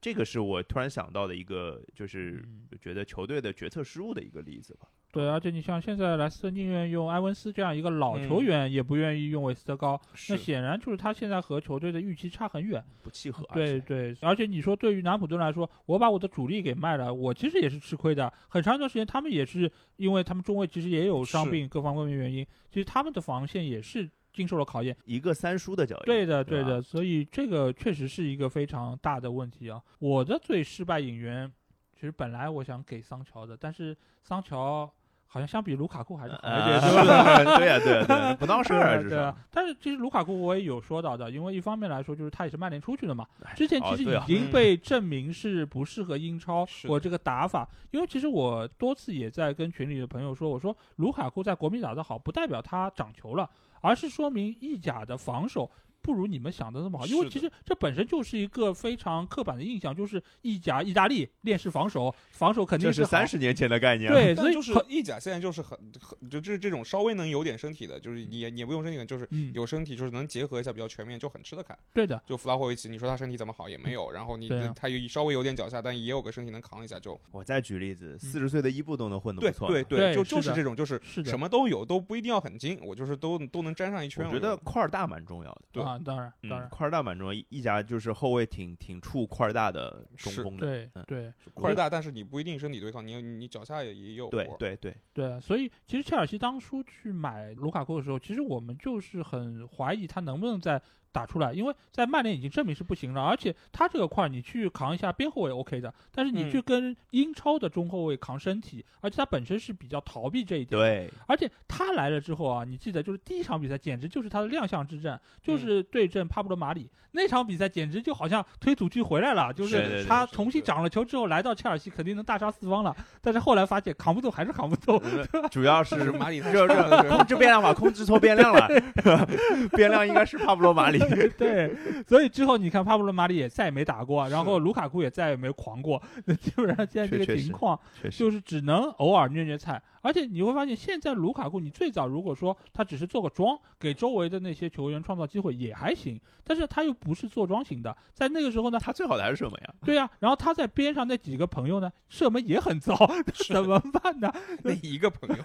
Speaker 2: 这个是我突然想到的一个，就是
Speaker 1: 嗯
Speaker 2: 觉得球队的决策失误的一个例子吧。
Speaker 1: 对，而且你像现在莱斯特宁愿用埃文斯这样一个老
Speaker 2: 嗯
Speaker 1: 球员，也不愿意用韦斯特高，那
Speaker 3: 是
Speaker 1: 显然就是他现在和球队的预期差很远。
Speaker 2: 不契合，啊而
Speaker 1: 对
Speaker 2: 且
Speaker 1: 对，而且你说对于南普顿来说，我把我的主力给卖了，我其实也是吃亏的。很长一段时间，他们也是因为他们中卫其实也有伤
Speaker 3: 是
Speaker 1: 病各方面原因，其实他们的防线也是经受了考验。
Speaker 2: 一个三叔的角度，
Speaker 1: 对的，对
Speaker 2: 哎吧
Speaker 1: 的，所以这个确实是一个非常大的问题啊。我的最失败引援，其实本来我想给桑乔的，但是桑乔好像相比卢卡库还是好一
Speaker 2: 啊
Speaker 1: 点，呃对吧？
Speaker 2: 吧？对呀、对呀、对呀、不闹事
Speaker 1: 对
Speaker 2: 儿
Speaker 1: 啊
Speaker 2: 啊，这
Speaker 1: 对
Speaker 2: 是
Speaker 1: 啊。，但是其实卢卡库我也有说到的，因为一方面来说，就是他也是曼联出去的嘛，
Speaker 2: 哎
Speaker 1: 之前其
Speaker 2: 哦
Speaker 1: 实
Speaker 2: 对
Speaker 1: 已
Speaker 2: 啊
Speaker 1: 经
Speaker 3: 嗯
Speaker 1: 被证明是不适合英超
Speaker 3: 是
Speaker 1: 我
Speaker 3: 的
Speaker 1: 这个打法，因为其实我多次也在跟群里的朋友说，我说卢卡库在国米打得好，不代表他长球了，而是说明意甲的防守。不如你们想的那么好，因为
Speaker 3: 是
Speaker 1: 其
Speaker 3: 的
Speaker 1: 实这本身就是一个非常刻板的印象，就是意甲意大利练式防守，防守肯定
Speaker 2: 这是
Speaker 1: 好
Speaker 2: 三十年前的概念，
Speaker 1: 对，所
Speaker 3: 但
Speaker 1: 以
Speaker 3: 就是
Speaker 1: 很
Speaker 3: 意甲现在就是很很就这这种稍微能有点身体的，就是你也你也不用身体，就是
Speaker 1: 嗯，
Speaker 3: 有身体，就是能结合一下比较全面，就很吃得开。
Speaker 1: 对的，
Speaker 3: 就弗拉霍维奇，你说他身体怎么好也没有，然后你
Speaker 1: 对啊
Speaker 3: 他也稍微有点脚下，但也有个身体能扛一下，就
Speaker 2: 我再举例子，四十岁的伊布都能混得
Speaker 3: 对
Speaker 2: 不错。
Speaker 3: 对
Speaker 1: 嗯对
Speaker 3: 就是就是
Speaker 1: 的
Speaker 3: 这种，就是
Speaker 1: 是的
Speaker 3: 什么都有，都不一定要很精，我就是都都能沾上一圈。
Speaker 2: 我觉得块儿大蛮重要的。
Speaker 3: 对
Speaker 1: 啊，当然
Speaker 2: 嗯
Speaker 1: 当然，
Speaker 2: 块儿大蛮重要，一一家就是后卫挺挺怵块儿大的中
Speaker 3: 是
Speaker 2: 锋的，
Speaker 1: 对
Speaker 2: 嗯
Speaker 1: 对，
Speaker 3: 块儿大，但是你不一定身体对抗，你你脚下也也有
Speaker 2: 对
Speaker 3: 活儿
Speaker 2: 对对，
Speaker 1: 对，所以其实切尔西当初去买卢卡库的时候，其实我们就是很怀疑他能不能再打出来，因为在曼联已经证明是不行了，而且他这个块儿你去扛一下边后卫 OK 的，但是你
Speaker 3: 嗯
Speaker 1: 去跟英超的中后卫扛身体，而且他本身是比较逃避这一点。
Speaker 2: 对
Speaker 1: 而且他来了之后啊，你记得就是第一场比赛简直就是他的亮相之战，
Speaker 2: 嗯
Speaker 1: 就是对阵帕布罗马里、那场比赛，简直就好像推土机回来了，就是
Speaker 2: 对
Speaker 1: 是
Speaker 2: 对
Speaker 1: 他
Speaker 3: 是
Speaker 1: 重新
Speaker 3: 是
Speaker 1: 长了球之后来到切尔西，肯定能大杀四方了。但是后来发现扛不动，还是扛不动。
Speaker 2: 主要是
Speaker 3: 就是
Speaker 2: <laughs>
Speaker 3: 马里太
Speaker 2: 就
Speaker 3: 差了
Speaker 2: 是
Speaker 3: 对
Speaker 2: 控制变量法控制错变
Speaker 1: <laughs>
Speaker 2: 量了，变量应该是帕布罗马里。
Speaker 1: 对，所以之后你看，帕布罗马里也再也没打过，然后
Speaker 3: 是
Speaker 1: 卢卡库也再也没狂过，那基本上现在这
Speaker 2: 确
Speaker 1: 个
Speaker 2: 确
Speaker 1: 情
Speaker 2: 实
Speaker 1: 况
Speaker 2: 确实，
Speaker 1: 就是只能偶尔虐虐菜。而且你会发现，现在卢卡库，你最早如果说他只是做个庄，给周围的那些球员创造机会也还行，但是他又不是做庄型的，在那个时候呢，
Speaker 2: 他最好的还是什么呀？
Speaker 1: 对呀、啊然后他在边上那几个朋友呢，射门也很糟， <laughs> 那怎么办呢？
Speaker 3: 那一个朋友，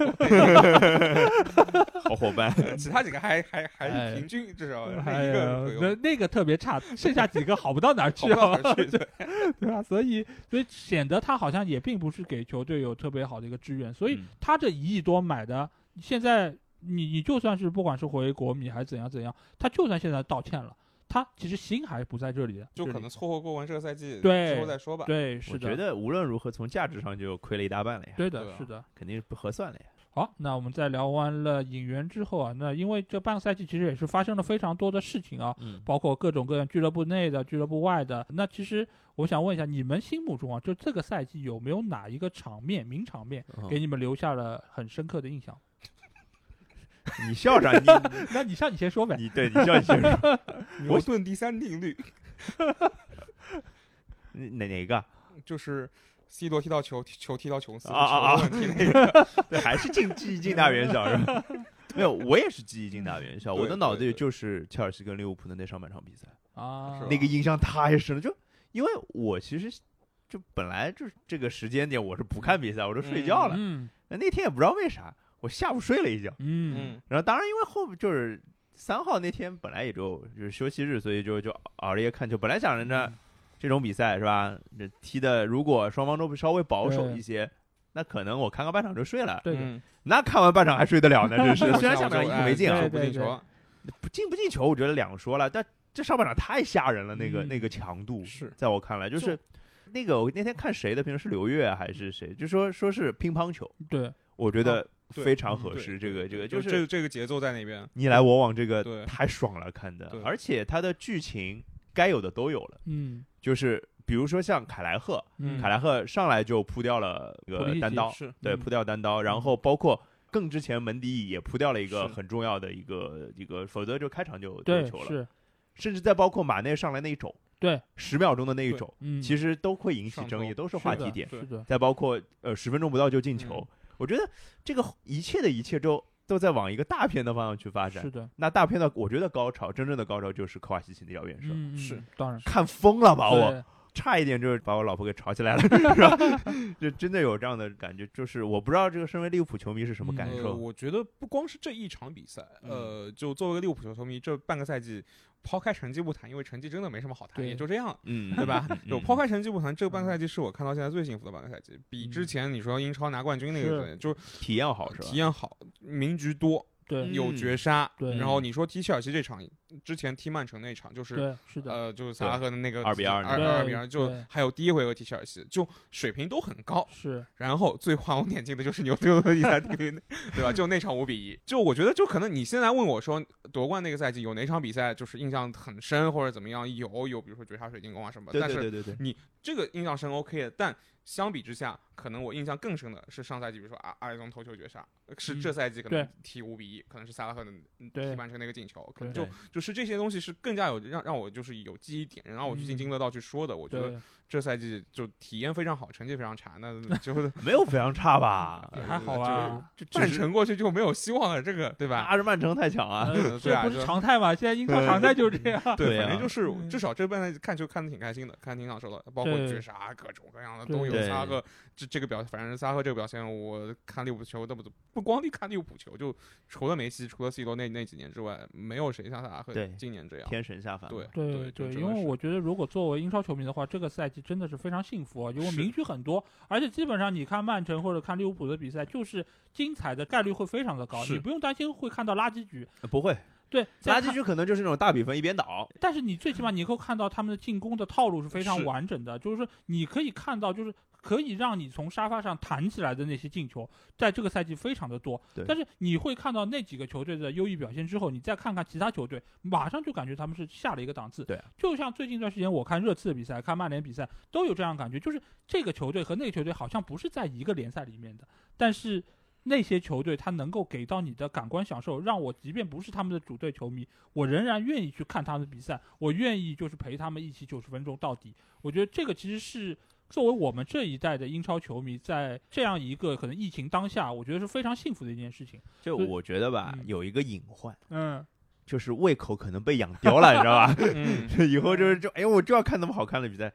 Speaker 2: <laughs> 好伙伴，
Speaker 3: 其他几个还还还
Speaker 1: 哎
Speaker 3: 平均，至少
Speaker 1: 哎
Speaker 3: 那一
Speaker 1: 呀
Speaker 3: 有会有
Speaker 1: 那那个特别差，剩下几个好不到哪儿
Speaker 3: 跑
Speaker 1: 去
Speaker 3: 不
Speaker 1: 啊
Speaker 3: 到，哪儿去对
Speaker 1: 对 <laughs> 吧？所以所以显得他好像也并不是给球队有特别好的一个支援，所以
Speaker 2: 嗯
Speaker 1: 他这一亿多买的，现在你你就算是不管是回国米还是怎样怎样，他就算现在道歉了，他其实心还不在这里的，
Speaker 3: 就
Speaker 1: 这
Speaker 3: 可
Speaker 1: 里
Speaker 3: 能凑合过完这个赛季，
Speaker 1: 对
Speaker 3: 之后再说吧。
Speaker 1: 对是
Speaker 2: 我
Speaker 1: 的，
Speaker 2: 觉得无论如何从价值上就亏了一大半了呀，
Speaker 1: 对
Speaker 3: 对啊
Speaker 1: 的
Speaker 3: 吧
Speaker 1: 是的。
Speaker 2: 肯定是不合算了呀。
Speaker 1: 好，那我们在聊完了引援之后啊，那因为这半个赛季其实也是发生了非常多的事情啊，
Speaker 2: 嗯，
Speaker 1: 包括各种各样俱乐部内的、俱乐部外的。那其实我想问一下，你们心目中啊，就这个赛季有没有哪一个场面、名场面
Speaker 2: 嗯
Speaker 1: 给你们留下了很深刻的印象？ <laughs>
Speaker 2: 你校长，你 <laughs>
Speaker 1: 那你像你先说呗。
Speaker 2: 你对你校长先说，
Speaker 3: 牛顿第三定律
Speaker 2: 你哪哪个？
Speaker 3: 就是 C 罗踢到球，球踢到琼斯，
Speaker 2: 啊啊啊
Speaker 3: 球的问题那个
Speaker 2: 对，还是进记忆进大元宵是吧？ <laughs> 没有，我也是记忆进大元宵，
Speaker 3: 对
Speaker 2: 我的脑子
Speaker 3: 对
Speaker 2: 里
Speaker 3: 对
Speaker 2: 就是切尔西跟利物浦的那上半场比赛，
Speaker 1: 啊
Speaker 3: 是，吧
Speaker 2: 那个印象太深了。就因为我其实就本来就是这个时间点我是不看比赛，我就睡觉了。
Speaker 1: 嗯
Speaker 2: 那那天也不知道为啥，我下午睡了一觉，
Speaker 1: 嗯
Speaker 3: 嗯，
Speaker 2: 然后当然因为后面就是三号那天本来也就就是休息日，所以就就熬夜看球。本来想着呢，
Speaker 1: 嗯
Speaker 2: 这种比赛是吧？这踢的如果双方都稍微保守
Speaker 1: 对
Speaker 2: 一些，那可能我看个半场就睡了。
Speaker 1: 对的，
Speaker 3: 嗯
Speaker 2: 那看完半场还睡得了
Speaker 3: <laughs>
Speaker 2: 呢，真是。虽然下半场一
Speaker 3: 就
Speaker 2: 球没进啊
Speaker 3: 哎，
Speaker 1: 对
Speaker 3: 不进球啊，
Speaker 2: 不进不进球我觉得两说了，但这上半场太吓人了，那个
Speaker 1: 嗯
Speaker 2: 那个强度，
Speaker 3: 是
Speaker 2: 在我看来就是
Speaker 3: 就。
Speaker 2: 那个我那天看谁的评论是刘越啊还是谁，就说说是乒乓球，
Speaker 1: 对，
Speaker 2: 我觉得
Speaker 3: 哦对嗯
Speaker 2: 非常合
Speaker 3: 对
Speaker 2: 适。这个这个就
Speaker 3: 就这
Speaker 2: 是
Speaker 3: 个这个节奏在那边，
Speaker 2: 你来我往，这个
Speaker 3: 对
Speaker 2: 太爽了，看的
Speaker 3: 对。
Speaker 2: 而且它的剧情该有的都有了，
Speaker 1: 嗯
Speaker 2: 就是比如说像凯莱赫，
Speaker 1: 嗯
Speaker 2: 凯莱赫上来就扑掉了那
Speaker 1: 普利
Speaker 2: 个
Speaker 1: 西
Speaker 2: 单刀，
Speaker 3: 是
Speaker 2: 对，
Speaker 1: 嗯
Speaker 2: 扑掉单刀，然后包括更之前门迪也扑掉了一个
Speaker 3: 是
Speaker 2: 很重要的一个一个，否则就开场就就有
Speaker 1: 对
Speaker 2: 球了，
Speaker 1: 是，
Speaker 2: 甚至再包括马内上来那一肘，
Speaker 1: 对，
Speaker 2: 十秒钟的那一肘，
Speaker 1: 嗯
Speaker 2: 其实都会引起
Speaker 3: 上
Speaker 2: 争议，
Speaker 3: 头
Speaker 2: 都是
Speaker 3: 是
Speaker 2: 话
Speaker 1: 是
Speaker 2: 题
Speaker 1: 的
Speaker 2: 点。
Speaker 1: 是的，
Speaker 2: 再包括呃十分钟不到就进球
Speaker 3: 嗯，
Speaker 2: 我觉得这个一切的一切都都在往一个大片的方向去发
Speaker 1: 是
Speaker 2: 展。
Speaker 1: 的，
Speaker 2: 那大片的，我觉得高潮，真正的高潮就是科瓦西奇那脚远射。
Speaker 1: 嗯嗯
Speaker 3: 是
Speaker 1: 当然
Speaker 2: 看疯了把我，
Speaker 1: 对
Speaker 2: 差一点就是把我老婆给吵起来了， <laughs> 是吧？就真的有这样的感觉，就是我不知道这个身为利物浦球迷是什么
Speaker 1: 嗯
Speaker 2: 感
Speaker 3: 呃，
Speaker 2: 受。
Speaker 3: 我觉得不光是这一场比赛，呃，就作为一个利物浦球球迷，这半个赛季，抛开成绩不谈，因为成绩真的没什么好谈，
Speaker 1: 对
Speaker 3: 也就这样。
Speaker 2: 嗯，
Speaker 3: 对吧？ <laughs> 有抛
Speaker 2: 开
Speaker 3: 开成绩不谈，这个半个赛季是我看到现在最幸福的半个赛季，比之前你说英超拿冠军那个
Speaker 1: 是
Speaker 3: 就
Speaker 2: 体验好是吧？
Speaker 3: 体验好，名局多，
Speaker 1: 对
Speaker 3: 有绝杀。
Speaker 1: 对
Speaker 3: 然后你说踢切尔西这场，之前踢曼城那场就是
Speaker 1: 对是的，
Speaker 3: 呃，就是萨拉赫的那个
Speaker 2: 2比2
Speaker 3: 二
Speaker 1: 对
Speaker 3: 二比二，就
Speaker 1: 对
Speaker 3: 还有第一回合踢切尔西，就水平都很高。
Speaker 1: 是
Speaker 3: 然后最画龙点睛的就是牛顿和第三定律，对吧？就那场五比一，就我觉得就可能你现在问我说夺冠那个赛季有哪场比赛就是印象很深或者怎么样？有有，比如说绝杀水晶宫啊什么的，
Speaker 2: 对
Speaker 3: 但
Speaker 2: 对
Speaker 3: 是
Speaker 2: 对对对，
Speaker 3: 这个印象深 OK 的，但相比之下，可能我印象更深的是上赛季，比如说阿阿里松头球绝杀，呃是
Speaker 1: 嗯
Speaker 3: 这赛季可能
Speaker 1: 对
Speaker 3: 踢五比一，可能是萨拉赫的嗯
Speaker 1: 对
Speaker 3: 踢曼城那个进球，可能
Speaker 1: 对
Speaker 3: 就就是这些东西是更加有让让我就是有记忆点，让我去津
Speaker 1: 嗯
Speaker 3: 津乐道去说的。我觉得
Speaker 1: 对
Speaker 3: 这赛季就体验非常好，成绩非常差，
Speaker 1: <laughs>
Speaker 3: 那就是
Speaker 2: 没有非常差吧？
Speaker 1: 还好啊吧，
Speaker 2: 就只
Speaker 3: 曼
Speaker 2: 是
Speaker 3: 城过去就没有希望了，这个对吧？
Speaker 2: 阿是曼城太强啊！
Speaker 1: 呃
Speaker 3: 对
Speaker 1: 这
Speaker 3: 啊
Speaker 1: 不是
Speaker 3: 就
Speaker 1: 常态嘛？现在英超常态就是这样，
Speaker 2: 对
Speaker 3: 反正
Speaker 2: 啊
Speaker 3: 就是
Speaker 1: 嗯
Speaker 3: 至少这半赛季看球看的挺开心的，看挺享受的，包括
Speaker 1: 对
Speaker 3: 绝杀各种各样的
Speaker 1: 对
Speaker 3: 都有
Speaker 2: 对。
Speaker 3: 萨拉赫这这个表，反正萨拉赫这个表现，我看利物浦球那么多，不光地看利物浦球，就除了梅西，除了 C 罗那那几年之外，没有谁像萨拉赫
Speaker 2: 对
Speaker 3: 今年这样。
Speaker 2: 天神下凡，
Speaker 3: 对，
Speaker 1: 对
Speaker 3: 对，就
Speaker 1: 因
Speaker 3: 真的
Speaker 1: 为
Speaker 3: <laughs> 是
Speaker 1: 我觉得如果作为英超球迷的话，这个赛季真的是非常幸福啊，因为
Speaker 3: 是
Speaker 1: 名局很多，而且基本上你看曼城或者看利物浦的比赛，就是精彩的概率会非常的高，
Speaker 3: 是
Speaker 1: 你不用担心会看到垃圾局。
Speaker 2: 呃不会
Speaker 1: 对，
Speaker 2: 垃
Speaker 1: 在
Speaker 2: 圾
Speaker 1: 看
Speaker 2: 区可能就是那种大比分一边倒，
Speaker 1: 但是你最起码你能够看到他们的进攻的套路是非常
Speaker 3: 是
Speaker 1: 完整的，就是说你可以看到，就是可以让你从沙发上弹起来的那些进球，在这个赛季非常的多
Speaker 2: 对。
Speaker 1: 但是你会看到那几个球队的优异表现之后，你再看看其他球队，马上就感觉他们是下了一个档次。
Speaker 2: 对啊
Speaker 1: 就像最近一段时间我看热刺的比赛、看曼联比赛，都有这样的感觉，就是这个球队和那个球队好像不是在一个联赛里面的，但是。那些球队，它能够给到你的感官享受，让我即便不是他们的主队球迷，我仍然愿意去看他们的比赛，我愿意就是陪他们一起九十分钟到底。我觉得这个其实是作为我们这一代的英超球迷，在这样一个可能疫情当下，我觉得是非常幸福的一件事情。
Speaker 2: 就
Speaker 1: 对
Speaker 2: 我觉得吧，
Speaker 1: 嗯
Speaker 2: 有一个隐患，
Speaker 1: 嗯，
Speaker 2: 就是胃口可能被养刁了，你知道吧？ <laughs>
Speaker 3: <laughs> 嗯，
Speaker 2: 以后就是就哎，我就要看那么好看的比赛，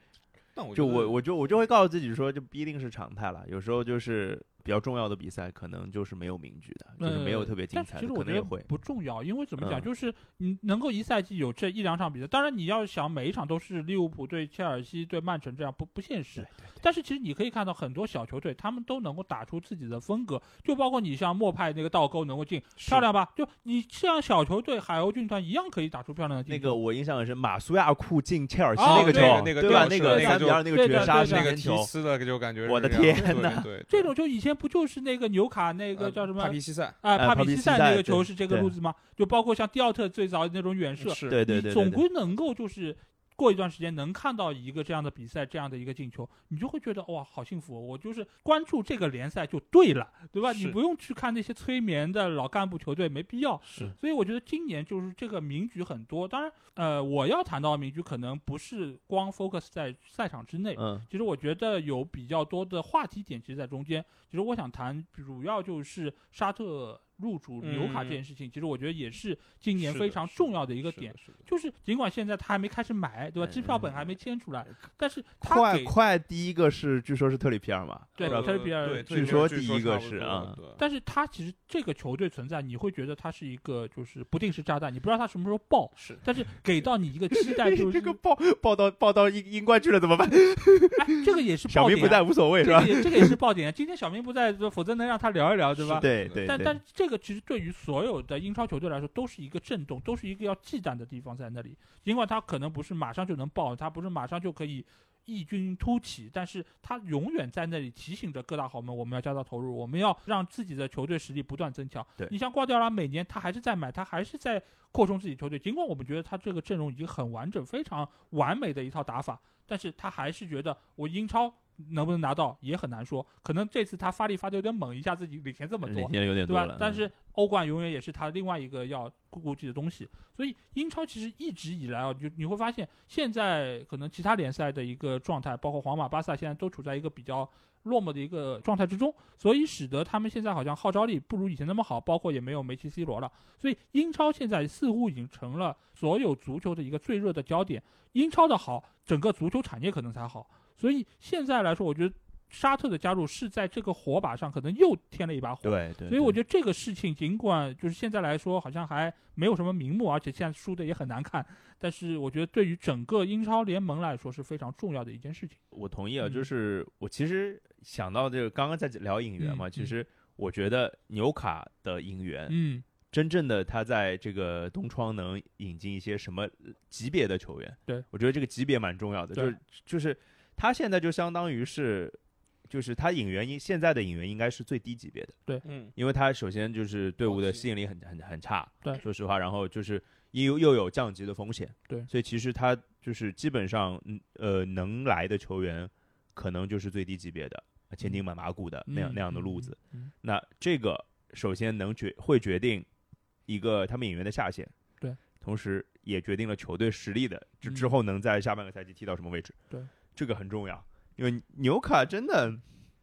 Speaker 3: 但我
Speaker 2: 就
Speaker 3: 觉得
Speaker 2: 我我就我就会告诉自己说，就不一定是常态了。有时候就是比较重要的比赛，可能就是没有名局的，
Speaker 1: 呃
Speaker 2: 就是没有特别精
Speaker 1: 但是
Speaker 2: 彩
Speaker 1: 其
Speaker 2: 的，
Speaker 1: 实
Speaker 2: 可
Speaker 1: 我觉
Speaker 2: 能也
Speaker 1: 得
Speaker 2: 会。
Speaker 1: 不重要，因为怎么讲，
Speaker 2: 嗯
Speaker 1: 就是你能够一赛季有这一两场比赛，当然你要想每一场都是利物浦对切尔西对曼城这样不不现实。但是其实你可以看到很多小球队，他们都能够打出自己的风格，就包括你像莫派那个倒钩能够进，漂亮吧？就你像小球队海鸥军团一样可以打出漂亮的进
Speaker 2: 那
Speaker 1: 球。
Speaker 2: 个我印象很深，马苏亚库进切尔西
Speaker 1: 哦
Speaker 2: 那个球
Speaker 1: 对，
Speaker 3: 那个
Speaker 2: 对吧？
Speaker 3: 那
Speaker 2: 那
Speaker 3: 个
Speaker 2: 个
Speaker 3: 那个
Speaker 2: 三比
Speaker 3: 就
Speaker 2: 二那
Speaker 1: 对
Speaker 2: 个
Speaker 1: 的
Speaker 2: 绝杀
Speaker 1: 对的
Speaker 3: 那
Speaker 2: 那
Speaker 3: 个
Speaker 2: 个
Speaker 3: 提
Speaker 2: 球，
Speaker 3: 斯的就感觉
Speaker 2: 我的
Speaker 3: 是这样
Speaker 2: 天呐
Speaker 3: 对对，
Speaker 1: 这种就以前不就是那个纽卡那个叫什么
Speaker 3: 帕皮西塞
Speaker 1: 啊、
Speaker 2: 呃
Speaker 1: 帕
Speaker 2: 帕
Speaker 1: 比
Speaker 2: 比
Speaker 1: 西
Speaker 2: 西
Speaker 1: 塞
Speaker 2: 塞
Speaker 1: 那个球
Speaker 2: 对
Speaker 1: 是这个
Speaker 2: 对
Speaker 1: 路子吗？就包括像迪奥特最早那种远射，
Speaker 3: 是
Speaker 2: 对对对，
Speaker 1: 你总
Speaker 2: 对对
Speaker 1: 归能够就是过一段时间能看到一个这样的比赛，这样的一个进球，你就会觉得哇，好幸福哦！我就是关注这个联赛就对了，对吧？你
Speaker 3: 是
Speaker 1: 不用去看那些催眠的老干部球队，没必要。
Speaker 3: 是
Speaker 1: 所以我觉得今年就是这个名局很多，当然，呃，我要谈到的名局可能不是光 focus 在赛场之内，
Speaker 2: 嗯
Speaker 1: 其实我觉得有比较多的话题点，其实在中间。其实我想谈，主要就是沙特入主纽卡这件事情，其实我觉得也是今年
Speaker 3: 嗯是
Speaker 1: 非
Speaker 3: 的
Speaker 1: 常
Speaker 3: 是
Speaker 1: 重
Speaker 3: 的
Speaker 1: 要的一个
Speaker 3: 是的
Speaker 1: 点。
Speaker 3: 是的
Speaker 1: 就是尽管现在他还没开始买，对吧？
Speaker 2: 嗯呃
Speaker 1: 支票本还没签出来，但是他
Speaker 2: 快
Speaker 1: 给
Speaker 2: 快，第一个是据说是特里皮尔嘛，
Speaker 1: 对
Speaker 2: 不知道
Speaker 1: 他是比尔
Speaker 3: 呃对，
Speaker 2: 据
Speaker 3: 对
Speaker 2: 说
Speaker 3: 据
Speaker 2: 第一个
Speaker 3: 差不
Speaker 2: 是
Speaker 3: 多
Speaker 2: 啊
Speaker 3: 对
Speaker 1: 但是他其实这个球队存在，你会觉得他是一个就是不定时炸弹，你不知道他什么时候爆，
Speaker 3: 是
Speaker 1: 但是给到你一个期待，就是
Speaker 2: <laughs> 这个报报到报到英英冠去了怎么办？
Speaker 1: 哎，这个也是
Speaker 2: 小
Speaker 1: 爆
Speaker 2: 明
Speaker 1: 点
Speaker 2: 不
Speaker 1: 啊，
Speaker 2: 在无所谓
Speaker 1: 这
Speaker 2: 是吧
Speaker 1: 个？也这个也是爆点啊。今天小明不在，否则能让他聊一聊，对吧？
Speaker 2: 对对，
Speaker 3: 对
Speaker 1: 但
Speaker 2: 对
Speaker 1: 但这个其实对于所有的英超球队来说都是一个震动，都是一个要忌惮的地方在那里。尽管他可能不是马上就能爆，他不是马上就可以异军突起，但是他永远在那里提醒着各大豪门，我们要加大投入，我们要让自己的球队实力不断增强。
Speaker 2: 对
Speaker 1: 你像瓜迪奥拉，每年他还是在买，他还是在扩充自己球队。尽管我们觉得他这个阵容已经很完整、非常完美的一套打法，但是他还是觉得我英超。能不能拿到也很难说，可能这次他发力发的有点猛，一下自己领先这么多，
Speaker 2: 嗯现在有点
Speaker 1: 对
Speaker 2: 多
Speaker 1: 吧？
Speaker 2: 了，
Speaker 1: 但
Speaker 2: 嗯
Speaker 1: 是欧冠永远也是他另外一个要顾顾忌的东西，所以英超其实一直以来啊，就你会发现现在可能其他联赛的一个状态，包括皇马、巴萨现在都处在一个比较落寞的一个状态之中，所以使得他们现在好像号召力不如以前那么好，包括也没有梅西、C 罗了，所以英超现在似乎已经成了所有足球的一个最热的焦点。英超的好，整个足球产业可能才好，所以现在来说，我觉得。沙特的加入是在这个火把上可能又添了一把火，
Speaker 2: 对对，
Speaker 1: 所以我
Speaker 2: 对
Speaker 1: 觉得这个事情，尽管就是现在来说好像还没有什么名目，而且现在输的也很难看，但是我觉得对于整个英超联盟来说是非常重要的一件事情。
Speaker 2: 我同意啊，
Speaker 1: 嗯
Speaker 2: 就是我其实想到这个，刚刚在聊引援嘛，
Speaker 1: 嗯
Speaker 2: 其实我觉得纽卡的引援，
Speaker 1: 嗯，
Speaker 2: 真正的他在这个东窗能引进一些什么级别的球员？
Speaker 1: 对
Speaker 2: 我觉得这个级别蛮重要的，
Speaker 1: 对
Speaker 2: 就是就是他现在就相当于是，就是他引援应现在的引援应该是最低级别的，
Speaker 3: 嗯
Speaker 2: 因为他首先就是队伍的
Speaker 3: 保级
Speaker 2: 吸引力很很很差，
Speaker 1: 对
Speaker 2: 说实话，然后就是又又有降级的风险，
Speaker 1: 对
Speaker 2: 所以其实他就是基本上嗯呃能来的球员，可能就是最低级别的千金买马骨的那样、那样的路子，
Speaker 1: 嗯，
Speaker 2: 那这个首先能决会决定一个他们演员的下限，
Speaker 1: 对，
Speaker 2: 同时也决定了球队实力的，就
Speaker 1: 嗯
Speaker 2: 之后能在下半个赛季踢到什么位置，
Speaker 1: 对，
Speaker 2: 这个很重要，因为纽卡真的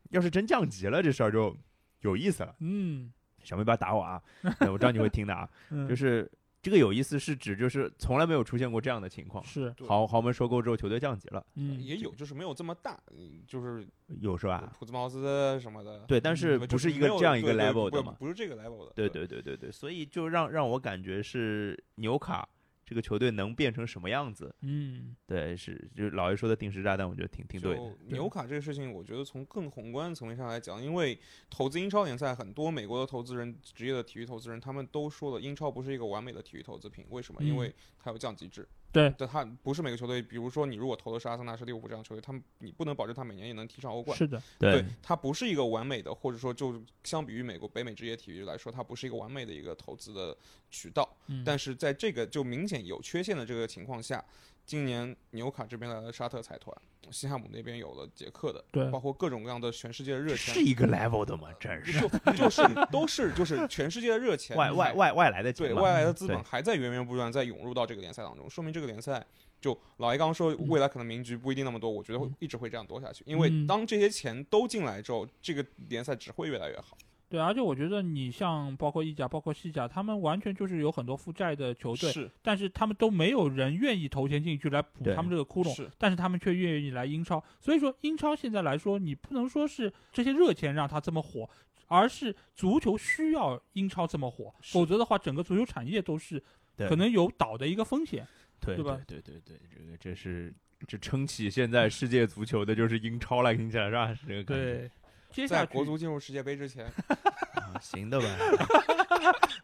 Speaker 2: 要是真降级了，这事儿就有意思了。
Speaker 1: 嗯，
Speaker 2: 小妹不要打我
Speaker 3: <laughs>
Speaker 2: 啊，我知道你会听的啊，
Speaker 1: 嗯
Speaker 2: 就是是这个有意思是指就是从来没有出现过这样的情况，
Speaker 1: 是，
Speaker 3: 对
Speaker 2: 豪豪门收购之后球队降级了，
Speaker 1: 嗯，
Speaker 3: 也有，就是没有这么大，嗯就是
Speaker 2: 有是吧？
Speaker 3: 普兹茅斯什么的，
Speaker 2: 啊对，但是
Speaker 3: 对
Speaker 2: 不
Speaker 3: 就是
Speaker 2: 一个
Speaker 3: 没有
Speaker 2: 这样一个
Speaker 3: 对对
Speaker 2: level
Speaker 3: 不
Speaker 2: 的嘛，
Speaker 3: 不是这个 level 的，
Speaker 2: 对对对对对，所以就让让我感觉是纽卡这个球队能变成什么样子？
Speaker 1: 嗯，
Speaker 2: 对，是就是老爷说的定时炸弹，我觉得挺挺对的。
Speaker 3: 就纽卡这个事情，我觉得从更宏观的层面上来讲，因为投资英超联赛，很多美国的投资人、职业的体育投资人，他们都说了，英超不是一个完美的体育投资品。为什么？
Speaker 1: 嗯
Speaker 3: 因为它有降级制。
Speaker 1: 对，
Speaker 3: 但它不是每个球队，比如说你如果投的是阿森纳、是利物浦这样的球队，他们你不能保证他每年也能踢上欧冠。
Speaker 1: 是的，
Speaker 3: 对，它不是一个完美的，或者说就相比于美国北美职业体育来说，它不是一个完美的一个投资的渠道。
Speaker 1: 嗯，
Speaker 3: 但是在这个就明显有缺陷的这个情况下，今年纽卡这边来了沙特财团，西汉姆那边有了捷克的，
Speaker 1: 对
Speaker 3: 包括各种各样的全世界的热
Speaker 2: 这嗯
Speaker 3: 钱
Speaker 2: 是，一个 level 的吗？真是
Speaker 3: 就
Speaker 2: <laughs>
Speaker 3: 就是都是就是全世界的热钱，
Speaker 2: 外外外外来的
Speaker 3: 对
Speaker 2: 钱嘛，
Speaker 3: 外来
Speaker 1: 嗯
Speaker 3: 的资
Speaker 2: 对
Speaker 3: 本还在源源不断在涌入到这个联赛当中，说明这个联赛就老爷刚刚说未来可能名局不一定那么多，我觉得会一直会这样多下去，因为
Speaker 1: 嗯嗯
Speaker 3: 当这些钱都进来之后，这个联赛只会越来越好。
Speaker 1: 对，而且我觉得你像包括意甲、包括西甲，他们完全就是有很多负债的球队，
Speaker 3: 是
Speaker 1: 但是他们都没有人愿意投钱进去来补
Speaker 2: 对
Speaker 1: 他们这个窟窿，
Speaker 3: 是
Speaker 1: 但是他们却愿意来英超。所以说，英超现在来说，你不能说是这些热钱让它这么火，而是足球需要英超这么火，
Speaker 2: 是
Speaker 1: 否则的话，整个足球产业都是
Speaker 2: 对
Speaker 1: 可能有倒的一个风险。
Speaker 2: 对
Speaker 1: 对吧
Speaker 2: 对对对，这个这是这撑起现在世界足球的就是英超来听起来是吧？是这个感觉
Speaker 1: 对，接下
Speaker 3: 在
Speaker 1: 去
Speaker 3: 国足进入世界杯
Speaker 1: <laughs>
Speaker 3: 之前，
Speaker 2: 啊，行 <laughs> 的吧？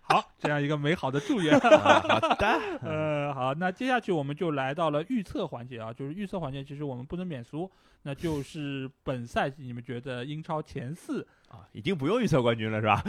Speaker 1: 好这样一个美好的祝愿。 <laughs>
Speaker 2: 啊好的， <laughs>
Speaker 1: 呃，好，那接下去我们就来到了预测环节啊，就是预测环节，其实我们不能免俗，那就是本赛季你们觉得英超前四， <laughs>
Speaker 2: 啊，已经不用预测冠军了是 <laughs> 吧？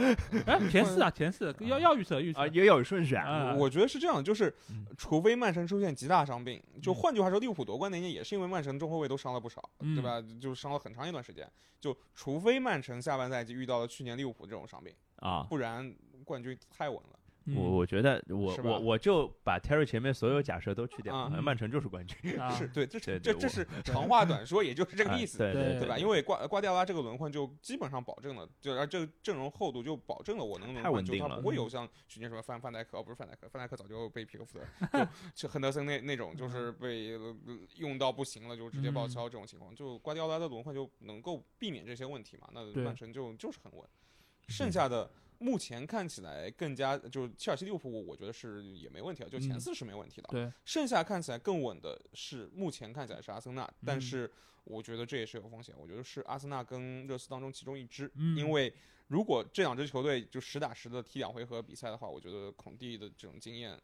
Speaker 1: 哎，前四啊，前四要要预测预测
Speaker 2: 啊，，也有顺序啊。
Speaker 1: 啊，
Speaker 3: 我觉得是这样，就是
Speaker 2: 嗯
Speaker 3: 除非曼城出现极大伤病，就
Speaker 1: 嗯
Speaker 3: 换句话说，利物浦夺冠那年也是因为曼城中后卫都伤了不少，
Speaker 1: 嗯
Speaker 3: 对吧？就伤了很长一段时间。就除非曼城下半赛季遇到了去年利物浦这种伤病，
Speaker 2: 啊，
Speaker 3: 不然冠军太稳了。
Speaker 1: 嗯
Speaker 2: 我我觉得我
Speaker 3: 是吧
Speaker 2: 我我就把 Terry 前面所有假设都去掉，
Speaker 3: 啊
Speaker 2: 好像曼城就是冠 <laughs> 军。
Speaker 1: 啊
Speaker 3: 是对，这
Speaker 2: 对
Speaker 3: 这
Speaker 2: 对
Speaker 3: 这
Speaker 2: 我
Speaker 3: 是长话短说，也就是这个
Speaker 2: 啊
Speaker 3: 意思。
Speaker 2: 对
Speaker 1: 对
Speaker 3: 对吧？因为瓜瓜迪奥拉这个轮换就基本上保证了，就而这个阵容厚度就保证了我能轮
Speaker 2: 太
Speaker 3: 换
Speaker 2: 稳
Speaker 3: 就
Speaker 2: 定
Speaker 3: 他
Speaker 2: 了嗯
Speaker 3: 不会有像去年什么范范戴克哦，不是范戴克，范戴克早就被皮克福德
Speaker 2: <laughs>
Speaker 3: 就就亨德森那那种
Speaker 2: 嗯
Speaker 3: 就是被呃用到不行了，就直接报销这种情况。就瓜迪奥拉的轮换就能够避免这些问题嘛？那
Speaker 1: 对
Speaker 3: 曼城就就是很稳，
Speaker 2: 嗯
Speaker 3: 剩下的。目前看起来更加就是切尔西、利物浦，我我觉得是也没问题的，就前
Speaker 1: 嗯
Speaker 3: 四是没问题的。
Speaker 1: 对，
Speaker 3: 剩下看起来更稳的是，目前看起来是阿森纳，但
Speaker 1: 嗯
Speaker 3: 是我觉得这也是有风险。我觉得是阿森纳跟热刺当中其中一支，
Speaker 1: 嗯
Speaker 3: 因为如果这两支球队就实打实的踢两回合比赛的话，我觉得孔蒂的这种经验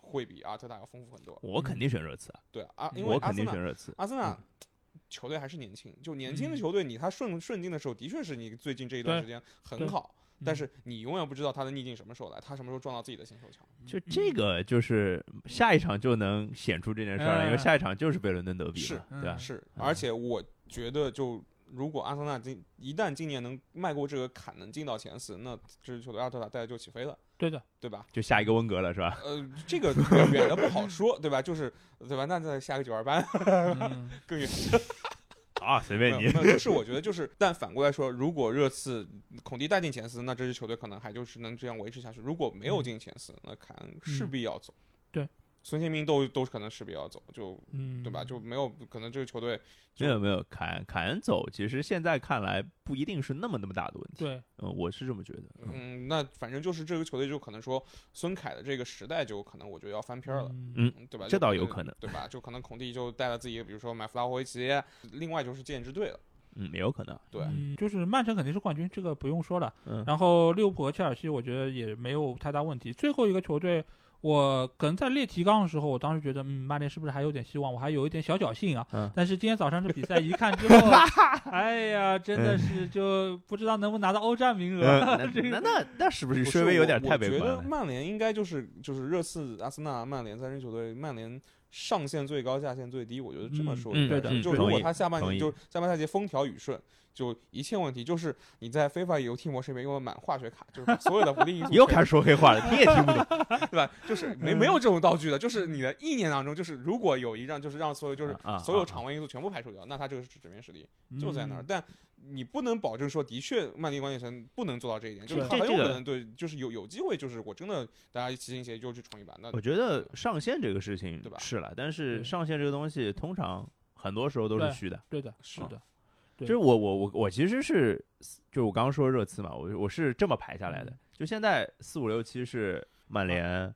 Speaker 3: 会比阿特塔要丰富很多。
Speaker 2: 我肯定选热刺啊，
Speaker 3: 对啊，因为
Speaker 2: 我
Speaker 3: 阿
Speaker 2: 肯
Speaker 3: 森
Speaker 2: 定
Speaker 3: 纳
Speaker 2: 选热刺。
Speaker 3: 阿森纳球队还是年轻，就年轻
Speaker 1: 嗯
Speaker 3: 的球队，你他顺顺境的时候，的确是你最近这一段
Speaker 1: 对
Speaker 3: 时间
Speaker 1: 对
Speaker 3: 很好，但
Speaker 1: 嗯
Speaker 3: 是你永远不知道他的逆境什么时候来，他什么时候撞到自己的新手墙。
Speaker 1: 嗯
Speaker 2: 就这个，就是下一场就能显出这件事儿来，因为
Speaker 1: 嗯
Speaker 2: 下一场就是贝伦登德比嘛，
Speaker 3: 是
Speaker 2: 对吧
Speaker 1: 嗯？
Speaker 3: 是，而且我觉得就。如果阿森纳今一旦今年能迈过这个坎，能进到前四，那这支球队阿特塔带就起飞了，
Speaker 1: 对
Speaker 3: <laughs>
Speaker 1: 的，
Speaker 3: 对吧？
Speaker 2: 就下一个温格了，是吧？
Speaker 3: 呃，这个远远的不好说，对吧？就是对吧？那再下个九二班
Speaker 1: 嗯
Speaker 3: 更远。
Speaker 2: 啊，随
Speaker 3: 没
Speaker 2: 便
Speaker 3: 有
Speaker 2: 你。
Speaker 3: 没有就是我觉得就是，但反过来说，如果热刺孔蒂带进前四，那这支球队可能还就是能这样维持下去。如果没有进前四，那坎势
Speaker 1: 嗯
Speaker 3: 必要走。
Speaker 1: 对，
Speaker 3: 孙兴民都都可能势必要走，就
Speaker 1: 嗯，
Speaker 3: 对吧？就没有可能这个球队
Speaker 2: 没有没有，凯恩凯恩走，其实现在看来不一定是那么那么大的问题。
Speaker 1: 对，
Speaker 2: 嗯，我是这么觉得。嗯
Speaker 3: 嗯，那反正就是这个球队就可能说孙凯的这个时代就可能我觉得要翻篇儿了。
Speaker 1: 嗯
Speaker 2: 嗯，
Speaker 3: 嗯对吧？
Speaker 2: 这
Speaker 3: 就
Speaker 2: 倒有可能，
Speaker 3: 对吧？就可能孔蒂就带了自己，比如说买弗拉霍维奇，另外就是建制队了。
Speaker 2: 嗯，也有可
Speaker 3: <laughs>
Speaker 2: 能。
Speaker 3: 对，
Speaker 1: 嗯，就是曼城肯定是冠军，这个不用说了。
Speaker 2: 嗯，
Speaker 1: 然后利物浦和切尔西，我觉得也没有太大问题。最后一个球队，我可能在列提纲的时候，我当时觉得，嗯，曼联是不是还有点希望？我还有一点小侥幸啊。
Speaker 2: 嗯
Speaker 1: 但是今天早上这比赛一看
Speaker 3: <laughs>
Speaker 1: 之后，哎呀，真的是就不知道能不能拿到欧战名额。
Speaker 2: 嗯那那那那是不是
Speaker 3: 不
Speaker 2: 稍微有
Speaker 3: 我
Speaker 2: 点太悲观
Speaker 3: 我觉得
Speaker 2: 了？
Speaker 3: 曼联应该就是就是热刺、阿森纳、曼联三支球队，曼联上限最高，下限最低。我觉得这么
Speaker 1: 嗯
Speaker 3: 说
Speaker 2: 嗯
Speaker 3: 应该
Speaker 1: 对的
Speaker 3: 是
Speaker 1: 嗯
Speaker 3: 就如
Speaker 2: 同
Speaker 3: 果
Speaker 2: 意
Speaker 3: 他下半
Speaker 2: 同
Speaker 3: 年
Speaker 2: 意
Speaker 3: 就下半赛季风调雨顺，就一切问题就是你在非法游踢模式里面用了满化学卡，就是所有的不利
Speaker 2: <laughs>
Speaker 3: 因素
Speaker 2: 又
Speaker 3: 全
Speaker 2: 开始说黑话
Speaker 3: <laughs>
Speaker 2: 了，你也听不懂。
Speaker 3: 对吧？就是没没有这种道具的，就是你的意念当中，就是如果有一让，就是让所有就是
Speaker 2: 啊啊
Speaker 3: 所有
Speaker 2: 啊
Speaker 3: 场外因素全部排除掉，那他这个是纸面实力
Speaker 1: 嗯
Speaker 3: 就在那儿。但你不能保证说，的确曼联管理层不能做到这一点，就是
Speaker 1: 是
Speaker 3: 他
Speaker 2: 这
Speaker 3: 很有
Speaker 2: 这
Speaker 3: 可
Speaker 2: 个
Speaker 3: 能对，就是有有机会，就是我真的大家齐心协力就去冲一把。那
Speaker 2: 我觉得上线这个事情
Speaker 3: 对吧
Speaker 2: 是了，但是
Speaker 1: 对
Speaker 2: 上线这个东西通常很多时候都
Speaker 1: 对
Speaker 2: 是虚的。
Speaker 1: 对的，
Speaker 3: 是
Speaker 1: 的，对
Speaker 2: 就是我我我我其实是，就我刚刚说热刺嘛，我我是这么排下来的
Speaker 1: 嗯。
Speaker 2: 就现在四五六七是曼联、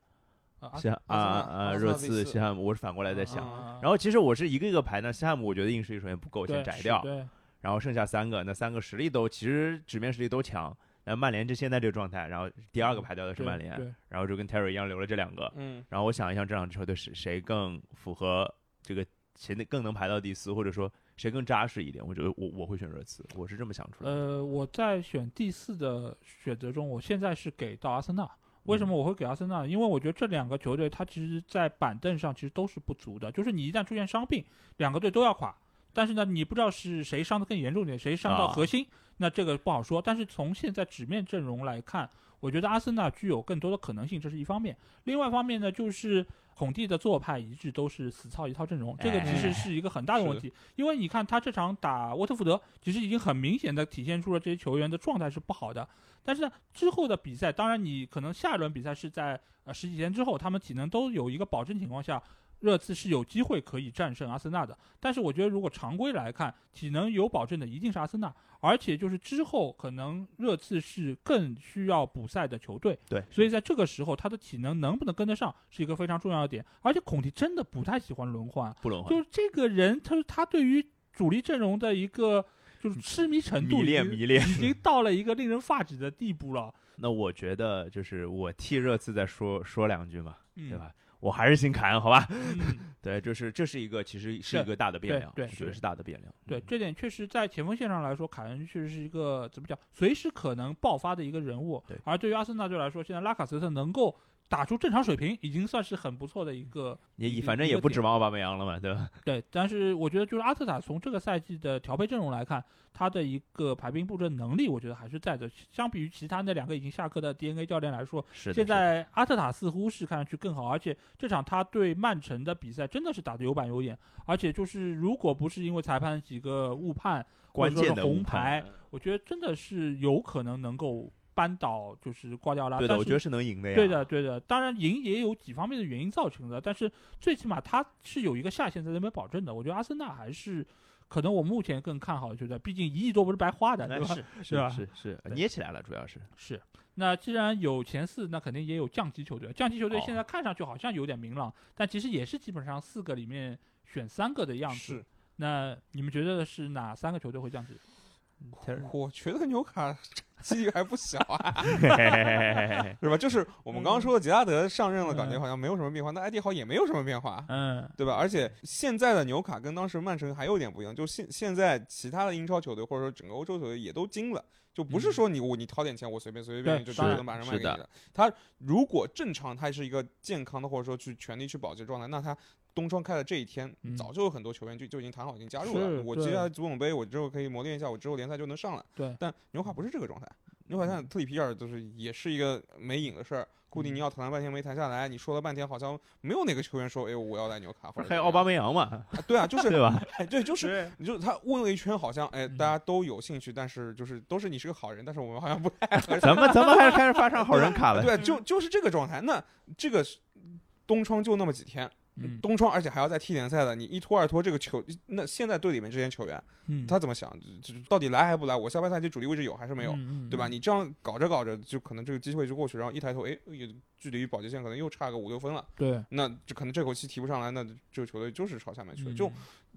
Speaker 1: 啊
Speaker 2: 西汉啊
Speaker 3: 阿森纳
Speaker 2: 啊
Speaker 3: 阿森纳
Speaker 2: 热
Speaker 3: 第
Speaker 2: 刺、
Speaker 3: 四
Speaker 2: 西汉姆，我是反过来在
Speaker 3: 啊
Speaker 2: 想。
Speaker 3: 啊
Speaker 2: 然后其实我是一个一个排呢，西汉姆我觉得硬实力首先不够，
Speaker 1: 对
Speaker 2: 先摘掉，
Speaker 1: 对，
Speaker 2: 然后剩下三个，那三个实力都其实纸面实力都强。那曼联这现在这个状态，然后第二个排掉的是
Speaker 1: 对
Speaker 2: 曼联，
Speaker 1: 对，
Speaker 2: 然后就跟 Terry 一样留了这两个，
Speaker 3: 嗯，
Speaker 2: 然后我想一想，这两支球队是谁更符合这个谁能更能排到第四，或者说谁更扎实一点？我觉得我我会选热刺，我是这么想出来的。
Speaker 1: 呃，我在选第四的选择中，我现在是给到阿森纳。为
Speaker 2: 嗯
Speaker 1: 什么我会给阿森纳？因为我觉得这两个球队，它其实在板凳上其实都是不足的，就是你一旦出现伤病，两个队都要垮。但是呢，你不知道是谁伤的更严重点，谁伤到
Speaker 2: 啊
Speaker 1: 核心，那这个不好说。但是从现在纸面阵容来看，我觉得阿森纳具有更多的可能性，这是一方面。另外一方面呢，就是孔蒂的做派一直都是死操一套阵容，这个其实
Speaker 2: 哎
Speaker 1: 是一个很大的问题。因为你看他这场打沃特福德，其实已经很明显的体现出了这些球员的状态是不好的。但是呢，之后的比赛，当然你可能下一轮比赛是在呃十几天之后，他们体能都有一个保证情况下，热刺是有机会可以战胜阿森纳的。但是我觉得，如果常规来看，体能有保证的一定是阿森纳，而且就是之后可能热刺是更需要补赛的球队，
Speaker 2: 对
Speaker 1: 所以在这个时候他的体能能不能跟得上是一个非常重要的点。而且孔蒂真的不太喜欢轮换，
Speaker 2: 不轮换，
Speaker 1: 就是这个人，他他对于主力阵容的一个就是痴迷程度
Speaker 2: 嗯迷恋
Speaker 1: 已经
Speaker 2: 迷恋
Speaker 1: 已经到了一个令人发指的地步了，
Speaker 2: 那我觉得就是我替热刺再说说两句嘛，
Speaker 1: 嗯
Speaker 2: 对？吧？我还是姓凯恩，好吧？
Speaker 1: 嗯，
Speaker 2: 对，就是这是一个其实是一个大的变量，
Speaker 1: 对对
Speaker 2: 我觉得
Speaker 1: 是
Speaker 2: 是大的变量。
Speaker 1: 对，
Speaker 2: 嗯
Speaker 1: 这点确实在前锋线上来说，凯恩确实是一个怎么讲，随时可能爆发的一个人物
Speaker 2: 对。
Speaker 1: 而对于阿森纳队来说，现在拉卡泽特能够打出正常水平，已经算是很不错的一个
Speaker 2: 也
Speaker 1: 一
Speaker 2: 也
Speaker 1: 个
Speaker 2: 反正
Speaker 1: 一
Speaker 2: 也
Speaker 1: 个
Speaker 2: 不
Speaker 1: 点
Speaker 2: 指望奥巴梅扬了嘛，
Speaker 1: <laughs>
Speaker 2: 对吧？
Speaker 1: 对，但是我觉得就是阿特塔从这个赛季的调配阵容来看，他的一个排兵布阵能力，我觉得还是在的。相比于其他那两个已经下课的 DNA 教练来说，
Speaker 2: 是的。
Speaker 1: 现
Speaker 2: 是的
Speaker 1: 在阿特塔似乎是看上去更好，而且这场他对曼城的比赛真的是打得有板有眼，而且就是如果不是因为裁判几个误判，
Speaker 2: 关键
Speaker 1: 或者
Speaker 2: 的
Speaker 1: 说是
Speaker 2: 误
Speaker 1: 红
Speaker 2: 判
Speaker 1: 牌，
Speaker 3: 哎
Speaker 1: 我觉得真的是有可能能够扳倒就是瓜迪奥拉。
Speaker 2: 对的，
Speaker 1: 啊但
Speaker 2: 我
Speaker 1: 是
Speaker 2: 觉得是能赢的呀。
Speaker 1: 对的，对的。当然，赢也有几方面的原因造成的，但是最起码它是有一个下限在那边保证的。我觉得阿森纳还是可能我目前更看好的球队，毕竟一亿多不是白花的，对
Speaker 2: 哎，
Speaker 1: 吧？
Speaker 2: 是
Speaker 1: 对吧
Speaker 2: 是是呃
Speaker 1: 对
Speaker 2: 捏起来了，主要是
Speaker 1: 是。那既然有前四，那肯定也有降级球队。降级球队
Speaker 2: 哦
Speaker 1: 现在看上去好像有点明朗，但其实也是基本上四个里面选三个的样子。那你们觉得是哪三个球队会降级？
Speaker 3: 我觉得纽卡基地还不小
Speaker 2: <laughs>
Speaker 3: 啊，
Speaker 2: 嘿
Speaker 3: 是吧？就是我们
Speaker 2: 嗯
Speaker 3: 刚刚说的杰拉德上任了，感觉
Speaker 1: 嗯
Speaker 3: 好像没有什么变化，但埃迪豪也没有什么变化，啊
Speaker 1: 嗯，
Speaker 3: 对吧？而且现在的纽卡跟当时曼城还有点不一样，就现现在其他的英超球队或者说整个欧洲球队也都精了，就不是
Speaker 1: 嗯
Speaker 3: 说你我你掏点钱我随便随随便便
Speaker 1: 对
Speaker 3: 就就
Speaker 1: 当
Speaker 3: 能把
Speaker 2: 然
Speaker 3: 人卖
Speaker 2: 是
Speaker 3: 给你
Speaker 2: 的
Speaker 3: 的。他如果正常，他是一个健康的或者说去全力去保级的状态，那他。东窗开的这一天
Speaker 1: 嗯，
Speaker 3: 早就有很多球员就就已经谈好，已经加入
Speaker 1: 是
Speaker 3: 了。我接
Speaker 1: 对
Speaker 3: 下来足总杯，我之后可以磨练一下，我之后联赛就能上了。
Speaker 1: 对
Speaker 3: 但纽卡不是这个状态，纽卡像特里皮尔就是也是一个没影的事儿，库蒂尼奥谈了半天没谈下来，你说了半天好像没有哪个球员说，哎，我要来纽
Speaker 2: <laughs>
Speaker 3: 卡，
Speaker 2: 不
Speaker 3: 或
Speaker 2: 是还
Speaker 3: 者
Speaker 2: 有奥
Speaker 3: 怎么样
Speaker 2: 巴梅
Speaker 1: <laughs>
Speaker 2: 扬嘛，
Speaker 3: 啊对啊，就是
Speaker 2: 对吧？
Speaker 3: 哎，对，就是。
Speaker 2: 是
Speaker 3: 你就他问了一圈，好像哎，
Speaker 1: 嗯
Speaker 3: 大家都有兴趣，但是就是都是你是个好人，但是我们好像不太
Speaker 2: 咱们咱们还是开始发上好人卡了。
Speaker 3: 对，就就是这个状态。那这个是东窗就那么几天，
Speaker 1: 嗯
Speaker 3: 东窗而且还要在踢联赛的，你一拖二拖，这个球那现在队里面这些球员
Speaker 1: 嗯，
Speaker 3: 他怎么想？就就到底来还不来？我下半赛季主力位置有还是没有？
Speaker 1: 嗯
Speaker 3: 对吧？？你这样搞着搞着，就可能这个机会就过去，然后一抬头，哎，也距离保级线可能又差个五六分了。
Speaker 1: 对，
Speaker 3: 那这可能这口气提不上来，那这个球队就是朝下面去了。就
Speaker 1: 嗯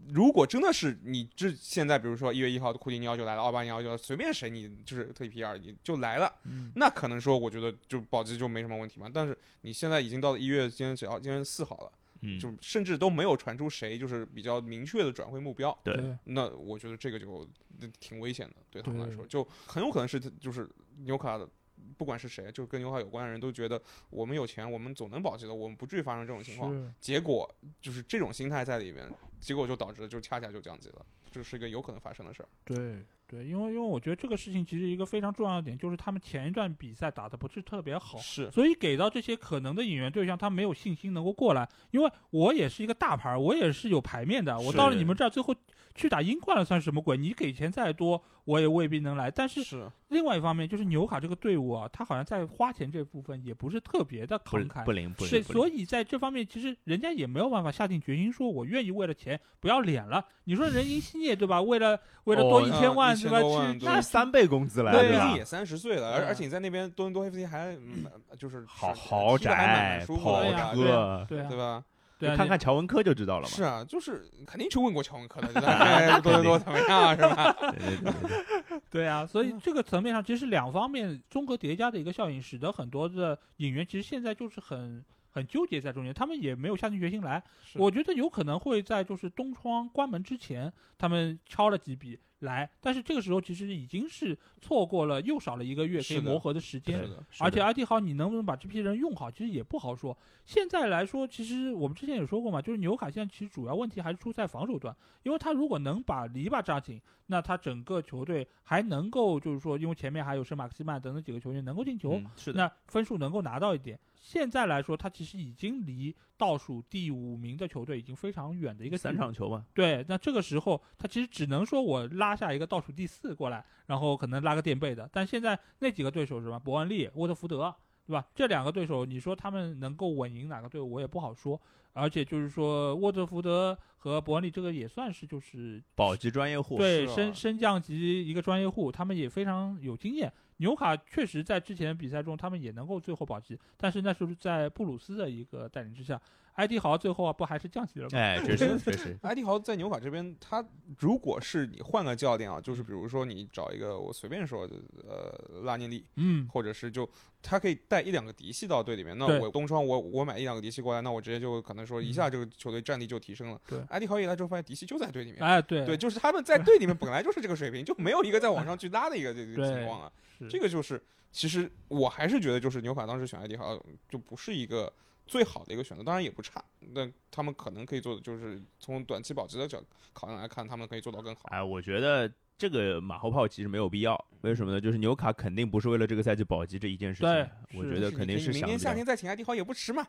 Speaker 3: 如果真的是你这现在，比如说一月一号库蒂尼奥就来了，奥巴尼奥就来了随便谁你就是特里皮尔你就来了，
Speaker 1: 嗯
Speaker 3: 那可能说我觉得就保级就没什么问题嘛。但是你现在已经到了一月，今天只要今天四号了，
Speaker 2: 嗯，
Speaker 3: 就甚至都没有传出谁就是比较明确的转会目标。
Speaker 2: 对
Speaker 1: 对
Speaker 3: 那我觉得这个就那挺危险的，对他们来说，
Speaker 1: 对
Speaker 3: 就很有可能是就是纽卡的，不管是谁，就跟纽卡有关的人都觉得我们有钱，我们总能保级的，我们不至于发生这种情况。
Speaker 1: 是
Speaker 3: 结果就是这种心态在里面，结果就导致就恰恰就降级了，这是一个有可能发生的事儿。
Speaker 1: 对对，因为因为我觉得这个事情其实一个非常重要的点就是他们前一段比赛打的不是特别好，
Speaker 3: 是，
Speaker 1: 所以给到这些可能的引援对象，他没有信心能够过来。因为我也是一个大牌儿，我也是有牌面的，我
Speaker 2: 是
Speaker 1: 到了你们这儿最后去打英冠了算什么鬼？你给钱再多，我也未必能来。但是
Speaker 3: 是，
Speaker 1: 另外一方面，就是纽卡这个队伍啊，他好像在花钱这部分也不是特别的
Speaker 2: 不
Speaker 1: 慷慨
Speaker 2: 不。灵不灵。
Speaker 1: 对，
Speaker 2: 不
Speaker 1: 所
Speaker 2: 灵
Speaker 1: 以在这方面，其实人家也没有办法下定决心说，我愿意为了钱不要脸了。你说人因西涅对吧？为了为了
Speaker 2: 哦
Speaker 1: 多一
Speaker 3: 嗯
Speaker 1: 千万、
Speaker 3: 一
Speaker 1: 对
Speaker 3: 千
Speaker 1: 吧？
Speaker 3: 多万
Speaker 1: 去
Speaker 3: 对
Speaker 1: 那
Speaker 2: 三倍工资来
Speaker 3: 那
Speaker 2: 了，
Speaker 3: 毕
Speaker 2: 对
Speaker 3: 竟
Speaker 2: 吧
Speaker 3: 也？三十岁了，而
Speaker 1: 嗯
Speaker 3: 而且你在那边多伦多黑夫迪还嗯就是
Speaker 2: 好
Speaker 3: 是
Speaker 2: 豪
Speaker 3: 踢得还蛮
Speaker 2: 宅
Speaker 3: 蛮、舒服
Speaker 2: 跑
Speaker 3: 的
Speaker 1: 对
Speaker 3: 呀
Speaker 1: 啊
Speaker 3: 对吧
Speaker 2: 车，
Speaker 1: 对啊
Speaker 3: 对吧？
Speaker 1: 对啊，
Speaker 2: 看看乔文科就知道了嘛
Speaker 3: 是。啊，就是肯定去问过乔文科的，对吧哎多伦多怎么样是吧？
Speaker 2: 对对对对对
Speaker 1: 对啊，所以
Speaker 3: 嗯
Speaker 1: 这个层面上，其实两方面综合叠加的一个效应，使得很多的演员其实现在就是很很纠结在中间，他们也没有下定决心来。
Speaker 3: 是
Speaker 1: 我觉得有可能会在就是东窗关门之前，他们敲了几笔，来，但是这个时候其实已经是错过了又少了一个月可以
Speaker 3: 是的
Speaker 1: 磨合的时间
Speaker 3: 是，的，
Speaker 1: 而且 IT 好，你能不能把这批人用好，其实也不好说。现在来说，其实我们之前也说过嘛，就是纽卡现在其实主要问题还是出在防守端，因为他如果能把篱笆扎紧，那他整个球队还能够就是说，因为前面还有圣马克西曼等等几个球员能够进球，
Speaker 2: 嗯是的，
Speaker 1: 那分数能够拿到一点。现在来说，他其实已经离倒数第五名的球队已经非常远的一个
Speaker 2: 三
Speaker 1: 距离
Speaker 2: 场球嘛，
Speaker 1: 对，那这个时候他其实只能说我拉下一个倒数第四过来，然后可能拉个垫背的。但现在那几个对手是什么？伯恩利、沃特福德，对吧？这两个对手，你说他们能够稳赢哪个队伍，我也不好说。而且就是说，沃特福德和伯恩利这个也算是就是
Speaker 2: 保级专业户，
Speaker 1: 对
Speaker 3: 是啊
Speaker 1: 升升降级一个专业户，他们也非常有经验。纽卡确实在之前比赛中，他们也能够最后保级，但是那时候是在布鲁斯的一个带领之下，埃迪豪最后啊不还是降级了吗？
Speaker 2: 哎，确
Speaker 3: <laughs>
Speaker 2: 实确实，
Speaker 3: 埃迪豪在纽卡这边，他如果是你换个教练啊，就是比如说你找一个我随便说，呃，拉涅利，
Speaker 1: 嗯，
Speaker 3: 或者是就他可以带一两个嫡系到队里面。那
Speaker 1: 对嗯
Speaker 3: 我东窗我我买一两个嫡系过来，那我直接就可能说一下这个球队战力就提升了。
Speaker 1: 对
Speaker 3: 埃迪豪一来之后发现嫡系就在队里面，
Speaker 1: 哎，对
Speaker 3: 对，就是他们在队里面本来就是这个水平，就没有一个再往上去拉的一
Speaker 2: <laughs>
Speaker 3: 个这个情况啊。
Speaker 1: 是
Speaker 3: 这个就是，其实我还是觉得，就是纽卡当时选埃迪豪就不是一个最好的一个选择，当然也不差。那他们可能可以做的就是从短期保值的角考量来看，他们可以做到更好。
Speaker 2: 哎，我觉得这个马后炮其实没有必要，为什么呢？就是纽卡肯定不是为了这个赛季保级这一件事
Speaker 1: 对
Speaker 2: 情，我
Speaker 1: 是
Speaker 2: 觉
Speaker 3: 就
Speaker 2: 得
Speaker 3: 是
Speaker 2: 肯定
Speaker 3: 你可
Speaker 2: 是
Speaker 3: 以明
Speaker 2: 想
Speaker 3: 年夏
Speaker 2: 着
Speaker 3: 天再请埃迪豪也不迟嘛，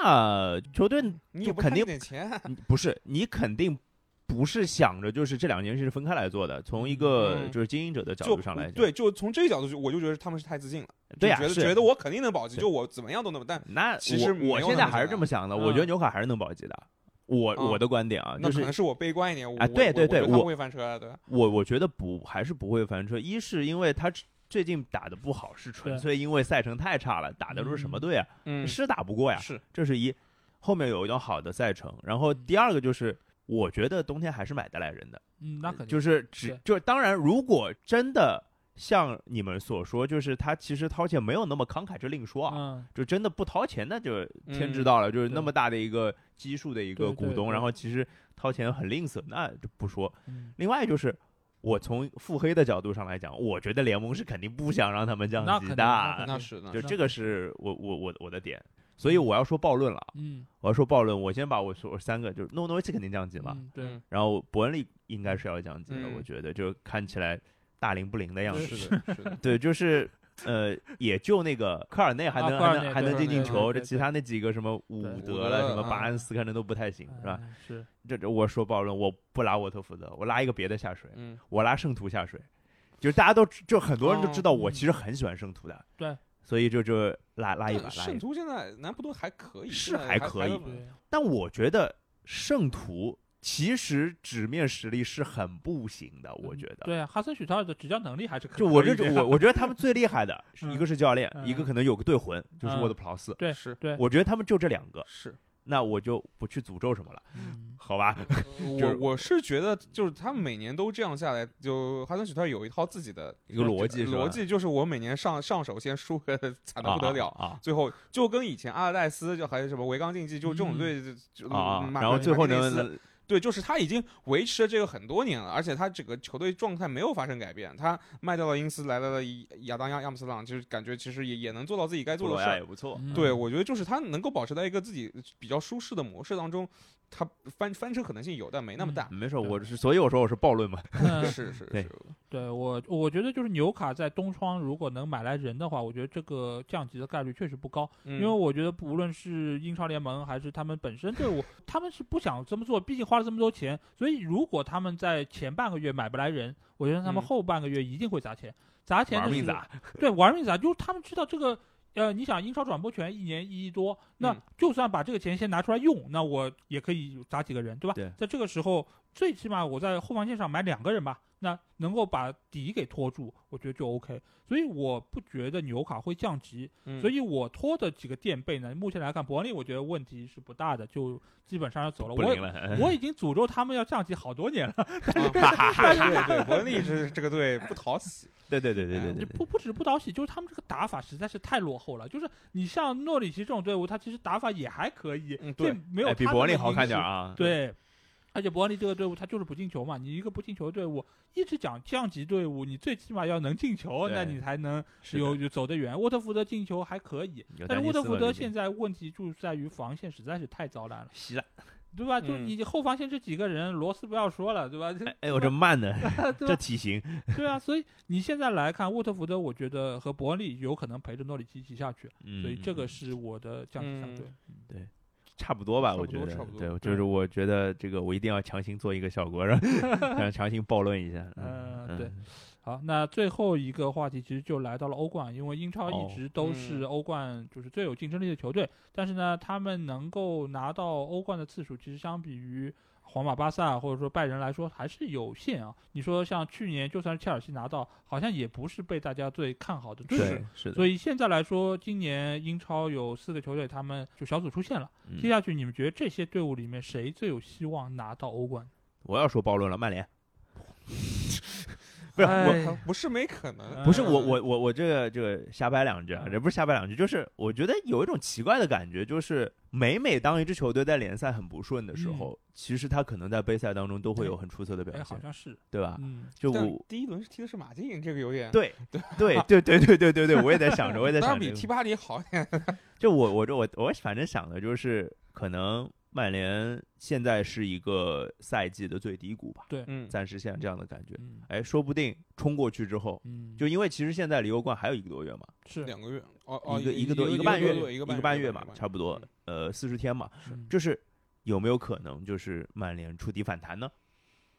Speaker 2: 那球队
Speaker 3: 你
Speaker 2: 就
Speaker 3: 也不
Speaker 2: 肯
Speaker 3: 看
Speaker 2: 定
Speaker 3: 这点钱啊，
Speaker 2: 你不是你肯定。不是想着就是这两件事是分开来做的，从一个
Speaker 3: 嗯
Speaker 2: 就是经营者的角
Speaker 3: 就
Speaker 2: 度上来讲，
Speaker 3: 对，就从这个角度，就我就觉得他们是太自信了，
Speaker 2: 对呀、
Speaker 3: 就觉得
Speaker 2: 是
Speaker 3: 觉得我肯定能保级，
Speaker 2: 对
Speaker 3: 就我怎么样都能，但
Speaker 2: 那
Speaker 3: 其实没
Speaker 2: 我我
Speaker 3: 有
Speaker 2: 现
Speaker 3: 那
Speaker 2: 在
Speaker 3: 么
Speaker 2: 还是
Speaker 3: 简
Speaker 2: 这么想的，
Speaker 1: 单
Speaker 2: 我觉得纽卡还是能保级的。我、
Speaker 3: 嗯
Speaker 2: 我的观点啊，就
Speaker 3: 那可
Speaker 2: 是
Speaker 3: 能是我悲观一点，我
Speaker 2: 啊对
Speaker 3: 我
Speaker 2: 对
Speaker 3: 我
Speaker 2: 对
Speaker 3: 觉得他们
Speaker 2: 我
Speaker 3: 会翻车啊，对吧？
Speaker 2: 我我觉得不还是不会翻车，一是因为他最近打的不好，是纯
Speaker 1: 对
Speaker 2: 粹因为赛程太差了，打的都是什么队啊？
Speaker 3: 嗯，
Speaker 2: 是打不过呀，
Speaker 3: 是
Speaker 2: 这是一。后面有一段好的赛程，然后第二个就是。我觉得冬天还是买得来人的，
Speaker 1: 嗯，那肯定
Speaker 2: 就是只
Speaker 1: 对
Speaker 2: 就是当然，如果真的像你们所说，就是他其实掏钱没有那么慷慨，这另说啊。
Speaker 1: 嗯，
Speaker 2: 就真的不掏钱，那就天知
Speaker 3: 嗯
Speaker 2: 道了。就是
Speaker 1: 对
Speaker 2: 那么大的一个基数的一个
Speaker 1: 对
Speaker 2: 股
Speaker 1: 对
Speaker 2: 东，
Speaker 1: 对
Speaker 2: 然后其实掏钱很吝啬，那就不说。
Speaker 1: 嗯
Speaker 2: 另外就是，我从腹黑的角度上来讲，我觉得联盟是肯定不想让他们降
Speaker 1: 那
Speaker 2: 级
Speaker 1: 肯定那肯
Speaker 2: 的，
Speaker 3: 那是那
Speaker 2: 就是这个是我我我我的点。所以我要说暴论了，啊
Speaker 1: 嗯，
Speaker 2: 我要说暴论。我先把我说三个，就是诺诺维奇肯定降级嘛，
Speaker 1: 嗯对，
Speaker 3: 嗯
Speaker 2: 然后伯恩利应该是要降级的，
Speaker 3: 嗯
Speaker 2: 我觉得就看起来大灵不灵的样
Speaker 1: 对
Speaker 2: 子。
Speaker 3: 是的，
Speaker 1: <laughs>
Speaker 3: 是的，
Speaker 2: 对，就是呃，也就那个科尔内还
Speaker 1: 啊
Speaker 2: 能、
Speaker 1: 科
Speaker 2: 还
Speaker 1: 尔
Speaker 2: 能
Speaker 1: 内
Speaker 2: 还
Speaker 1: 对
Speaker 2: 能进进
Speaker 1: 对对
Speaker 2: 球，这
Speaker 1: 对
Speaker 2: 其他那几个什么伍
Speaker 1: 对
Speaker 2: 德了、
Speaker 3: 伍德
Speaker 2: 什么
Speaker 3: 啊
Speaker 2: 巴恩斯，可能都不太行，嗯是吧？
Speaker 1: 哎？是，
Speaker 2: 这这我说暴论，我不拉沃特福德，我拉一个别的下水，
Speaker 3: 嗯，
Speaker 2: 我拉圣徒下水，就是大家都知就很多人都知道，我
Speaker 1: 嗯
Speaker 2: 其实很喜欢圣徒的，
Speaker 1: 对，
Speaker 2: 所以就就拉拉一把
Speaker 3: 但
Speaker 2: 拉一
Speaker 3: 圣
Speaker 2: 把。
Speaker 3: 徒现在南普顿还可以，
Speaker 2: 是
Speaker 3: 现在
Speaker 2: 还
Speaker 3: 还
Speaker 2: 可以
Speaker 1: 对，嗯
Speaker 2: 但我觉得圣徒其实纸面实力是很不行的，我
Speaker 1: 嗯
Speaker 2: 觉得。
Speaker 1: 对啊，哈森许特尔的执教能力还是可以，
Speaker 2: 就我
Speaker 1: 可以
Speaker 2: 这
Speaker 1: 的
Speaker 2: 种，我我觉得他们最厉害
Speaker 1: <laughs>
Speaker 2: 的，
Speaker 1: 嗯
Speaker 2: 一个是教练，一
Speaker 1: 嗯
Speaker 2: 个可能有个队魂，就是
Speaker 1: 嗯
Speaker 2: 沃德普劳斯。
Speaker 1: 对
Speaker 3: 是
Speaker 1: 对，
Speaker 2: 我觉得他们就这两个，
Speaker 3: 是，
Speaker 2: 那我就不去诅咒什么了，
Speaker 1: 嗯
Speaker 2: 好吧？呃就是
Speaker 3: 我我是觉得就是他们每年都这样下来，就哈登许特有一套自己的
Speaker 2: 一个逻辑是吧
Speaker 3: 逻辑就是我每年上上手先输个 <laughs> 惨的不得了。
Speaker 2: 啊啊！
Speaker 3: 最后就跟以前阿尔代斯就还有什么维冈竞技，就这种
Speaker 1: 嗯
Speaker 3: 队，就就
Speaker 2: 啊啊
Speaker 3: 马
Speaker 2: 然后
Speaker 3: 马
Speaker 2: 最后
Speaker 3: 马丁内斯
Speaker 2: 呢，
Speaker 3: 对，就是他已经维持了这个很多年了，而且他整个球队状态没有发生改变。他卖掉了因斯，来到了亚亚当亚亚姆斯朗，就是感觉其实也也能做到自己该
Speaker 2: 布
Speaker 3: 做
Speaker 2: 罗
Speaker 3: 的事
Speaker 2: 亚
Speaker 3: 儿
Speaker 2: 哎也。不错，
Speaker 1: 嗯
Speaker 3: 对，我觉得就是他能够保持在一个自己比较舒适的模式当中，他翻翻车可能性有，但没那么大。
Speaker 2: 没事，
Speaker 1: 嗯对
Speaker 2: 我是所以我说我是暴论嘛，
Speaker 1: 嗯
Speaker 3: <laughs> 是是
Speaker 2: 嗯对
Speaker 3: 是，
Speaker 1: 对我，我觉得就是纽卡在东窗如果能买来人的话，我觉得这个降级的概率确实不高，
Speaker 3: 因
Speaker 1: 因为我觉得无论是英超联盟还是他们本身队伍，他们是不想这么做，毕竟花了这么多钱，所以如果他们在前半个月买不来人，我觉得他们
Speaker 3: 嗯
Speaker 1: 后半个月一定会砸钱，砸钱
Speaker 2: 玩
Speaker 1: 的
Speaker 2: 命
Speaker 1: 是
Speaker 2: 砸，
Speaker 1: 对，玩命砸，就是他们知道这个，呃，你想英超转播权一年一亿多，那
Speaker 3: 嗯
Speaker 1: 就算把这个钱先拿出来用，那我也可以砸几个人，对吧？
Speaker 2: 对
Speaker 1: 在这个时候，最起码我在后防线上买两个人吧，那能够把底给拖住，我觉得就 OK。所以我不觉得纽卡会降级，
Speaker 2: 嗯
Speaker 3: 嗯
Speaker 1: 所以我拖的几个垫背呢，目前来看，伯恩利我觉得问题是不大的，就基本上要走了。
Speaker 2: 不
Speaker 1: 我
Speaker 2: 灵
Speaker 1: 也
Speaker 2: 了。 <laughs>
Speaker 1: 我已经诅咒他们要降级好多年了。
Speaker 3: 啊对对对，伯恩利是这个队不讨喜。
Speaker 2: 对对对对对对
Speaker 1: 就
Speaker 2: 对，
Speaker 1: 不不止不讨喜，就是他们这个打法实在是太落后了。就是你像诺里奇这种队伍，他其实打法也还可以，
Speaker 3: 嗯
Speaker 1: 这
Speaker 3: 对
Speaker 1: 没有
Speaker 2: 哎比
Speaker 1: 他
Speaker 2: 伯
Speaker 1: 那
Speaker 2: 利
Speaker 1: 么
Speaker 2: 好看
Speaker 1: 因素
Speaker 2: 点儿。啊。
Speaker 1: 对，而且伯恩利这个队伍他就是不进球嘛，你一个不进球的队伍，一直讲降级队伍，你最起码要能进球，
Speaker 2: 对
Speaker 1: 那你才能
Speaker 2: 是的
Speaker 1: 有有走得远。沃特福德进球还可以
Speaker 2: 有，
Speaker 1: 但
Speaker 2: 丹
Speaker 1: 是
Speaker 2: 尼
Speaker 1: 沃
Speaker 2: 斯
Speaker 1: 特福
Speaker 2: 了
Speaker 1: 德
Speaker 2: 已经
Speaker 1: 现在问题就在于防线实在是太糟烂了，
Speaker 2: 稀烂。
Speaker 1: 对
Speaker 2: <laughs>
Speaker 1: 吧？就
Speaker 3: 嗯
Speaker 1: 你后防线这几个人，罗斯不要说了，对吧？ <laughs>
Speaker 2: 哎哎呦，这慢的，
Speaker 1: 对
Speaker 2: 这
Speaker 1: 吧？
Speaker 2: 体型，
Speaker 1: 对啊，所以你现在来看，沃特福德，我觉得和伯恩利有可能陪着诺里奇一起下去，
Speaker 2: 嗯，
Speaker 1: 所以这
Speaker 2: 嗯
Speaker 1: 个是我的降级相对。
Speaker 2: 差不多吧，
Speaker 3: 差
Speaker 2: 我
Speaker 3: 不
Speaker 2: 觉
Speaker 3: 多
Speaker 2: 得
Speaker 3: 差不，
Speaker 2: 对，
Speaker 3: 多
Speaker 2: 就是我觉得这个我一定要强行做一个效
Speaker 1: <laughs>
Speaker 2: 果，让让强行暴论一下。
Speaker 1: 嗯
Speaker 2: 嗯，
Speaker 1: 对
Speaker 2: 嗯
Speaker 1: 好，那最后一个话题其实就来到了欧冠，因为英超
Speaker 2: 哦
Speaker 1: 一直都是
Speaker 3: 嗯
Speaker 1: 欧冠就是最有竞争力的球队，但是呢，他们能够拿到欧冠的次数，其实相比于皇马、巴萨或者说拜仁来说还是有限啊。你说像去年就算是切尔西拿到，好像也不是被大家最看好的队伍。
Speaker 2: 对，是的。
Speaker 1: 所
Speaker 2: 以
Speaker 1: 以现在来说，今年英超有四个球队，他们就小组出线了。
Speaker 2: 嗯
Speaker 1: 接下去，你们觉得这些队伍里面谁最有希望拿到欧冠？
Speaker 2: 我要说暴论了，
Speaker 1: <laughs>
Speaker 2: 曼联
Speaker 1: 不是
Speaker 3: 我不是没可能，嗯
Speaker 2: 不是我
Speaker 1: 嗯
Speaker 2: 我我我这个这个瞎掰两句啊，这不是瞎掰两句，就是我觉得有一种奇怪的感觉，就是每每当一支球队在联赛很不顺的时候，其实他可能在杯赛当中都会有很出色的表
Speaker 1: 嗯哎，好
Speaker 2: 现，
Speaker 1: 像是，
Speaker 2: 对啊吧？
Speaker 1: 嗯，
Speaker 2: 就
Speaker 3: 但
Speaker 2: 我。
Speaker 3: 第一轮是踢的是马竞，这个有点。 <laughs>
Speaker 2: 对对对对对对对对，我也在想着，我也在
Speaker 3: 当
Speaker 2: 想
Speaker 3: 然
Speaker 2: 着
Speaker 3: 比，T 八里好一点，
Speaker 2: 就我我这我我反正想的就是，可能曼联现在是一个赛季的最低谷吧，
Speaker 3: 嗯，
Speaker 2: 暂时现在这样的感觉。
Speaker 1: 嗯
Speaker 2: 哎，说不定冲过去之后，
Speaker 1: 嗯，
Speaker 2: 就因为其实现在离欧冠还有一个多月嘛，
Speaker 1: 是
Speaker 3: 两个月，哦哦，
Speaker 2: 一个
Speaker 3: 一
Speaker 2: 个多
Speaker 3: 一
Speaker 2: 个半
Speaker 3: 月，
Speaker 2: 月
Speaker 3: 一
Speaker 2: 个
Speaker 3: 个半
Speaker 2: 半
Speaker 3: 月
Speaker 2: 嘛，
Speaker 3: 不
Speaker 2: 差不多
Speaker 3: 嗯
Speaker 2: 呃四十天嘛，
Speaker 1: 嗯
Speaker 2: 就是有没有可能就是曼联触底反弹呢？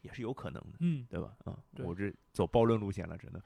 Speaker 2: 也是有可能的，
Speaker 1: 嗯，
Speaker 2: 对吧？嗯，
Speaker 1: 对
Speaker 2: 我这走暴论路线了，真的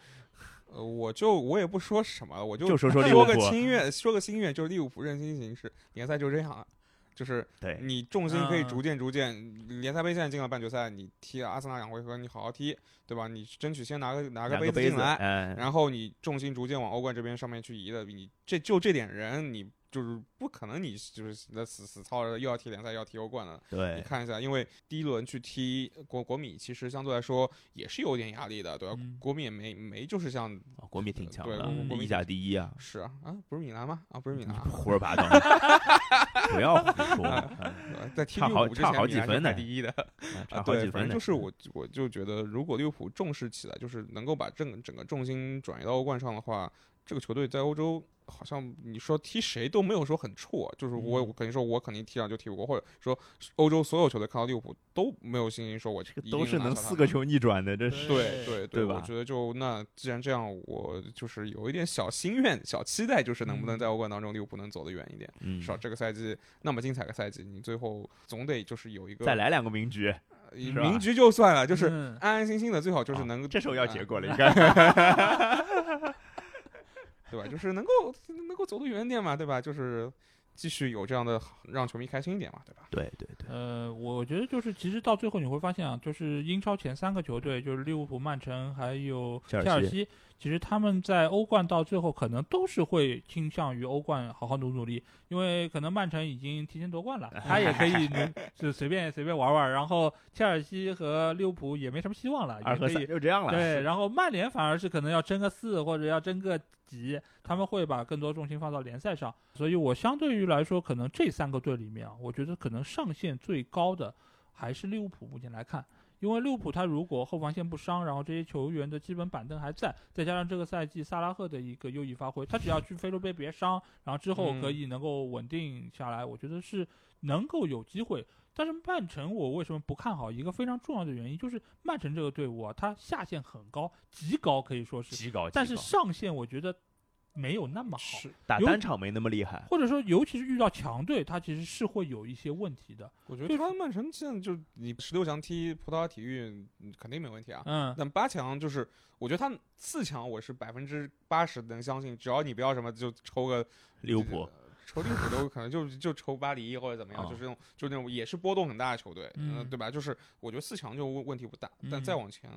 Speaker 3: 多。呃，我就我也不说什么，我
Speaker 2: 就说说
Speaker 3: 说
Speaker 2: 利物
Speaker 3: 个
Speaker 2: 浦，
Speaker 3: 心愿，说个心愿，就是利物浦认清形势，联赛就这样了。就是
Speaker 2: 对，
Speaker 3: 你重心可以
Speaker 1: 嗯
Speaker 3: 逐渐逐渐，联赛杯现在进了半决赛，你踢阿森纳两回合，你好好踢，对吧？你争取先拿个拿
Speaker 2: 拿
Speaker 3: 个
Speaker 2: 个
Speaker 3: 子
Speaker 2: 杯
Speaker 3: 进
Speaker 2: 子，
Speaker 3: 来，
Speaker 2: 哎，
Speaker 3: 然后你重心逐渐往欧冠这边上面去移的，你这就这点人，你就是不可能，你就是那死死操着又要踢联赛，又要踢欧冠的。你
Speaker 2: 对，
Speaker 3: 看一下，因为第一轮去踢国国米，其实相对来说也是有点压力的，对吧？
Speaker 1: 嗯
Speaker 3: 国米也没没就是像
Speaker 2: 哦国米挺强
Speaker 3: 对
Speaker 2: 的
Speaker 1: 国米，
Speaker 2: 意甲第一啊，
Speaker 3: 是啊啊，不是米兰吗？啊，不是米兰啊，
Speaker 2: 胡说八道， <laughs> 不要胡说，嗯
Speaker 3: <laughs> 呃在踢
Speaker 2: 差
Speaker 3: 利物
Speaker 2: 好
Speaker 3: 浦之
Speaker 2: 差
Speaker 3: 前，
Speaker 2: 好
Speaker 3: 米
Speaker 2: 几
Speaker 3: 兰是
Speaker 2: 分
Speaker 3: 排
Speaker 2: 呢
Speaker 3: 第一的。 <laughs>
Speaker 2: 哎
Speaker 3: 啊，
Speaker 2: 差好
Speaker 3: 对，
Speaker 2: 几
Speaker 3: 反
Speaker 2: 分
Speaker 3: 正
Speaker 2: 呢
Speaker 3: 就。是我，我就觉得，如果利物浦重视起来，就是能够把整整个重心转移到欧冠上的话，这个球队在欧洲好像你说踢谁都没有说很怵啊，就是我、
Speaker 2: 嗯
Speaker 3: 我肯定说我肯定踢上就踢不过，或者说欧洲所有球队看到利物浦都没有信心说我
Speaker 2: 这个
Speaker 3: 一
Speaker 2: 都
Speaker 3: 定
Speaker 2: 是
Speaker 3: 拿
Speaker 2: 能
Speaker 3: 下他
Speaker 2: 四
Speaker 3: 们
Speaker 2: 个。球逆转的，这是
Speaker 3: 对对
Speaker 2: 对吧
Speaker 3: 我觉得就那既然这样，我就是有一点小心愿、小期待，就是能不能在欧冠当中利物浦能走得远一点，
Speaker 2: 嗯
Speaker 3: 至，少这个赛季那么精彩的赛季，你最后总得就是有一个
Speaker 2: 再来两个名局，
Speaker 3: 呃
Speaker 2: 是吧
Speaker 3: 名局就算了，就是
Speaker 1: 嗯
Speaker 3: 安安心心的，最好就是
Speaker 2: 啊
Speaker 3: 能、哎
Speaker 2: 这时候要结果
Speaker 3: 果，
Speaker 2: 了，应
Speaker 3: <laughs>
Speaker 2: 该
Speaker 3: 对吧？就是能够能够走得远点嘛，对吧？就是继续有这样的让球迷开心一点嘛，对吧？
Speaker 2: 对对对，
Speaker 1: 呃，我觉得就是，其实到最后你会发现啊，就是英超前三个球队，就是利物浦、曼城还有
Speaker 2: 切
Speaker 1: 切
Speaker 2: 尔
Speaker 1: 尔
Speaker 2: 西
Speaker 1: 西，其实他们在欧冠到最后可能都是会倾向于欧冠好好努努力，因为可能曼城已经提前夺冠
Speaker 2: <laughs>
Speaker 1: 了，他也可以努就随便随便玩玩，然后切尔西和利物浦也没什么希望了，
Speaker 3: 啊
Speaker 2: 二
Speaker 1: 也
Speaker 2: 和
Speaker 1: 可
Speaker 2: 三
Speaker 1: 以。
Speaker 2: 就这样了，
Speaker 1: 对，然后曼联反而是可能要争个四或者要争个几，他们会把更多重心放到联赛上。所以我相对于来说，可能这三个队里面啊，我觉得可能上限最高的还是利物浦。目前来看，因为利物浦他如果后防线不伤，然后这些球员的基本板凳还在，再加上这个赛季萨拉赫的一个优异发挥，他只要去非洲杯别伤，然后之后可以能够稳定下来，我觉得是能够有机会。但是曼城，我为什么不看好？一个非常重要的原因就是曼城这个队伍啊，它下限很高，极高可以说是，
Speaker 2: 极高，
Speaker 1: 但是
Speaker 2: 极高
Speaker 1: 上限我觉得没有那么好。
Speaker 3: 是，
Speaker 2: 打
Speaker 1: 有
Speaker 2: 单场没那么厉害，
Speaker 1: 或者说，尤其是遇到强队，他其实是会有一些问题的。
Speaker 3: 我觉
Speaker 1: 就
Speaker 3: 得他曼城现在就你十六强踢葡萄牙体育嗯肯定没问题啊。
Speaker 1: 嗯，
Speaker 3: 但八强就是，我觉得他四强我是百分之八十能相信，只要你不要什么就抽个
Speaker 2: 利物浦
Speaker 3: 呃抽利物浦都可能就就抽巴黎或者怎么样，
Speaker 2: 哦
Speaker 3: 就是那种就那种也是波动很大的球队，
Speaker 1: 嗯
Speaker 3: 呃对吧？就是我觉得四强就问问题不大，但
Speaker 1: 嗯
Speaker 3: 再往前，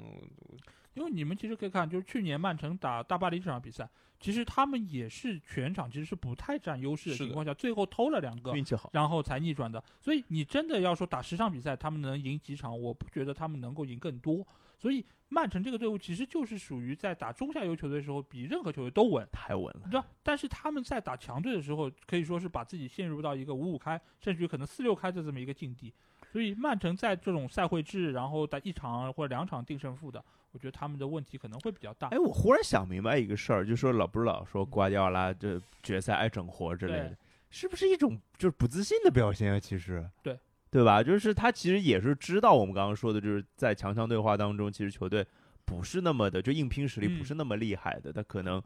Speaker 1: 因为你们其实可以看，就是去年曼城打大巴黎这场比赛，其实他们也是全场其实是不太占优势的
Speaker 3: 是的
Speaker 1: 情况下，最后偷了两个，
Speaker 2: 运气好，
Speaker 1: 然后才逆转的。所以你真的要说打十场比赛，他们能赢几场？我不觉得他们能够赢更多。所以曼城这个队伍其实就是属于在打中下游球队的时候，比任何球队都稳。
Speaker 2: 太稳了，
Speaker 1: 对吧，但是他们在打强队的时候，可以说是把自己陷入到一个五五开，甚至于可能四六开的这么一个境地。所以曼城在这种赛会制，然后在一场或者两场定胜负的，我觉得他们的问题可能会比较大。
Speaker 2: 哎，我忽然想明白一个事儿，就说老不是老说瓜迪奥拉这决赛爱整活之类的
Speaker 1: 对，
Speaker 2: 是不是一种就是不自信的表现啊？其实，
Speaker 1: 对
Speaker 2: 对吧？就是他其实也是知道我们刚刚说的，就是在强强对话当中，其实球队不是那么的，就硬拼实力
Speaker 1: 嗯
Speaker 2: 不是那么厉害的，他可能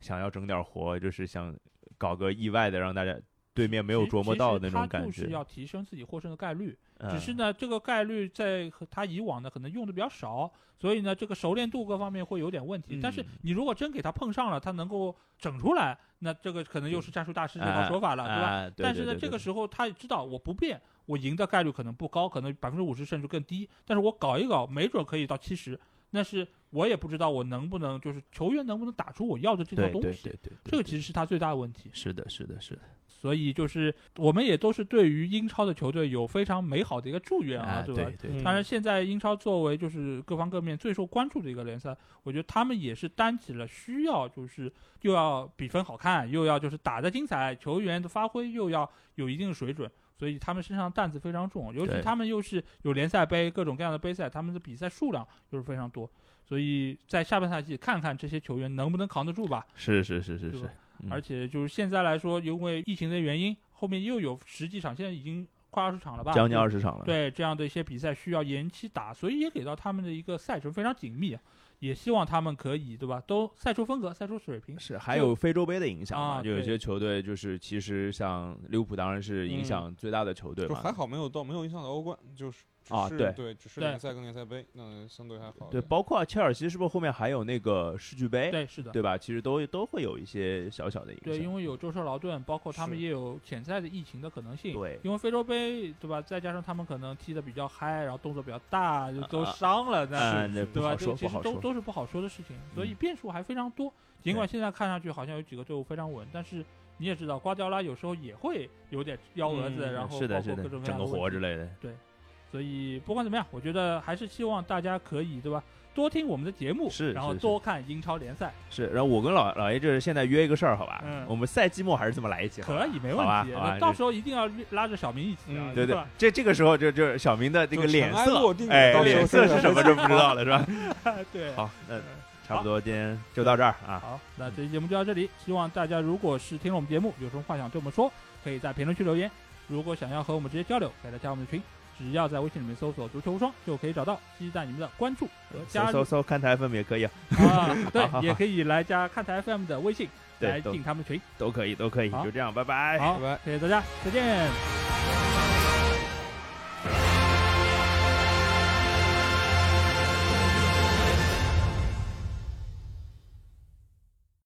Speaker 2: 想要整点活，就是想搞个意外的，让大家对面没有
Speaker 1: 其
Speaker 2: 琢磨
Speaker 1: 其
Speaker 2: 到
Speaker 1: 实
Speaker 2: 的那种
Speaker 1: 他
Speaker 2: 感
Speaker 1: 就是
Speaker 2: 觉。
Speaker 1: 要提升自己获胜的概率。
Speaker 2: 嗯
Speaker 1: 只是呢，这个概率在和他以往呢可能用的比较少，所以呢，这个熟练度各方面会有点问题。但是
Speaker 2: 嗯
Speaker 1: 你如果真给他碰上了，他能够整出来，那这个可能又是战术大师这套
Speaker 2: 哎
Speaker 1: 说法了，对吧？
Speaker 2: 啊，对
Speaker 1: 但是
Speaker 2: 对
Speaker 1: 呢，
Speaker 2: 对
Speaker 1: 这个
Speaker 2: 对
Speaker 1: 时候他也知道我不变，我赢的概率可能不高，可能百分之五十甚至更低。但是我搞一搞，没准可以到七十。但是我也不知道我能不能，就是球员能不能打出我要的这套
Speaker 2: 对
Speaker 1: 东
Speaker 2: 对
Speaker 1: 西。
Speaker 2: 对对，对
Speaker 1: 这个其实是他最大的问题。
Speaker 2: 是的，是的，是的，
Speaker 1: 所以就是我们也都是对于英超的球队有非常美好的一个祝愿啊，
Speaker 2: 哎对
Speaker 1: 吧？
Speaker 2: 对
Speaker 3: 嗯
Speaker 1: 当然，现在英超作为就是各方各面最受关注的一个联赛，我觉得他们也是担起了需要，就是又要比分好看，又要就是打得精彩，球员的发挥又要有一定的水准，所以他们身上担子非常重。尤其
Speaker 2: 对
Speaker 1: 他们又是有联赛杯各种各样的杯赛，他们的比赛数量又是非常多，所以在下半赛季看看这些球员能不能扛得住吧。
Speaker 2: 是是是是
Speaker 1: 对
Speaker 2: 是
Speaker 1: 吧，
Speaker 2: 嗯
Speaker 1: 而且就是现在来说，因为疫情的原因，后面又有十几场，现在已经快二十场了吧？
Speaker 2: 将近
Speaker 1: 就
Speaker 2: 二十场了。
Speaker 1: 对这样的一些比赛需要延期打，所以也给到他们的一个赛程非常紧密啊，也希望他们可以对吧？都赛出风格，赛出水平。
Speaker 2: 是，还
Speaker 1: 就
Speaker 2: 有非洲杯的影响嘛？
Speaker 1: 啊
Speaker 2: 就有
Speaker 1: 对
Speaker 2: 些球队就是，其实像利物浦当然是影
Speaker 1: 嗯
Speaker 2: 响最大的球队
Speaker 3: 就
Speaker 2: 嘛。
Speaker 3: 还好没有到没有影响到欧冠，就是只
Speaker 2: 啊
Speaker 3: 是
Speaker 2: 对
Speaker 3: 对，只是
Speaker 1: 对
Speaker 3: 联赛跟联赛杯，那相对还好一点。
Speaker 2: 对，包括切尔西是不是后面还有那个世俱杯，
Speaker 1: 对，是的，
Speaker 2: 对吧？其实都都会有一些小小的影响。
Speaker 1: 对，因为有舟车劳顿，包括他们
Speaker 3: 是
Speaker 1: 也有潜在的疫情的可能性。
Speaker 2: 对
Speaker 1: 因为非洲杯对吧？再加上他们可能踢得比较嗨，然后动作比较大，就都
Speaker 2: 啊
Speaker 1: 伤了，那、
Speaker 2: 啊那不
Speaker 1: 对吧？
Speaker 2: 好
Speaker 1: 这
Speaker 2: 说，
Speaker 1: 其
Speaker 2: 不
Speaker 1: 实
Speaker 2: 好
Speaker 1: 都
Speaker 2: 说。
Speaker 1: 都是不好说的事情，所以
Speaker 2: 嗯
Speaker 1: 变数还非常多。尽管现在看上去好像有几个队伍非常稳，但是你也知道，瓜迪奥拉有时候也会有点幺蛾子，
Speaker 3: 嗯
Speaker 1: 然后
Speaker 2: 是
Speaker 1: 包括
Speaker 2: 的，是
Speaker 1: 各
Speaker 2: 的，
Speaker 1: 种各
Speaker 2: 整
Speaker 1: 样
Speaker 2: 个
Speaker 1: 的
Speaker 2: 活
Speaker 1: 问
Speaker 2: 之
Speaker 1: 题。
Speaker 2: 类的。
Speaker 1: 所以不管怎么样，我觉得还是希望大家可以对吧，多听我们的节目，
Speaker 2: 是
Speaker 1: 然后
Speaker 2: 是是
Speaker 1: 多看英超联赛，
Speaker 2: 是，然后我跟老老爷就是现在约一个事儿，好吧？
Speaker 1: 嗯
Speaker 2: 我们赛季末还是这么来一期，好吧
Speaker 1: 可以没
Speaker 2: 好吧
Speaker 1: 问题。
Speaker 2: 好吧
Speaker 1: 那
Speaker 2: 这
Speaker 1: 到时候一定要拉着小明一起啊，
Speaker 3: 嗯
Speaker 2: 对
Speaker 1: 对
Speaker 2: 对
Speaker 1: 吧？，
Speaker 2: 这这个时候就就是小明的这
Speaker 3: 就
Speaker 2: 个脸
Speaker 3: 尘埃
Speaker 2: 色
Speaker 3: 落，定
Speaker 2: 哎，
Speaker 3: 到时候
Speaker 2: 脸色
Speaker 3: 再
Speaker 2: 是
Speaker 3: 来
Speaker 2: 什么
Speaker 3: 说
Speaker 2: 就不知道了，是吧？
Speaker 1: 对，
Speaker 2: 好，那
Speaker 1: 嗯
Speaker 2: 差不多今天就到这儿啊。
Speaker 1: 好，那这期节目就到这里。希望大家如果是听了我们节目，有什么话想对我们说，可以在评论区留言。如果想要和我们直接交流，可以来加我们的群，只要在微信里面搜索“足球无双”就可以找到，期待你们的关
Speaker 2: <laughs>
Speaker 1: 注和加
Speaker 2: 搜
Speaker 1: 入
Speaker 2: 搜搜看台 FM 也可以啊，
Speaker 1: 啊！对
Speaker 2: 好好，
Speaker 1: 也可以来加看台 FM 的微信来
Speaker 2: 对，都哎
Speaker 1: 进他们的群。
Speaker 2: 都可以，都可以，
Speaker 1: 好
Speaker 2: 就这样，拜拜。
Speaker 1: 好
Speaker 3: 拜拜，
Speaker 1: 谢谢大家，再见。